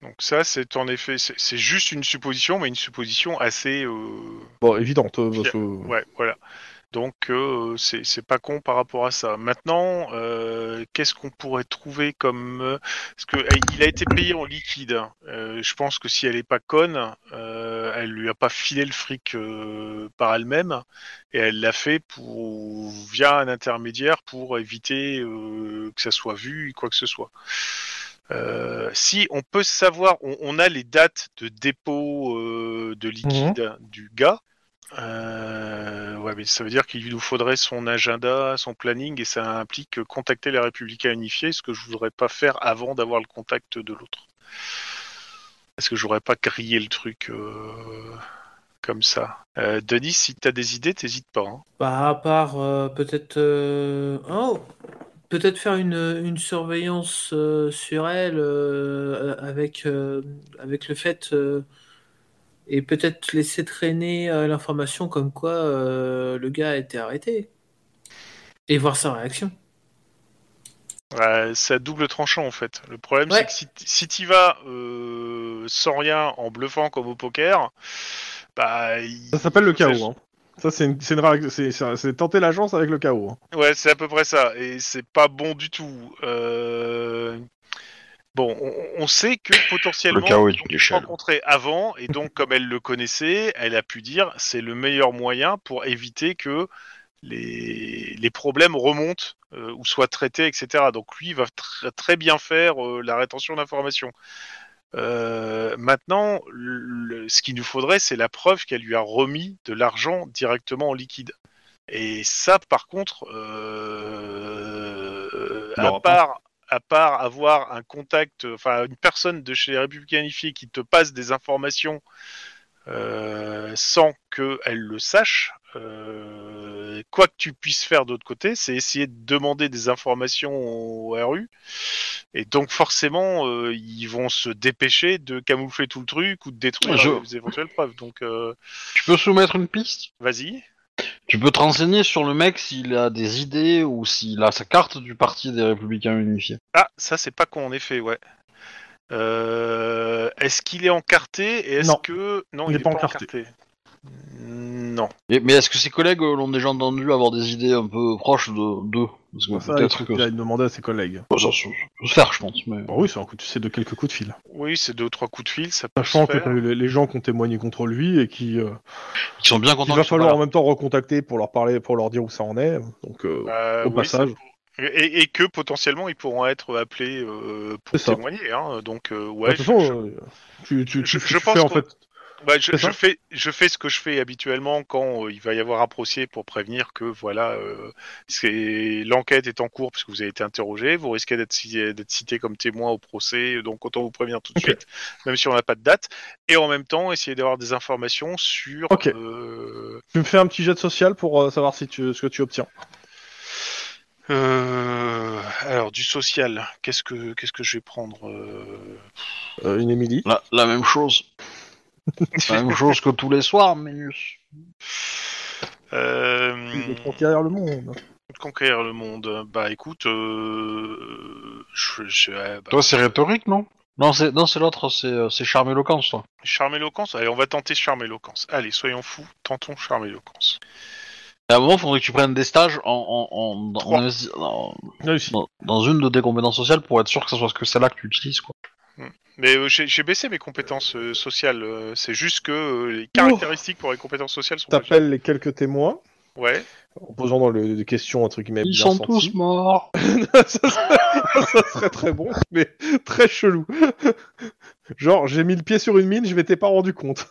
Speaker 4: Donc ça, c'est en effet, c'est c'est juste une supposition, mais une supposition assez. euh,
Speaker 2: Bon, évidente. euh, parce que-
Speaker 4: Ouais, voilà. Donc euh, c'est c'est pas con par rapport à ça. Maintenant, euh, qu'est-ce qu'on pourrait trouver comme euh, parce que eh, il a été payé en liquide. Euh, je pense que si elle est pas conne, euh, elle lui a pas filé le fric euh, par elle-même et elle l'a fait pour via un intermédiaire pour éviter euh, que ça soit vu quoi que ce soit. Euh, si on peut savoir, on, on a les dates de dépôt euh, de liquide du gars. Euh, ouais, mais ça veut dire qu'il nous faudrait son agenda, son planning, et ça implique contacter les Républicains Unifiés, ce que je voudrais pas faire avant d'avoir le contact de l'autre. Est-ce que j'aurais pas grillé le truc euh, comme ça euh, Denis, si t'as des idées, t'hésites pas. hein.
Speaker 6: Bah, à part euh, peut-être. euh, Oh! Peut-être faire une, une surveillance euh, sur elle euh, avec, euh, avec le fait. euh, et peut-être laisser traîner euh, l'information comme quoi euh, le gars a été arrêté. Et voir sa réaction.
Speaker 4: Euh, c'est à double tranchant en fait. Le problème,
Speaker 6: Ouais.
Speaker 4: c'est que si, t- si t'y vas euh, sans rien, en bluffant comme au poker, bah. il-
Speaker 2: Ça s'appelle le
Speaker 4: c'est-
Speaker 2: chaos. hein. Ça, c'est une- c'est une règle- c'est- c'est- c'est tenter l'agence avec le chaos. hein.
Speaker 4: Ouais, c'est à peu près ça, et c'est pas bon du tout. Euh, Bon, on, on sait que potentiellement,
Speaker 1: Le chaos est une
Speaker 4: ils se
Speaker 1: échelle.
Speaker 4: rencontraient avant, et donc comme elle le connaissait, elle a pu dire c'est le meilleur moyen pour éviter que les, les problèmes remontent euh, ou soient traités, etc. Donc lui, il va tr- très bien faire euh, la rétention d'informations. Euh, maintenant, le- ce qu'il nous faudrait, c'est la preuve qu'elle lui a remis de l'argent directement en liquide. Et ça, par contre, euh,
Speaker 2: Il l'aura
Speaker 4: à part à part avoir un contact, enfin une personne de chez les Républicains Unifiés qui te passe des informations euh, sans qu'elle le sache, euh, euh, quoi que tu puisses faire de l'autre côté, c'est essayer de demander des informations au RU. Et donc forcément, euh, ils vont se dépêcher de camoufler tout le truc ou de détruire euh,
Speaker 1: Je-
Speaker 4: les éventuelles preuves. Donc euh,
Speaker 1: Tu peux soumettre une piste
Speaker 4: vas-y.
Speaker 1: Tu peux te renseigner sur le mec s'il a des idées ou s'il a sa carte du Parti des Républicains Unifiés.
Speaker 4: Ah, ça c'est pas con en effet, ouais. Euh, est-ce qu'il est encarté et est-ce
Speaker 2: Non.
Speaker 4: que non,
Speaker 2: Il
Speaker 4: il,
Speaker 2: est
Speaker 4: est
Speaker 2: pas
Speaker 4: encarté. Non.
Speaker 1: Et- mais est-ce que ses collègues euh, l'ont déjà entendu avoir des idées un peu proches de- d'eux Parce que
Speaker 2: Ça, il
Speaker 1: peut-être
Speaker 2: faut
Speaker 1: que
Speaker 2: qu'il aille demander à ses collègues.
Speaker 1: Bon, ça, ça- ça peut se faire, je pense. Mais...
Speaker 2: Bon, Bah oui, c'est un coup, de- c'est de quelques coups de fil.
Speaker 4: Oui, c'est deux trois coups de fil, ça peut
Speaker 2: Sachant
Speaker 4: se
Speaker 2: que
Speaker 4: faire.
Speaker 2: t'as eu les les gens qui ont témoigné contre lui et qui. euh,
Speaker 1: Ils sont bien
Speaker 2: Il
Speaker 1: contents.
Speaker 2: va
Speaker 1: qu'ils soient
Speaker 2: falloir
Speaker 1: pas
Speaker 2: en même temps recontacter pour leur parler, pour leur dire où ça en est. Donc, euh,
Speaker 4: Euh,
Speaker 2: au
Speaker 4: oui, ça
Speaker 2: passage.
Speaker 4: Et, et que potentiellement ils pourront être appelés euh, pour
Speaker 2: C'est ça.
Speaker 4: témoigner. Hein. Donc euh,
Speaker 2: Bah,
Speaker 4: ouais,
Speaker 2: de toute façon,
Speaker 4: je,
Speaker 2: euh, tu, tu, tu-
Speaker 4: je-
Speaker 2: tu
Speaker 4: je
Speaker 2: fais
Speaker 4: pense
Speaker 2: en
Speaker 4: qu'on-
Speaker 2: fait.
Speaker 4: ouais, je-
Speaker 2: c'est
Speaker 4: je
Speaker 2: ça
Speaker 4: fais je fais ce que je fais habituellement quand euh, il va y avoir un procès pour prévenir que voilà euh, c'est- l'enquête est en cours parce que vous avez été interrogé, vous risquez d'être ci- d'être cité comme témoin au procès, donc autant vous prévenir tout de
Speaker 2: Ok.
Speaker 4: suite, même si on n'a pas de date. Et en même temps essayer d'avoir des informations sur
Speaker 2: Ok.
Speaker 4: euh,
Speaker 2: Tu me fais un petit jet de social pour euh, savoir si tu, ce que tu obtiens.
Speaker 4: euh, alors du social. Qu'est-ce que qu'est-ce que je vais prendre euh,
Speaker 2: Euh, une Émilie.
Speaker 1: là. La, la même chose. la même chose que tous les soirs, Ménus.
Speaker 4: Euh,
Speaker 2: Pour conquérir le monde.
Speaker 4: conquérir le monde. Bah écoute, euh, je, je- euh, bah,
Speaker 1: Toi, c'est rhétorique, non Non, c'est non, c'est l'autre, c'est euh, c'est charme éloquence, toi.
Speaker 4: charme éloquence. Allez, on va tenter charme éloquence. Allez, soyons fous, tentons charme éloquence.
Speaker 1: Et à un moment, il faudrait que tu prennes des stages en, en, en- dans,
Speaker 4: Trois.
Speaker 1: en investi- dans-
Speaker 2: Réussi.
Speaker 1: dans- dans une de tes compétences sociales pour être sûr que ce soit ce que c'est là que tu utilises, quoi.
Speaker 4: Mais euh, j'ai j'ai baissé mes compétences euh, sociales. euh, c'est juste que euh, les caractéristiques pour les compétences sociales sont. pas-
Speaker 2: T'appelles les quelques témoins
Speaker 4: Ouais.
Speaker 2: en posant dans le, des questions entre guillemets
Speaker 1: Ils
Speaker 2: bien
Speaker 1: sont
Speaker 2: senties.
Speaker 1: tous morts.
Speaker 2: ça, serait, ça serait très bon, mais très chelou. Genre, j'ai mis le pied sur une mine, je m'étais pas rendu compte.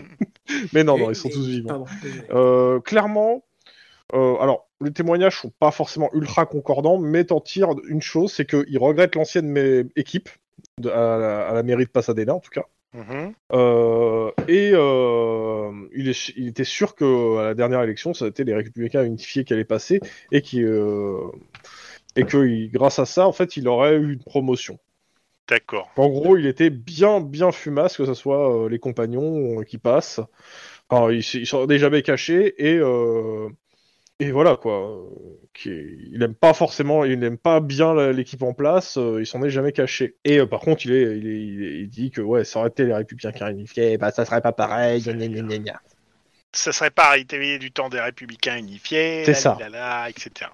Speaker 2: mais non, non,
Speaker 6: Et-
Speaker 2: ils sont
Speaker 6: et-
Speaker 2: tous vivants.
Speaker 6: pardon, désolé.
Speaker 2: Euh, clairement, euh, alors, les témoignages sont pas forcément ultra concordants, mais t'en tires une chose, c'est qu'ils regrettent l'ancienne mé- équipe, de- à, la, à la mairie de Pasadena en tout cas.
Speaker 4: Mhm.
Speaker 2: Euh, et euh, il, est- il était sûr que à la dernière élection, ça a été les républicains unifiés qui allaient passer, et qui euh, et que il- grâce à ça, en fait, il aurait eu une promotion.
Speaker 4: D'accord.
Speaker 2: En gros, il était bien bien fumasse, que ce soit euh, les compagnons euh, qui passent. Alors, il, s- il s'en est jamais caché et euh, et voilà quoi. Euh, Qui, il aime pas forcément, il n'aime pas bien la- l'équipe en place. euh, il s'en est jamais caché. Et euh, par contre, il est, il, est- il est- il dit que ouais, ça aurait été les républicains qui auraient unifié, bah ça serait pas pareil. gna gna gna gna gna.
Speaker 4: Ça serait pas réveillé du temps des républicains unifiés.
Speaker 2: C'est
Speaker 4: la
Speaker 2: ça.
Speaker 4: la la la, etc.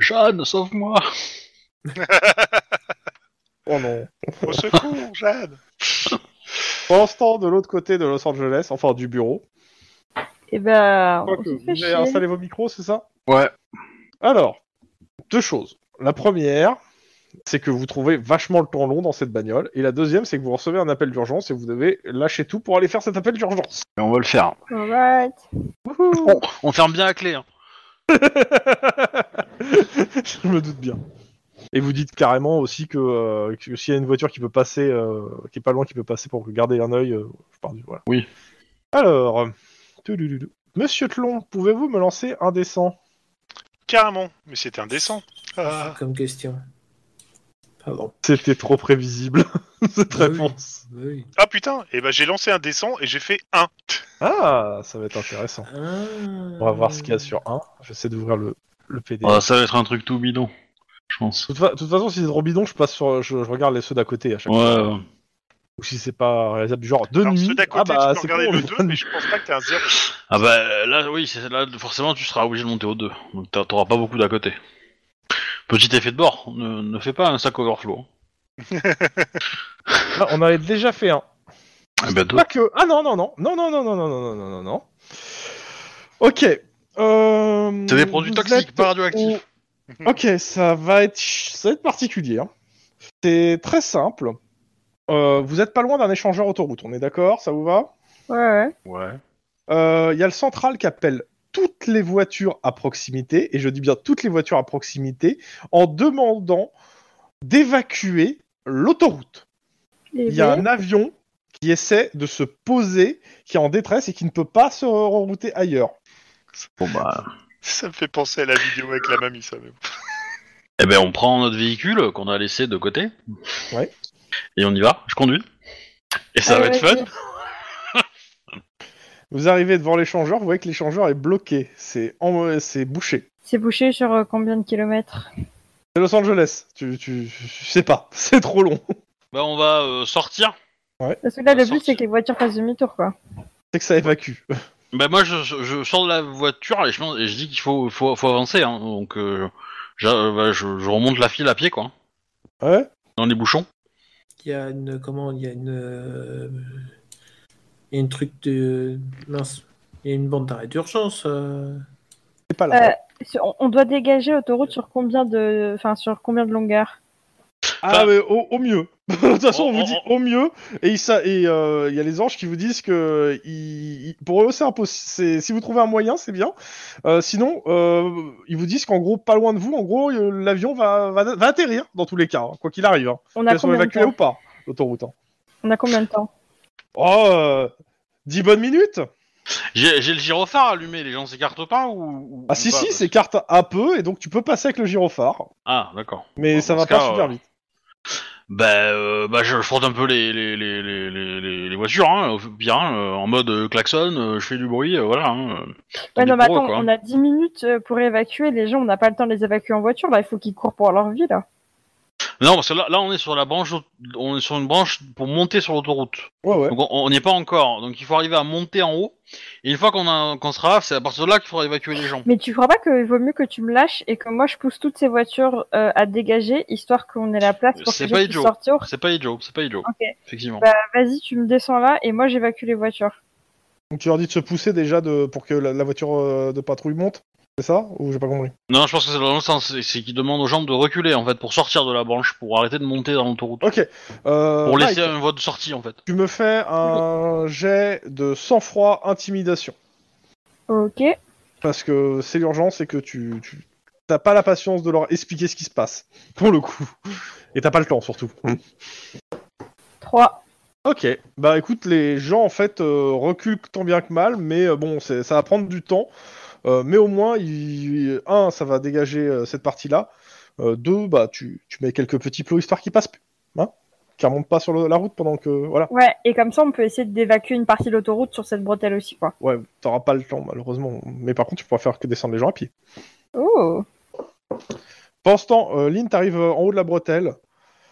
Speaker 1: Jeanne, sauve-moi.
Speaker 2: Oh non.
Speaker 4: Au secours, Jeanne.
Speaker 2: Pour l'instant, de l'autre côté de Los Angeles, enfin du bureau.
Speaker 5: Et ben,
Speaker 2: Je
Speaker 5: on
Speaker 2: crois que
Speaker 5: se fait
Speaker 2: vous
Speaker 5: chier.
Speaker 2: avez installé vos micros, c'est ça
Speaker 1: Ouais.
Speaker 2: Alors, deux choses. La première, c'est que vous trouvez vachement le temps long dans cette bagnole. Et la deuxième, c'est que vous recevez un appel d'urgence et vous devez lâcher tout pour aller faire cet appel d'urgence.
Speaker 1: Et on va le faire.
Speaker 5: Alright.
Speaker 1: Bon, on ferme bien la clé. hein.
Speaker 2: Je me doute bien. Et vous dites carrément aussi que, euh, que s'il y a une voiture qui peut passer, euh, qui est pas loin, qui peut passer pour garder un œil, euh, je pars du- voilà.
Speaker 1: Oui.
Speaker 2: Alors, euh, toulouloulou. Monsieur Tlon, pouvez-vous me lancer un dessin
Speaker 4: Carrément. Mais c'est indécent. Ah.
Speaker 6: Comme question. Pardon.
Speaker 2: C'était trop prévisible, cette
Speaker 6: Bah Oui.
Speaker 2: réponse.
Speaker 6: Oui.
Speaker 4: Ah, putain. Et ben j'ai lancé un dessin et j'ai fait un.
Speaker 2: Ah, ça va être intéressant.
Speaker 6: Ah.
Speaker 2: On va voir ce qu'il y a sur 1. J'essaie d'ouvrir le, le PDF.
Speaker 1: Ah, ça va être un truc tout bidon, je pense.
Speaker 2: De toute, fa- de toute façon, si c'est trop bidon, je passe sur, je, je regarde les ceux d'à côté à chaque
Speaker 1: Ouais.
Speaker 2: fois.
Speaker 1: ouais.
Speaker 2: Ou si c'est pas réalisable du genre deux
Speaker 4: Alors
Speaker 2: nuits.
Speaker 4: ceux d'à côté,
Speaker 2: ah bah
Speaker 4: tu
Speaker 2: c'est
Speaker 4: peux regarder
Speaker 2: con,
Speaker 4: le
Speaker 2: mais-
Speaker 4: 2, mais je pense pas que t'as un 0.
Speaker 1: Ah bah là, oui, c'est là, forcément, tu seras obligé de monter au 2. Donc t'a- t'auras pas beaucoup d'à côté. Petit effet de bord, ne, ne fais pas un sac overflow.
Speaker 2: Ah, on avait déjà fait un.
Speaker 1: Eh ben, deux.
Speaker 2: Pas que. Ah non non non non non non non non non non non non non. Ok. Euh,
Speaker 1: C'est des produits
Speaker 2: vous
Speaker 1: toxiques,
Speaker 2: êtes
Speaker 1: pas radioactifs.
Speaker 2: au- Ok, ça va être ch- ça va être particulier. hein. C'est très simple. Euh, vous êtes pas loin d'un échangeur autoroute. On est d'accord Ça vous va
Speaker 5: Ouais, ouais.
Speaker 1: Ouais.
Speaker 2: Euh, Il y a le central qui appelle toutes les voitures à proximité, et je dis bien toutes les voitures à proximité, en demandant d'évacuer l'autoroute.
Speaker 5: Et
Speaker 2: Il y a
Speaker 5: ben,
Speaker 2: un avion qui essaie de se poser, qui est en détresse et qui ne peut pas se rerouter ailleurs.
Speaker 1: Bon bah,
Speaker 4: Ça me fait penser à la vidéo avec la mamie, ça. mais bon.
Speaker 1: Eh ben, on prend notre véhicule qu'on a laissé de côté.
Speaker 2: Ouais. Ah,
Speaker 1: Et on y va. Je conduis. Et ça va
Speaker 5: Allez,
Speaker 1: être
Speaker 5: vas-y.
Speaker 1: fun.
Speaker 2: Vous arrivez devant l'échangeur, vous voyez que l'échangeur est bloqué, c'est en... c'est bouché.
Speaker 5: C'est bouché sur euh, combien de kilomètres
Speaker 2: C'est Los Angeles, tu, tu... je sais pas, c'est trop long.
Speaker 1: Bah, on va euh, sortir.
Speaker 5: Parce que là, le
Speaker 1: Sortir.
Speaker 5: but, c'est que les voitures fassent demi-tour, quoi.
Speaker 2: C'est que ça évacue.
Speaker 1: Bah, moi, je, je- je sors de la voiture et je, pense- et je dis qu'il faut, faut, faut avancer. hein. Donc, euh, j'a- bah, je, je remonte la file à pied, quoi.
Speaker 2: Ouais
Speaker 1: Dans les bouchons.
Speaker 6: Il y a une. Comment Il y a une. euh, Il y a une truc de. Mince. Il y a une bande d'arrêt d'urgence. euh.
Speaker 2: C'est pas
Speaker 5: Euh,
Speaker 2: là.
Speaker 5: Sur- on- On doit dégager autoroute sur combien de, enfin, sur combien de longueur
Speaker 2: ah mais au, au mieux. de toute façon on
Speaker 1: On-
Speaker 2: vous
Speaker 1: on-
Speaker 2: dit au mieux et il sa- et, euh, il y a les anges qui vous disent que ils- ils- pour eux c'est impossible. c'est- Si vous trouvez un moyen c'est bien. Euh, sinon euh, ils vous disent qu'en gros pas loin de vous en gros euh, l'avion va, va, va atterrir dans tous les cas hein, quoi qu'il arrive. Hein.
Speaker 5: On a
Speaker 2: Qu'elles sont
Speaker 5: combien de
Speaker 2: évacuées ou
Speaker 5: temps
Speaker 2: pas l'autoroute. hein.
Speaker 5: On a combien de temps
Speaker 2: Oh euh, 10 bonnes minutes
Speaker 1: J'ai j'ai le gyrophare allumé. Les gens s'écartent pas ou. ou
Speaker 2: Ah si
Speaker 1: pas,
Speaker 2: si,
Speaker 1: parce-
Speaker 2: c'est carte un peu et donc tu peux passer avec le gyrophare,
Speaker 1: Ah, d'accord.
Speaker 2: mais
Speaker 1: Bon,
Speaker 2: ça
Speaker 1: dans
Speaker 2: va
Speaker 1: ce
Speaker 2: pas
Speaker 1: cas,
Speaker 2: super
Speaker 1: euh,
Speaker 2: vite.
Speaker 1: Bah, euh, bah je frotte un peu les, les, les, les, les- les- les voitures, hein, au pire, hein, euh, en mode euh, klaxon, euh, je fais du bruit, euh, voilà. hein, euh,
Speaker 5: Ouais,
Speaker 1: tandis
Speaker 5: Bah non, mais
Speaker 1: pour eux,
Speaker 5: attends,
Speaker 1: quoi.
Speaker 5: on a 10 minutes euh, pour évacuer les gens. On n'a pas le temps de les évacuer en voiture. Là, il faut qu'ils courent pour leur vie, là.
Speaker 1: Non, parce que là, là, on est sur la branche, aut- on est sur une branche pour monter sur l'autoroute.
Speaker 2: Ouais ouais.
Speaker 1: Donc on- on n'y est pas encore, donc il faut arriver à monter en haut. Et une fois qu'on a- qu'on sera là, c'est à partir de là qu'il faudra évacuer les gens.
Speaker 5: Mais tu crois pas qu'il vaut mieux que tu me lâches et que moi je pousse toutes ces voitures euh, à dégager histoire qu'on ait la place pour
Speaker 1: C'est
Speaker 5: que
Speaker 1: pas
Speaker 5: je puisse
Speaker 1: idiot.
Speaker 5: sortir
Speaker 1: C'est pas idiot, c'est pas idiot,
Speaker 5: Ok.
Speaker 1: effectivement.
Speaker 5: Bah vas-y, tu me descends là et moi j'évacue les voitures.
Speaker 2: Donc tu leur dis de se pousser déjà de pour que la, la voiture euh, de patrouille monte, c'est ça Ou j'ai pas compris
Speaker 1: Non, je pense que c'est dans le sens, c'est- c'est qu'il demande aux gens de reculer, en fait, pour sortir de la branche, pour arrêter de monter dans l'autoroute.
Speaker 2: Ok. Euh,
Speaker 1: Pour laisser
Speaker 2: Mike,
Speaker 1: un voie de sortie, en fait.
Speaker 2: tu me fais un jet de sang-froid intimidation
Speaker 5: Ok.
Speaker 2: parce que c'est l'urgence et que tu tu- t'as pas la patience de leur expliquer ce qui se passe pour le coup et t'as pas le temps surtout.
Speaker 5: 3.
Speaker 2: Ok, bah écoute, les gens en fait euh, reculent tant bien que mal, mais euh, bon, c'est- ça va prendre du temps. Euh, mais au moins, il- un, ça va dégager euh, cette partie-là. Euh, deux, bah tu, tu mets quelques petits plots histoire qu'ils passent plus, hein, qu'ils remontent pas sur le- la route pendant que voilà.
Speaker 5: Ouais, et comme ça on peut essayer d'évacuer une partie de l'autoroute sur cette bretelle aussi, quoi.
Speaker 2: Ouais, t'auras pas le temps malheureusement. Mais par contre, tu pourras faire que descendre les gens à pied.
Speaker 5: Oh
Speaker 2: Pendant ce temps, euh, Lynn, t'arrives euh, en haut de la bretelle.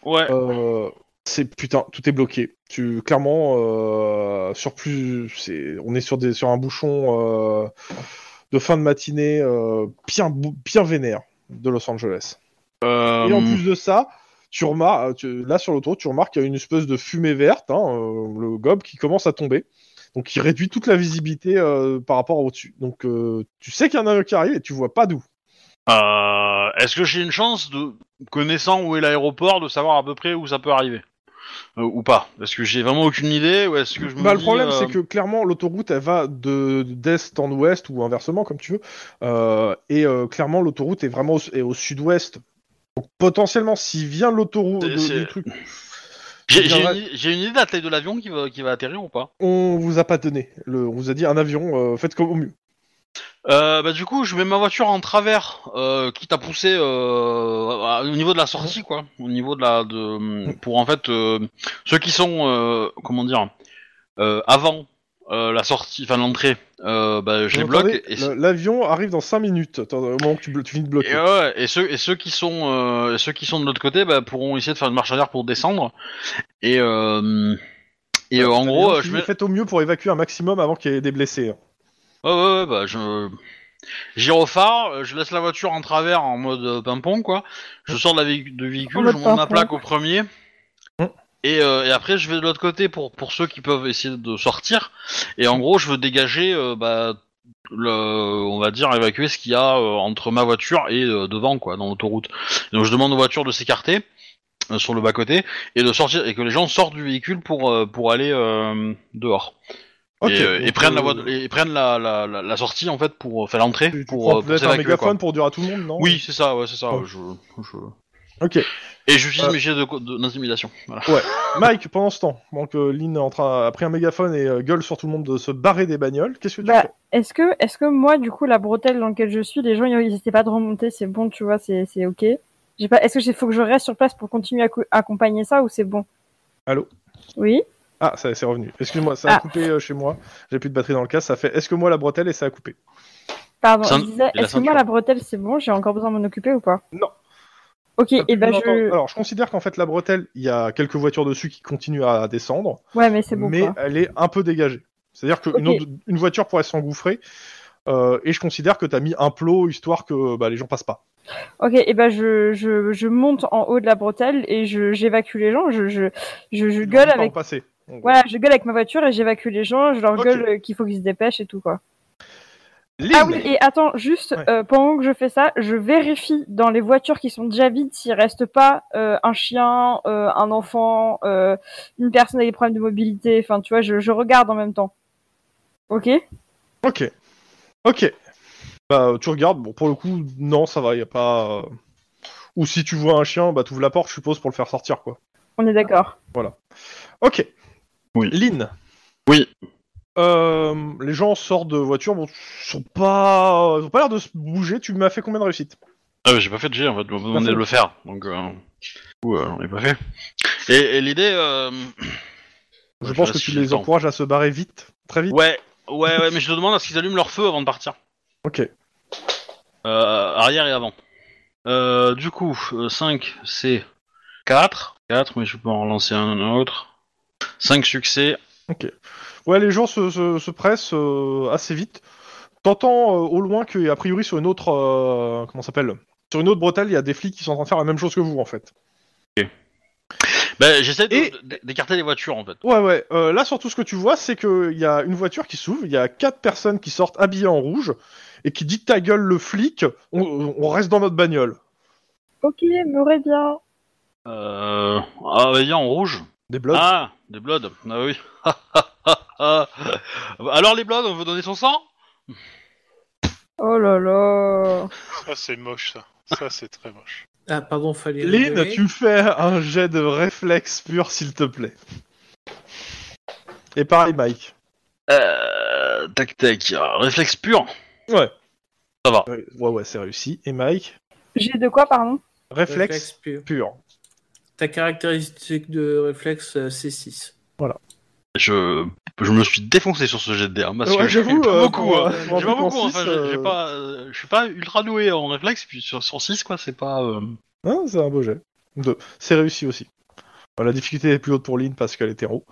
Speaker 1: Ouais.
Speaker 2: Euh, c'est putain, tout est bloqué. Tu clairement euh, sur plus, c'est, on est sur des sur un bouchon euh, de fin de matinée euh, bien bou- bien vénère de Los Angeles.
Speaker 1: Euh,
Speaker 2: Et en plus de ça, tu remarques là sur l'autoroute, tu remarques qu'il y a une espèce de fumée verte, hein, euh, le gobe qui commence à tomber. Donc qui réduit toute la visibilité euh, par rapport au-dessus. Donc euh, tu sais qu'il y en a un qui arrive et tu vois pas d'où.
Speaker 1: Euh, Est-ce que j'ai une chance de connaissant où est l'aéroport de savoir à peu près où ça peut arriver Euh, ou pas Est-ce que j'ai vraiment aucune idée ou est-ce que je me
Speaker 2: Bah, le
Speaker 1: dis,
Speaker 2: problème,
Speaker 1: euh,
Speaker 2: c'est que clairement, l'autoroute, elle va de d'est en ouest ou inversement, comme tu veux. Euh, et euh, clairement, l'autoroute est vraiment au, est au sud-ouest. Donc, potentiellement, s'il vient de l'autoroute,
Speaker 1: C'est-
Speaker 2: de-
Speaker 1: c'est-
Speaker 2: du truc,
Speaker 1: j'ai j'ai
Speaker 2: viendra-
Speaker 1: une, j'ai une idée de la taille de l'avion qui va qui va atterrir ou pas
Speaker 2: on vous a pas donné. Le, on vous a dit un avion, euh, faites comme au mieux.
Speaker 1: euh, Bah du coup, je mets ma voiture en travers, euh, quitte à pousser euh, à- au niveau de la sortie quoi, au niveau de la de pour en fait euh, ceux qui sont euh, comment dire euh, avant euh, la sortie, enfin l'entrée, euh, bah, je les
Speaker 2: Vous
Speaker 1: bloque
Speaker 2: entendez
Speaker 1: et,
Speaker 2: Le- L'avion arrive dans 5 minutes, attends, au moment que tu, blo- tu finis de bloquer.
Speaker 1: Et, euh, ouais, et ceux, et ceux qui sont, euh, ceux qui sont de l'autre côté, bah, pourront essayer de faire une marche arrière pour descendre. Et, euh, et euh, en
Speaker 2: Les
Speaker 1: gros,
Speaker 2: gens
Speaker 1: euh,
Speaker 2: qui
Speaker 1: je
Speaker 2: disent,
Speaker 1: mets...
Speaker 2: Faites au mieux pour évacuer un maximum avant qu'il y ait des blessés. hein.
Speaker 1: ouais, ouais, ouais, bah, je, gyrophare, euh, je laisse la voiture en travers en mode euh, pimpon, quoi. Je sors de la véhi- de
Speaker 5: En
Speaker 1: véhicule,
Speaker 5: mode Hum.
Speaker 1: je monte ma
Speaker 5: pimpon.
Speaker 1: plaque au premier.
Speaker 2: Mm.
Speaker 1: Et, euh, et après, je vais de l'autre côté pour, pour ceux qui peuvent essayer de sortir. Et en gros, je veux dégager, euh, bah, le, on va dire, évacuer ce qu'il y a euh, entre ma voiture et euh, devant, quoi, dans l'autoroute. Donc, je demande aux voitures de s'écarter euh, sur le bas côté et de sortir et que les gens sortent du véhicule pour euh, pour aller euh, dehors
Speaker 2: Ok,
Speaker 1: et, euh, et
Speaker 2: donc,
Speaker 1: prennent la
Speaker 2: euh,
Speaker 1: voie- et prennent la, la, la, la sortie en fait pour euh, faire l'entrée
Speaker 2: tu- tu
Speaker 1: pour,
Speaker 2: prends
Speaker 1: euh, pour
Speaker 2: peut-être un
Speaker 1: s'évacuer quoi.
Speaker 2: mégaphone pour dire à tout le monde, non
Speaker 1: Oui, c'est ça, ouais, c'est ça.
Speaker 2: Oh.
Speaker 1: Je, je-
Speaker 2: Ok.
Speaker 1: Et j'utilise
Speaker 2: Euh.
Speaker 1: mes jets de co- de- d'intimidation. Voilà.
Speaker 2: Mike, pendant ce temps, donc euh, Lynn est en train, a pris un mégaphone et euh, gueule sur tout le monde de se barrer des bagnoles. Qu'est-ce que tu
Speaker 5: Bah,
Speaker 2: fais
Speaker 5: Est-ce que, est-ce que moi, du coup, la bretelle dans laquelle je suis, les gens, ils n'étaient pas de remonter, c'est bon, tu vois, c'est, c'est ok. J'ai pas, est-ce que j'ai, faut que je reste sur place pour continuer à co- accompagner ça ou c'est bon
Speaker 2: Allô
Speaker 5: Oui.
Speaker 2: Ah, ça c'est revenu. Excuse-moi, ça a
Speaker 5: Ah.
Speaker 2: coupé euh, chez moi. J'ai plus de batterie dans le casque. Ça fait. Est-ce que moi la bretelle et ça a coupé
Speaker 5: Pardon.
Speaker 1: Ceinture-
Speaker 5: je disais,
Speaker 1: et la
Speaker 5: est-ce que moi,
Speaker 1: ceinture.
Speaker 5: la bretelle, c'est bon J'ai encore besoin de m'en occuper ou pas
Speaker 2: Non.
Speaker 5: Ok.
Speaker 2: T'as
Speaker 5: Et
Speaker 2: plus
Speaker 5: ben
Speaker 2: longtemps.
Speaker 5: je.
Speaker 2: Alors, je considère qu'en fait la bretelle, il y a quelques voitures dessus qui continuent à descendre,
Speaker 5: Ouais, mais c'est bon.
Speaker 2: mais
Speaker 5: quoi.
Speaker 2: elle est un peu dégagée. C'est-à-dire qu'une
Speaker 5: Ok.
Speaker 2: autre- une voiture pourrait s'engouffrer. euh, et je considère que t'as mis un plot histoire que bah, les gens passent pas.
Speaker 5: Ok. Et ben je, je, je monte en haut de la bretelle et je, j'évacue les gens. Je, je, je, je
Speaker 2: Ils ont
Speaker 5: gueule
Speaker 2: dit d'en
Speaker 5: avec.
Speaker 2: passer. En gros.
Speaker 5: Voilà, je gueule avec ma voiture et j'évacue les gens. Je leur
Speaker 2: Ok.
Speaker 5: gueule euh, qu'il faut qu'ils se dépêchent et tout quoi.
Speaker 2: Lynn,
Speaker 5: Ah oui, et attends, juste
Speaker 2: Ouais.
Speaker 5: euh, pendant que je fais ça, je vérifie dans les voitures qui sont déjà vides s'il reste pas euh, un chien, euh, un enfant, euh, une personne avec des problèmes de mobilité. Enfin, tu vois, je, je regarde en même temps. Ok
Speaker 2: Ok. Ok. Bah, tu regardes, bon, pour le coup, non, ça va, y a pas. euh, Ou si tu vois un chien, bah, t'ouvres la porte, je suppose, pour le faire sortir, quoi.
Speaker 5: On est d'accord.
Speaker 2: Ok.
Speaker 1: Oui.
Speaker 2: Lynn.
Speaker 1: Oui.
Speaker 2: Euh, les gens sortent de voiture, bon, ils sont pas. Ils ont pas l'air de se bouger, tu m'as fait combien de réussites
Speaker 1: Ah, mais j'ai pas fait de jet en fait, on m'a demandé de le faire. Donc, euh, du coup, euh, j'en ai pas fait. Et, et l'idée. euh,
Speaker 2: Je
Speaker 1: ouais,
Speaker 2: pense que
Speaker 1: reste
Speaker 2: tu
Speaker 1: sur le
Speaker 2: les
Speaker 1: temps.
Speaker 2: encourages à se barrer vite, très vite.
Speaker 1: Ouais, ouais, ouais, mais je te demande à ce qu'ils allument leur feu avant de partir.
Speaker 2: Ok.
Speaker 1: Euh, arrière et avant. Euh, du coup, 5, c'est 4. 4, mais je peux en relancer un, un autre. 5 succès.
Speaker 2: Ouais, les gens se, se- se pressent euh, assez vite. T'entends euh, au loin que, a priori, sur une autre. euh, comment ça s'appelle Sur une autre bretelle, il y a des flics qui sont en train de faire la même chose que vous, en fait.
Speaker 1: Ben, j'essaie de-
Speaker 2: Et-
Speaker 1: de- d'écarter les voitures en fait.
Speaker 2: Ouais, ouais. Euh, là, surtout, ce que tu vois, c'est qu'il y a une voiture qui s'ouvre, il y a quatre personnes qui sortent habillées en rouge et qui dit ta gueule le flic, on, on reste dans notre bagnole.
Speaker 5: Ok, me bien.
Speaker 1: Euh... Ah, vas-y, en rouge.
Speaker 2: Des blocs.
Speaker 1: Ah, des bloods. Ah oui. Alors les bloods, on veut donner son sang
Speaker 5: Oh là là.
Speaker 4: Ça, c'est moche, ça. Ça, c'est très moche.
Speaker 6: Ah, pardon, fallait.
Speaker 2: Lynn,
Speaker 6: rigoler.
Speaker 2: tu me fais un jet de réflexe pur, s'il te plaît. Et pareil, Mike.
Speaker 1: Euh... Tac tac. euh, Réflexe pur.
Speaker 2: Ouais.
Speaker 1: Ça va.
Speaker 2: Ouais, ouais, ouais, c'est réussi. Et Mike,
Speaker 5: J'ai de quoi, pardon
Speaker 2: réflexe,
Speaker 6: Réflexe pur.
Speaker 2: pur.
Speaker 6: Ta caractéristique de réflexe, euh, c'est 6.
Speaker 1: Je... je me suis défoncé sur ce jet de dé. hein, parce que j'ai pas
Speaker 2: euh,
Speaker 1: beaucoup.
Speaker 2: pour,
Speaker 1: hein.
Speaker 2: euh, pour un
Speaker 1: J'ai pas
Speaker 2: truc en
Speaker 1: beaucoup,
Speaker 2: six,
Speaker 1: enfin, j'ai- j'ai
Speaker 2: euh,
Speaker 1: pas, euh, je suis pas ultra doué en réflexe, puis sur, sur 6, quoi, c'est pas... euh,
Speaker 2: Hein, c'est un beau jet. Deux. C'est réussi aussi. Euh, La difficulté est plus haute pour Lynn parce qu'elle est héros.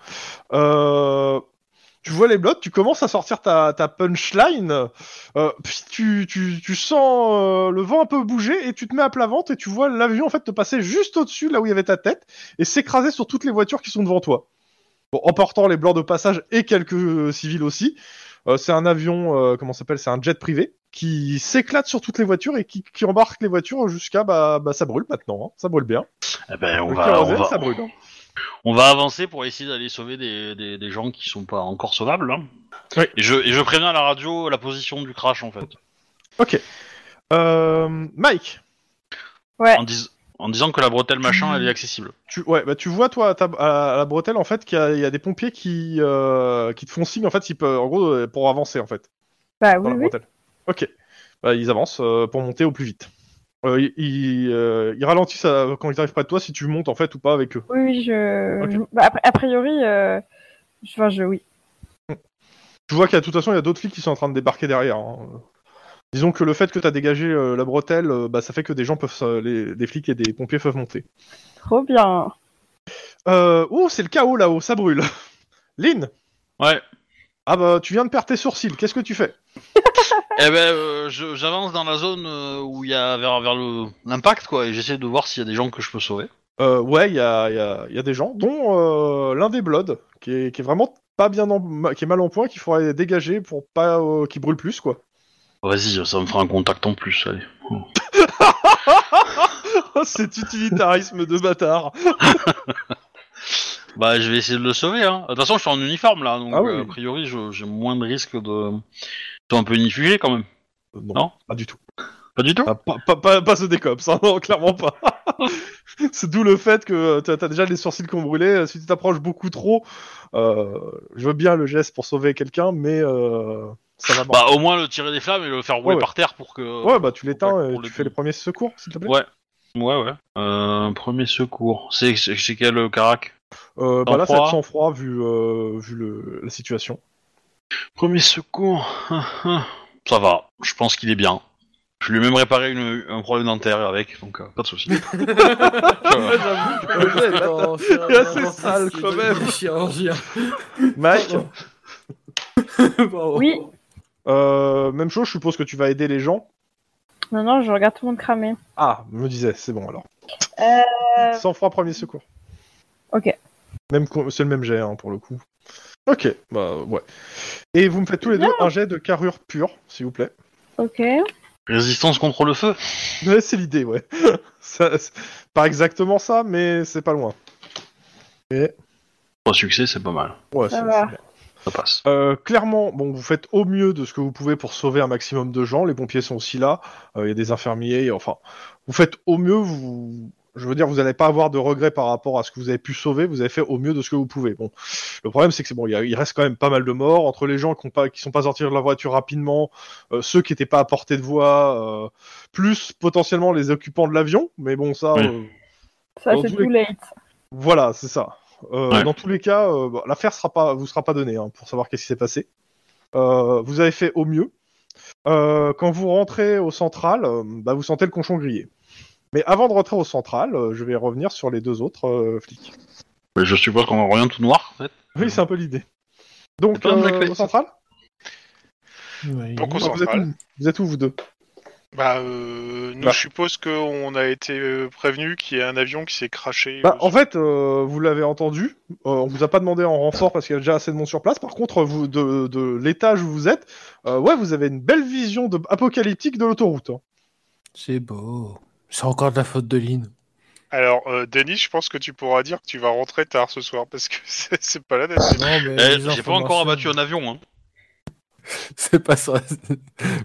Speaker 2: Euh, Tu vois les blocs, tu commences à sortir ta, ta punchline, euh, puis tu, tu, tu sens euh, le vent un peu bouger et tu te mets à plat ventre et tu vois l'avion en fait te passer juste au-dessus là où il y avait ta tête et s'écraser sur toutes les voitures qui sont devant toi. Bon, emportant les blancs de passage et quelques euh, civils aussi. Euh, c'est un avion, euh, comment ça s'appelle C'est un jet privé qui s'éclate sur toutes les voitures et qui, qui embarque les voitures jusqu'à bah, bah ça brûle maintenant, hein, ça brûle bien.
Speaker 1: Eh ben, on
Speaker 2: Le
Speaker 1: va, on,
Speaker 2: kérosène, ça
Speaker 1: va,
Speaker 2: brûle. hein.
Speaker 1: on va avancer pour essayer d'aller sauver des, des, des gens qui sont pas encore sauvables. hein.
Speaker 2: Oui.
Speaker 1: Et, je, et je préviens à la radio la position du crash, en fait.
Speaker 2: Euh, Mike,
Speaker 5: Ouais.
Speaker 1: En, dis- en disant que la bretelle machin,
Speaker 2: Mmh.
Speaker 1: elle est accessible.
Speaker 2: tu, ouais, bah, tu vois toi à, ta- à- à la bretelle en fait qu'il y, a- il y a des pompiers qui, euh, qui te font signe en fait, s'ils peuvent- en gros euh, pour avancer en fait
Speaker 5: Bah
Speaker 2: dans
Speaker 5: oui,
Speaker 2: la
Speaker 5: oui.
Speaker 2: bretelle. Ok, Bah, ils avancent euh, pour monter au plus vite. Euh, ils, ils, euh, ils ralentissent euh, quand ils arrivent près de toi si tu montes en fait ou pas avec eux.
Speaker 5: Oui, oui, je.
Speaker 2: Ok.
Speaker 5: je- bah, a- a priori, euh... enfin, je. Oui.
Speaker 2: Tu vois qu'à toute façon il y a d'autres flics qui sont en train de débarquer derrière. hein. Disons que le fait que t'as dégagé euh, la bretelle, euh, bah, ça fait que des gens peuvent, se- les, des flics et des pompiers peuvent monter.
Speaker 5: Trop bien.
Speaker 2: Euh, oh, c'est le chaos là-haut, ça brûle. Lynn,
Speaker 1: Ouais.
Speaker 2: ah bah tu viens de perdre tes sourcils, qu'est-ce que tu fais
Speaker 1: Eh ben, euh, je- j'avance dans la zone euh, où il y a vers, vers le- l'impact, quoi, et j'essaie de voir s'il y a des gens que je peux sauver.
Speaker 2: euh, Ouais, il y a, y a- y a des gens, dont euh, l'un des Bloods, qui est, qui est vraiment pas bien, en- qui est mal en point, qu'il faudrait dégager pour pas euh, qu'il brûle plus quoi.
Speaker 1: Vas-y, ça me fera un contact en plus, allez.
Speaker 2: Cet utilitarisme de bâtard.
Speaker 1: Bah, je vais essayer de le sauver, hein. De toute façon, je suis en uniforme, là, donc,
Speaker 2: Ah oui.
Speaker 1: euh, a priori, je- j'ai moins de risque de... Ils sont un peu uniformisés, quand même.
Speaker 2: Euh, non,
Speaker 1: Non
Speaker 2: pas du tout.
Speaker 1: Pas du tout
Speaker 2: Ah, pas, pas, pas, pas ceux des cops, hein, non, clairement pas. c'est d'où le fait que euh, t'as as déjà les sourcils qui ont brûlé. euh, Si tu t'approches beaucoup trop, euh, je veux bien le geste pour sauver quelqu'un, mais euh, ça va pas.
Speaker 1: Bah, au moins le tirer des flammes et le faire rouler
Speaker 2: Ouais, ouais.
Speaker 1: par terre pour que.
Speaker 2: ouais, bah tu l'éteins
Speaker 1: pour
Speaker 2: et
Speaker 1: le
Speaker 2: tu fais
Speaker 1: coup.
Speaker 2: les premiers secours, s'il te plaît.
Speaker 1: Ouais. Ouais, ouais. Euh, premier secours. C'est c'est- c'est quel euh, carac
Speaker 2: Euh, bah là, c'est
Speaker 1: Sang-froid.
Speaker 2: sans froid vu, euh, vu le, la situation.
Speaker 1: Premier secours. hein, Ça va. Je pense qu'il est bien. Je lui ai même réparé une- un problème dentaire avec, donc euh, pas de soucis. Euh,
Speaker 2: Oh, c'est sale, quand même.
Speaker 6: Chirurgien.
Speaker 2: Mike,
Speaker 6: Bravo.
Speaker 5: Oui.
Speaker 2: euh, même chose, je suppose que tu vas aider les gens.
Speaker 5: Non, non, je regarde tout le monde cramer.
Speaker 2: Ah, je me disais, c'est bon alors.
Speaker 5: Euh,
Speaker 2: Sans froid, premier secours.
Speaker 5: Ok.
Speaker 2: Même co- c'est le même jet hein, pour le coup. Ok, bah ouais. Et vous me faites tous les deux un jet de carrure pure, s'il vous plaît.
Speaker 5: ok.
Speaker 1: Résistance contre le feu.
Speaker 2: Ouais, c'est l'idée, ouais. Ça, c'est pas exactement ça, mais c'est pas loin.
Speaker 1: Trois succès, c'est pas mal.
Speaker 2: Ouais,
Speaker 5: Ça
Speaker 2: c'est-
Speaker 5: va.
Speaker 2: c'est bien.
Speaker 1: Ça passe.
Speaker 2: Euh, clairement, bon, vous faites au mieux de ce que vous pouvez pour sauver un maximum de gens. Les pompiers sont aussi là. Euh, Il y a des infirmiers. Enfin, vous faites au mieux. Vous, je veux dire, vous n'allez pas avoir de regrets par rapport à ce que vous avez pu sauver. Vous avez fait au mieux de ce que vous pouvez. Bon, le problème, c'est que c'est bon. Il, y a- il reste quand même pas mal de morts entre les gens qui, ont pas, qui sont pas sortis de la voiture rapidement, euh, ceux qui n'étaient pas à portée de voie, euh, plus potentiellement les occupants de l'avion. Mais bon, ça.
Speaker 1: Oui.
Speaker 2: euh,
Speaker 5: Ça,
Speaker 2: Dans
Speaker 5: c'est
Speaker 2: tous
Speaker 5: too late.
Speaker 2: Voilà, c'est ça. Euh,
Speaker 1: Ouais.
Speaker 2: Dans tous les cas, euh, bon, l'affaire sera pas, vous sera pas donnée hein, pour savoir qu'est-ce qui s'est passé. Euh, vous avez fait au mieux. Euh, quand vous rentrez au central, euh, bah, vous sentez le conchon grillé. Mais avant de rentrer au central, euh, je vais revenir sur les deux autres euh, flics.
Speaker 1: Mais je suppose qu'on revient tout noir, en fait.
Speaker 2: Oui, c'est un peu l'idée. Donc,
Speaker 1: C'est pas un
Speaker 2: euh,
Speaker 1: blackface.
Speaker 2: au central
Speaker 3: Oui.
Speaker 4: Donc, au
Speaker 2: Alors, vous, êtes
Speaker 4: central.
Speaker 2: où vous êtes où, vous deux
Speaker 4: Bah, euh, nous,
Speaker 2: Bah.
Speaker 4: je suppose qu'on a été euh, prévenu qu'il y a un avion qui s'est craché.
Speaker 2: Bah,
Speaker 4: euh,
Speaker 2: en fait, euh, vous l'avez entendu, euh, on vous a pas demandé en renfort parce qu'il y a déjà assez de monde sur place. Par contre, vous, de, de l'étage où vous êtes, euh, ouais, vous avez une belle vision de, apocalyptique de l'autoroute. hein.
Speaker 3: C'est beau. C'est encore de la faute de Lynn.
Speaker 4: Alors, euh, Denis, je pense que tu pourras dire que tu vas rentrer tard ce soir parce que c'est c'est pas la date.
Speaker 3: Non, mais
Speaker 2: Euh,
Speaker 1: Eh,
Speaker 3: les
Speaker 1: J'ai pas
Speaker 3: informations-
Speaker 1: encore abattu un avion, hein.
Speaker 3: C'est pas ça.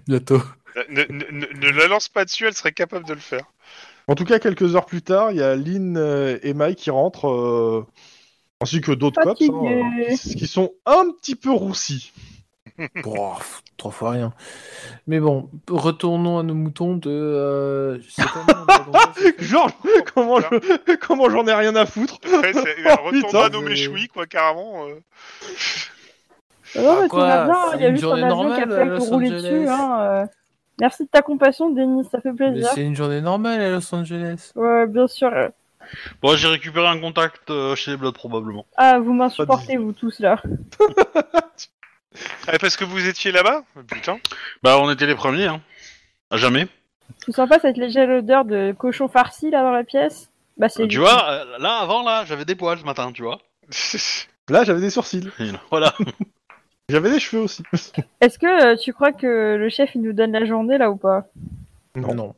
Speaker 3: Bientôt.
Speaker 4: Ne, ne, ne- ne la lance pas dessus, elle serait capable de le faire.
Speaker 2: En tout cas, quelques heures plus tard, il y a Lynn euh, et Mike qui rentrent, euh, ainsi que d'autres cops, hein,
Speaker 5: Fatigué.
Speaker 2: euh, qui, qui sont un petit peu roussis.
Speaker 3: Bon, pff, trois fois rien. Mais bon, retournons à nos moutons de. euh, je sais pas, non, on a demandé, c'est-
Speaker 2: Georges,
Speaker 1: Oh,
Speaker 2: comment je- comment j'en ai rien à foutre
Speaker 4: Après, c'est- euh,
Speaker 2: Oh,
Speaker 4: retourne
Speaker 2: putain.
Speaker 4: à nos méchouis, quoi, carrément. euh.
Speaker 5: Non,
Speaker 3: Ah,
Speaker 5: mais tout
Speaker 3: quoi,
Speaker 5: va bien.
Speaker 3: c'est
Speaker 5: Il y a
Speaker 3: une
Speaker 5: juste un
Speaker 3: journée
Speaker 5: avion qui a
Speaker 3: normale,
Speaker 5: failli
Speaker 3: à
Speaker 5: nous
Speaker 3: Los
Speaker 5: rouler
Speaker 3: Angeles.
Speaker 5: dessus. Hein. euh. Merci de ta compassion, Denis. Ça fait
Speaker 3: Mais
Speaker 5: plaisir.
Speaker 3: c'est une journée normale à Los Angeles.
Speaker 5: Ouais, bien sûr.
Speaker 1: Bon, j'ai récupéré un contact euh, chez les Bloods, probablement.
Speaker 5: Ah, vous m'insupportez, vous tous là.
Speaker 4: Ah, parce que vous étiez là-bas Putain.
Speaker 1: Bah, on était les premiers, hein. À jamais.
Speaker 5: Tu sens pas cette légère odeur de cochon farci là dans la pièce Bah, c'est.
Speaker 1: Tu vois, euh, là, avant, là, j'avais des poils ce matin, tu vois.
Speaker 2: Là, j'avais des sourcils,
Speaker 1: Voilà.
Speaker 2: j'avais des cheveux aussi.
Speaker 5: Est-ce que euh, tu crois que le chef il nous donne la journée là ou pas
Speaker 2: Non.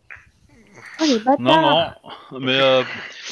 Speaker 5: Oh, les bâtards
Speaker 1: Non, non. Mais euh,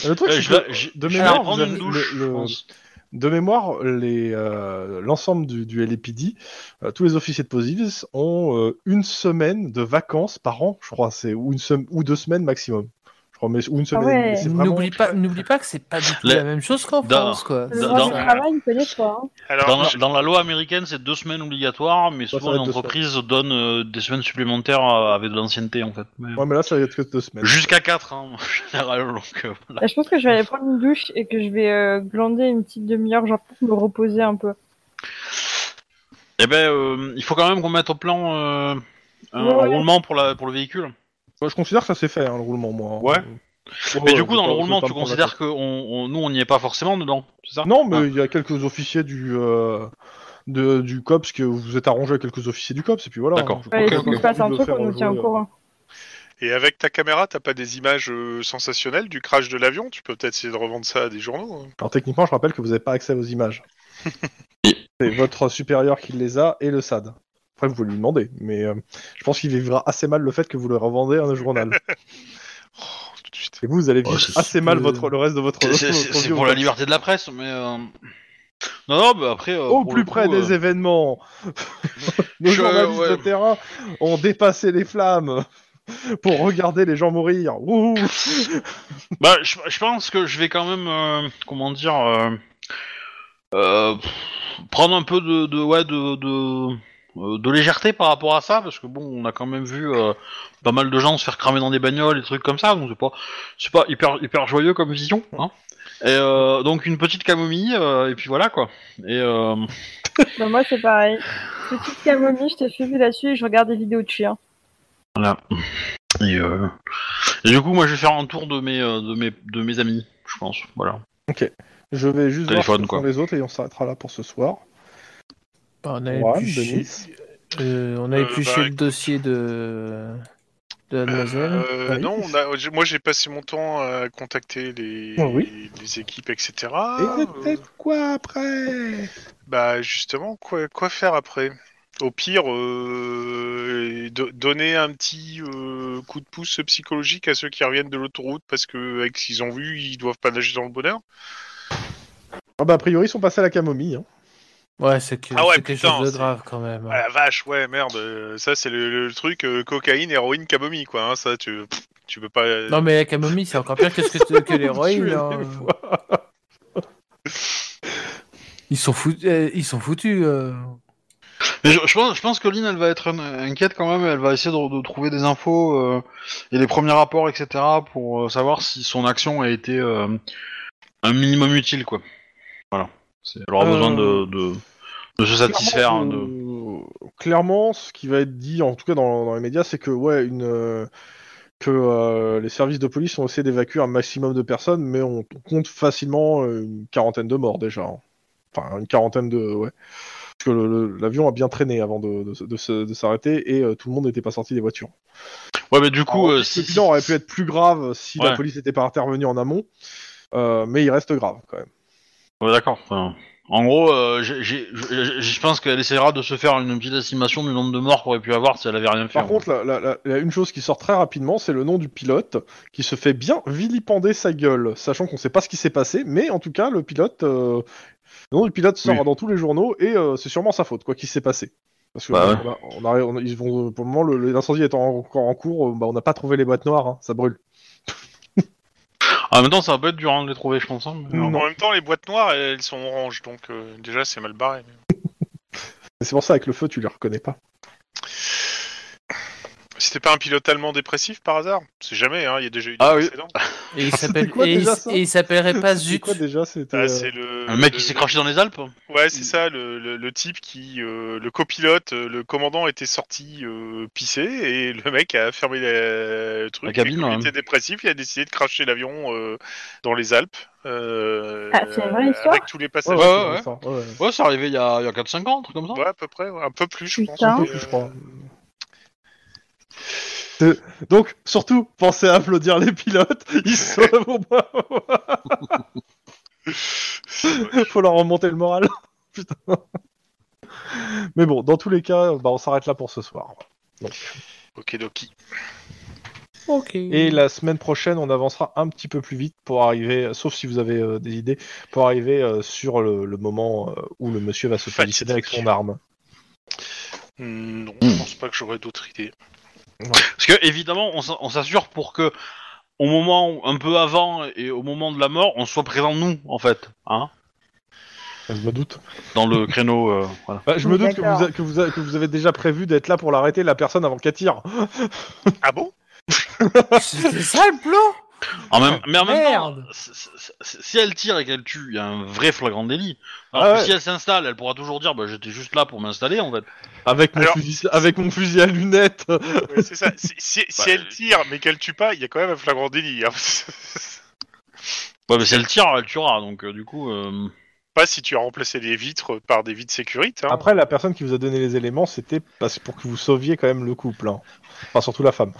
Speaker 2: Le truc,
Speaker 1: euh,
Speaker 2: c'est
Speaker 1: je
Speaker 2: que
Speaker 1: vais je-
Speaker 2: de
Speaker 1: je vais
Speaker 2: mémoire,
Speaker 1: aller prendre
Speaker 2: vous avez
Speaker 1: une douche,
Speaker 2: le- le-
Speaker 1: je pense.
Speaker 2: De mémoire, les, euh, l'ensemble du, du LAPD, euh, tous les officiers de police ont euh, une semaine de vacances par an, je crois, c'est ou une sem- ou deux semaines maximum, je crois, mais ou une semaine.
Speaker 5: ouais.
Speaker 2: et demie, mais c'est vraiment-
Speaker 3: N'oublie pas, n'oublie pas que c'est pas du tout
Speaker 1: La-
Speaker 3: la même chose qu'en
Speaker 1: Dans-
Speaker 3: France, quoi.
Speaker 5: Le
Speaker 1: Dans-
Speaker 5: droit du
Speaker 1: dans-
Speaker 5: travail, il connaît pas. hein.
Speaker 4: Alors,
Speaker 1: Dans, la,
Speaker 4: je-
Speaker 1: dans la loi américaine, c'est deux semaines obligatoires, mais
Speaker 2: Ça, ça
Speaker 1: souvent
Speaker 2: va
Speaker 1: les
Speaker 2: être deux
Speaker 1: entreprises donnent euh, des semaines supplémentaires euh, avec de l'ancienneté, en fait. Mais-
Speaker 2: Ouais, mais là, ça va être que deux semaines.
Speaker 1: Jusqu'à 4, hein, en général. Donc, euh, voilà.
Speaker 5: Bah, je pense que je vais aller prendre une douche et que je vais euh, glander une petite demi-heure, genre pour me reposer un peu.
Speaker 1: Eh ben, euh, il faut quand même qu'on mette au plan euh, un
Speaker 5: Ouais, ouais.
Speaker 1: roulement pour, la, pour le véhicule.
Speaker 2: Moi, je considère que ça s'est fait, hein, le roulement, moi. hein.
Speaker 1: Ouais.
Speaker 2: ouais,
Speaker 1: mais du coup,
Speaker 2: je
Speaker 1: dans
Speaker 2: vais
Speaker 1: le
Speaker 2: pas- je vais
Speaker 1: roulement,
Speaker 2: pas
Speaker 1: tu
Speaker 2: me prendre la
Speaker 1: considères que on, on- nous, on n'y est pas forcément dedans, c'est ça
Speaker 2: Non, mais
Speaker 1: Ah.
Speaker 2: il y a quelques officiers du, euh, de- du COPS que vous vous êtes arrangé à quelques officiers du COPS, et puis voilà.
Speaker 1: D'accord.
Speaker 2: hein, je pense
Speaker 5: Ouais, il
Speaker 2: pas
Speaker 5: faut qu'il
Speaker 2: qu'on
Speaker 5: se passe
Speaker 2: a
Speaker 5: un
Speaker 2: envie de
Speaker 5: truc,
Speaker 2: le
Speaker 5: on nous
Speaker 2: faire euh.
Speaker 5: tient au
Speaker 1: hein.
Speaker 2: jouer,
Speaker 5: courant.
Speaker 4: Et avec ta caméra, t'as pas des images euh, sensationnelles du crash de l'avion Tu peux peut-être essayer de revendre ça à des journaux. hein.
Speaker 2: Alors techniquement, je rappelle que vous n'avez pas accès aux images. C'est votre supérieur qui les a et le SAD. Après, vous pouvez lui demander, mais euh, je pense qu'il vivra assez mal le fait que vous le revendez à un journal.
Speaker 4: Oh, tout de suite.
Speaker 2: Et vous, vous allez vivre
Speaker 1: Ouais, c'est
Speaker 2: assez mal
Speaker 3: euh,
Speaker 2: votre, le reste de votre
Speaker 1: C'est- C'est
Speaker 2: votre
Speaker 1: c'est-
Speaker 2: vie
Speaker 1: c'est
Speaker 2: au
Speaker 1: pour la
Speaker 2: COPS.
Speaker 1: liberté de la presse, mais... euh, Non, non, mais après... euh,
Speaker 2: Au
Speaker 1: pour
Speaker 2: plus
Speaker 1: le coup,
Speaker 2: près
Speaker 1: euh,
Speaker 2: des événements,
Speaker 1: Je-
Speaker 2: nos journalistes
Speaker 1: ouais.
Speaker 2: de terrain ont dépassé les flammes. pour regarder les gens mourir. Wouhou
Speaker 1: Bah, je, je pense que je vais quand même, euh, comment dire, euh, euh, pff, prendre un peu de, de ouais, de, de, euh, de légèreté par rapport à ça, parce que bon, on a quand même vu euh, pas mal de gens se faire cramer dans des bagnoles, et trucs comme ça, donc c'est pas, c'est pas hyper, hyper joyeux comme vision. Hein. Et euh, donc une petite camomille, euh, et puis voilà quoi. Et euh,
Speaker 5: Bah, moi, c'est pareil. Petite camomille, je t'ai suivi là-dessus et je regarde des vidéos hein. de chiens.
Speaker 1: Voilà. Et, euh, et du coup, moi, je vais faire un tour de mes, euh, de mes, de mes amis, je pense. Voilà.
Speaker 2: Je vais juste voir
Speaker 1: Téléphone,
Speaker 2: ce que
Speaker 1: quoi.
Speaker 2: font les autres et on s'arrêtera là pour ce soir.
Speaker 3: Bah, on a
Speaker 2: Moi,
Speaker 3: épluché,
Speaker 2: Denis.
Speaker 3: euh, on a
Speaker 4: Euh,
Speaker 3: épluché
Speaker 4: bah,
Speaker 3: le dossier de, de la demoiselle.
Speaker 6: Ah
Speaker 4: Euh,
Speaker 2: oui.
Speaker 4: non, on a- j'ai- moi j'ai passé mon temps à contacter les,
Speaker 2: Ah oui.
Speaker 4: les équipes, etc.
Speaker 2: et
Speaker 4: Euh,
Speaker 2: peut-être quoi après
Speaker 4: Bah justement, quoi, quoi faire après Au pire, euh, do- donner un petit euh, coup de pouce psychologique à ceux qui reviennent de l'autoroute parce que avec ce qu'ils ont vu, ils doivent pas nager dans le bonheur.
Speaker 2: ah bah, A priori, ils sont passés à la camomille. hein.
Speaker 3: Ouais, c'est que,
Speaker 4: Ah ouais,
Speaker 3: c'est quelque
Speaker 4: putain,
Speaker 3: chose de
Speaker 4: c'est-
Speaker 3: grave quand même. hein.
Speaker 4: Ah la vache, ouais, merde, euh, ça c'est le, le truc euh, cocaïne, héroïne, camomille, quoi. hein, ça, tu, pff, tu peux pas.
Speaker 3: Non, mais la camomille, c'est encore pire que, ce que, que l'héroïne.
Speaker 2: Je
Speaker 3: hein.
Speaker 2: l'ai fois.
Speaker 3: Ils sont foutus. euh, ils sont foutus euh.
Speaker 1: Mais je, je pense, je pense que Lynn, elle va être in- inquiète quand même. Elle va essayer de, de trouver des infos euh, et les premiers rapports, etc., pour euh, savoir si son action a été euh, un minimum utile, quoi. Voilà. C'est- Elle aura
Speaker 2: Euh,
Speaker 1: besoin de, de, de se satisfaire. hein, de...
Speaker 2: Clairement, euh, clairement, ce qui va être dit, en tout cas dans, dans les médias, c'est que ouais, une, euh, que euh, les services de police ont essayé d'évacuer un maximum de personnes, mais on, on compte facilement euh, une quarantaine de morts déjà. hein. Enfin, une quarantaine de ouais. Parce que le- le- l'avion a bien traîné avant de, de, se- de se- de s'arrêter et euh, tout le monde n'était pas sorti des voitures.
Speaker 1: Ouais, mais du coup,
Speaker 2: Alors,
Speaker 1: euh, si,
Speaker 2: le bilan aurait pu être plus grave si
Speaker 1: Ouais.
Speaker 2: la police n'était pas intervenue en amont, euh, mais il reste grave quand même.
Speaker 1: Ouais, d'accord. Enfin, en gros, euh, j'ai- j'ai- j'ai- je pense qu'elle essaiera de se faire une petite estimation du nombre de morts qu'aurait pu avoir si elle avait rien fait.
Speaker 2: Par contre, la, la- la- la- une chose qui sort très rapidement, c'est le nom du pilote qui se fait bien vilipender sa gueule, sachant qu'on ne sait pas ce qui s'est passé, mais en tout cas, le pilote, euh, le nom du pilote sort
Speaker 1: Oui.
Speaker 2: dans tous les journaux et euh, c'est sûrement sa faute, quoi qu'il s'est passé. Parce que
Speaker 1: Bah ouais.
Speaker 2: on a- on a- on a- ils vont, pour le moment, le- le- l'incendie étant encore en cours, euh, bah, on n'a pas trouvé les boîtes noires, hein, ça brûle.
Speaker 1: En même temps, ça va pas être dur hein, de les trouver, je pense. hein, mais-
Speaker 4: En même temps, les boîtes noires, elles sont oranges, donc euh, déjà c'est mal barré.
Speaker 2: Et C'est pour ça, avec le feu, tu les reconnais pas.
Speaker 4: C'était pas un pilote allemand dépressif par hasard C'est jamais, hein, il y a déjà eu des
Speaker 1: Ah oui.
Speaker 4: précédents.
Speaker 3: Et il
Speaker 2: C'était
Speaker 3: s'appelle.
Speaker 2: quoi
Speaker 3: et,
Speaker 2: déjà,
Speaker 3: il-
Speaker 2: ça
Speaker 3: et il s'appellerait
Speaker 6: Ah,
Speaker 3: pas
Speaker 2: C'est
Speaker 3: Zut.
Speaker 2: quoi déjà c'était,
Speaker 4: Ah,
Speaker 2: euh,
Speaker 4: c'est le,
Speaker 1: Le mec,
Speaker 4: le-
Speaker 1: il s'est craché dans les Alpes
Speaker 4: Ouais, c'est ça, le, le, le type qui. euh, le copilote, euh, le commandant était sorti euh, pisser et le mec a fermé la- le truc.
Speaker 1: La cabine, hein.
Speaker 4: et comme
Speaker 1: ouais.
Speaker 4: Il était dépressif, il a décidé de cracher l'avion euh, dans les Alpes. euh,
Speaker 5: Ah, c'est une vraie histoire
Speaker 4: Avec tous les
Speaker 2: Ouais,
Speaker 4: passagers.
Speaker 2: ouais,
Speaker 1: Ouais,
Speaker 2: c'est
Speaker 1: ouais,
Speaker 2: ça, ouais.
Speaker 1: Ouais, c'est arrivé il y a, il y a 4-5 ans, un truc comme ça.
Speaker 4: Ouais, à peu près, ouais, un peu plus, je pense.
Speaker 5: Putain.
Speaker 2: Un peu
Speaker 4: mais,
Speaker 2: plus, je
Speaker 4: euh,
Speaker 2: crois. Euh, Donc, surtout, pensez à applaudir les pilotes, ils sont au bas. Faut leur remonter le moral. Putain. Mais bon, dans tous les cas, bah, on s'arrête là pour ce soir.
Speaker 4: Ok, Doki.
Speaker 3: Ok.
Speaker 2: Et la semaine prochaine, on avancera un petit peu plus vite pour arriver, sauf si vous avez euh, des idées, pour arriver euh, sur le, le moment euh, où le monsieur va se
Speaker 4: Fatidique.
Speaker 2: positionner avec son arme.
Speaker 4: Hmm, Non, je pense pas que j'aurais d'autres idées.
Speaker 1: Parce que, évidemment, on s'en- on s'assure pour que, au moment, où- un peu avant et au moment de la mort, on soit présent nous, en fait. Hein
Speaker 2: Je me doute.
Speaker 1: dans le créneau. euh, voilà.
Speaker 2: Bah, je me
Speaker 5: Oui,
Speaker 2: doute que vous,
Speaker 5: d'accord.
Speaker 2: a- que, vous a- que vous avez déjà prévu d'être là pour l'arrêter, la personne, avant qu'elle tire.
Speaker 4: Ah bon
Speaker 3: C'était ça le plan
Speaker 1: En même, mais en même temps,
Speaker 3: Merde
Speaker 1: c- c- c- si elle tire et qu'elle tue, il y a un vrai flagrant délit.
Speaker 2: Ah
Speaker 1: Alors que
Speaker 2: ouais.
Speaker 1: si elle s'installe, elle pourra toujours dire bah, j'étais juste là pour m'installer, en fait.
Speaker 2: Avec mon,
Speaker 4: Alors-
Speaker 2: fusil, avec mon fusil à lunettes.
Speaker 4: Ouais, C'est ça. Si, si- si
Speaker 1: Bah,
Speaker 4: elle tire mais qu'elle tue pas, il y a quand même un flagrant délit. hein.
Speaker 1: Ouais, mais si elle tire, elle tuera, donc euh, du coup. euh,
Speaker 4: pas si tu as remplacé les vitres par des vitres sécurité. hein.
Speaker 2: Après, la personne qui vous a donné les éléments, c'était parce- pour que vous sauviez quand même le couple. hein. Enfin, surtout la femme.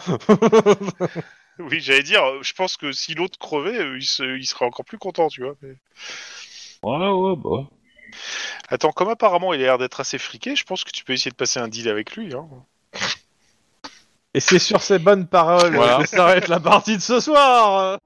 Speaker 4: Oui, j'allais dire, euh, je pense que si l'autre crevait, euh, il, se- il serait encore plus content, tu vois. mais-
Speaker 1: Ouais, ouais, bah. ouais.
Speaker 4: Attends, comme apparemment il a l'air d'être assez friqué, je pense que tu peux essayer de passer un deal avec lui. Hein.
Speaker 2: Et c'est sur ces bonnes paroles
Speaker 1: Voilà.
Speaker 2: que s'arrête la partie de ce soir.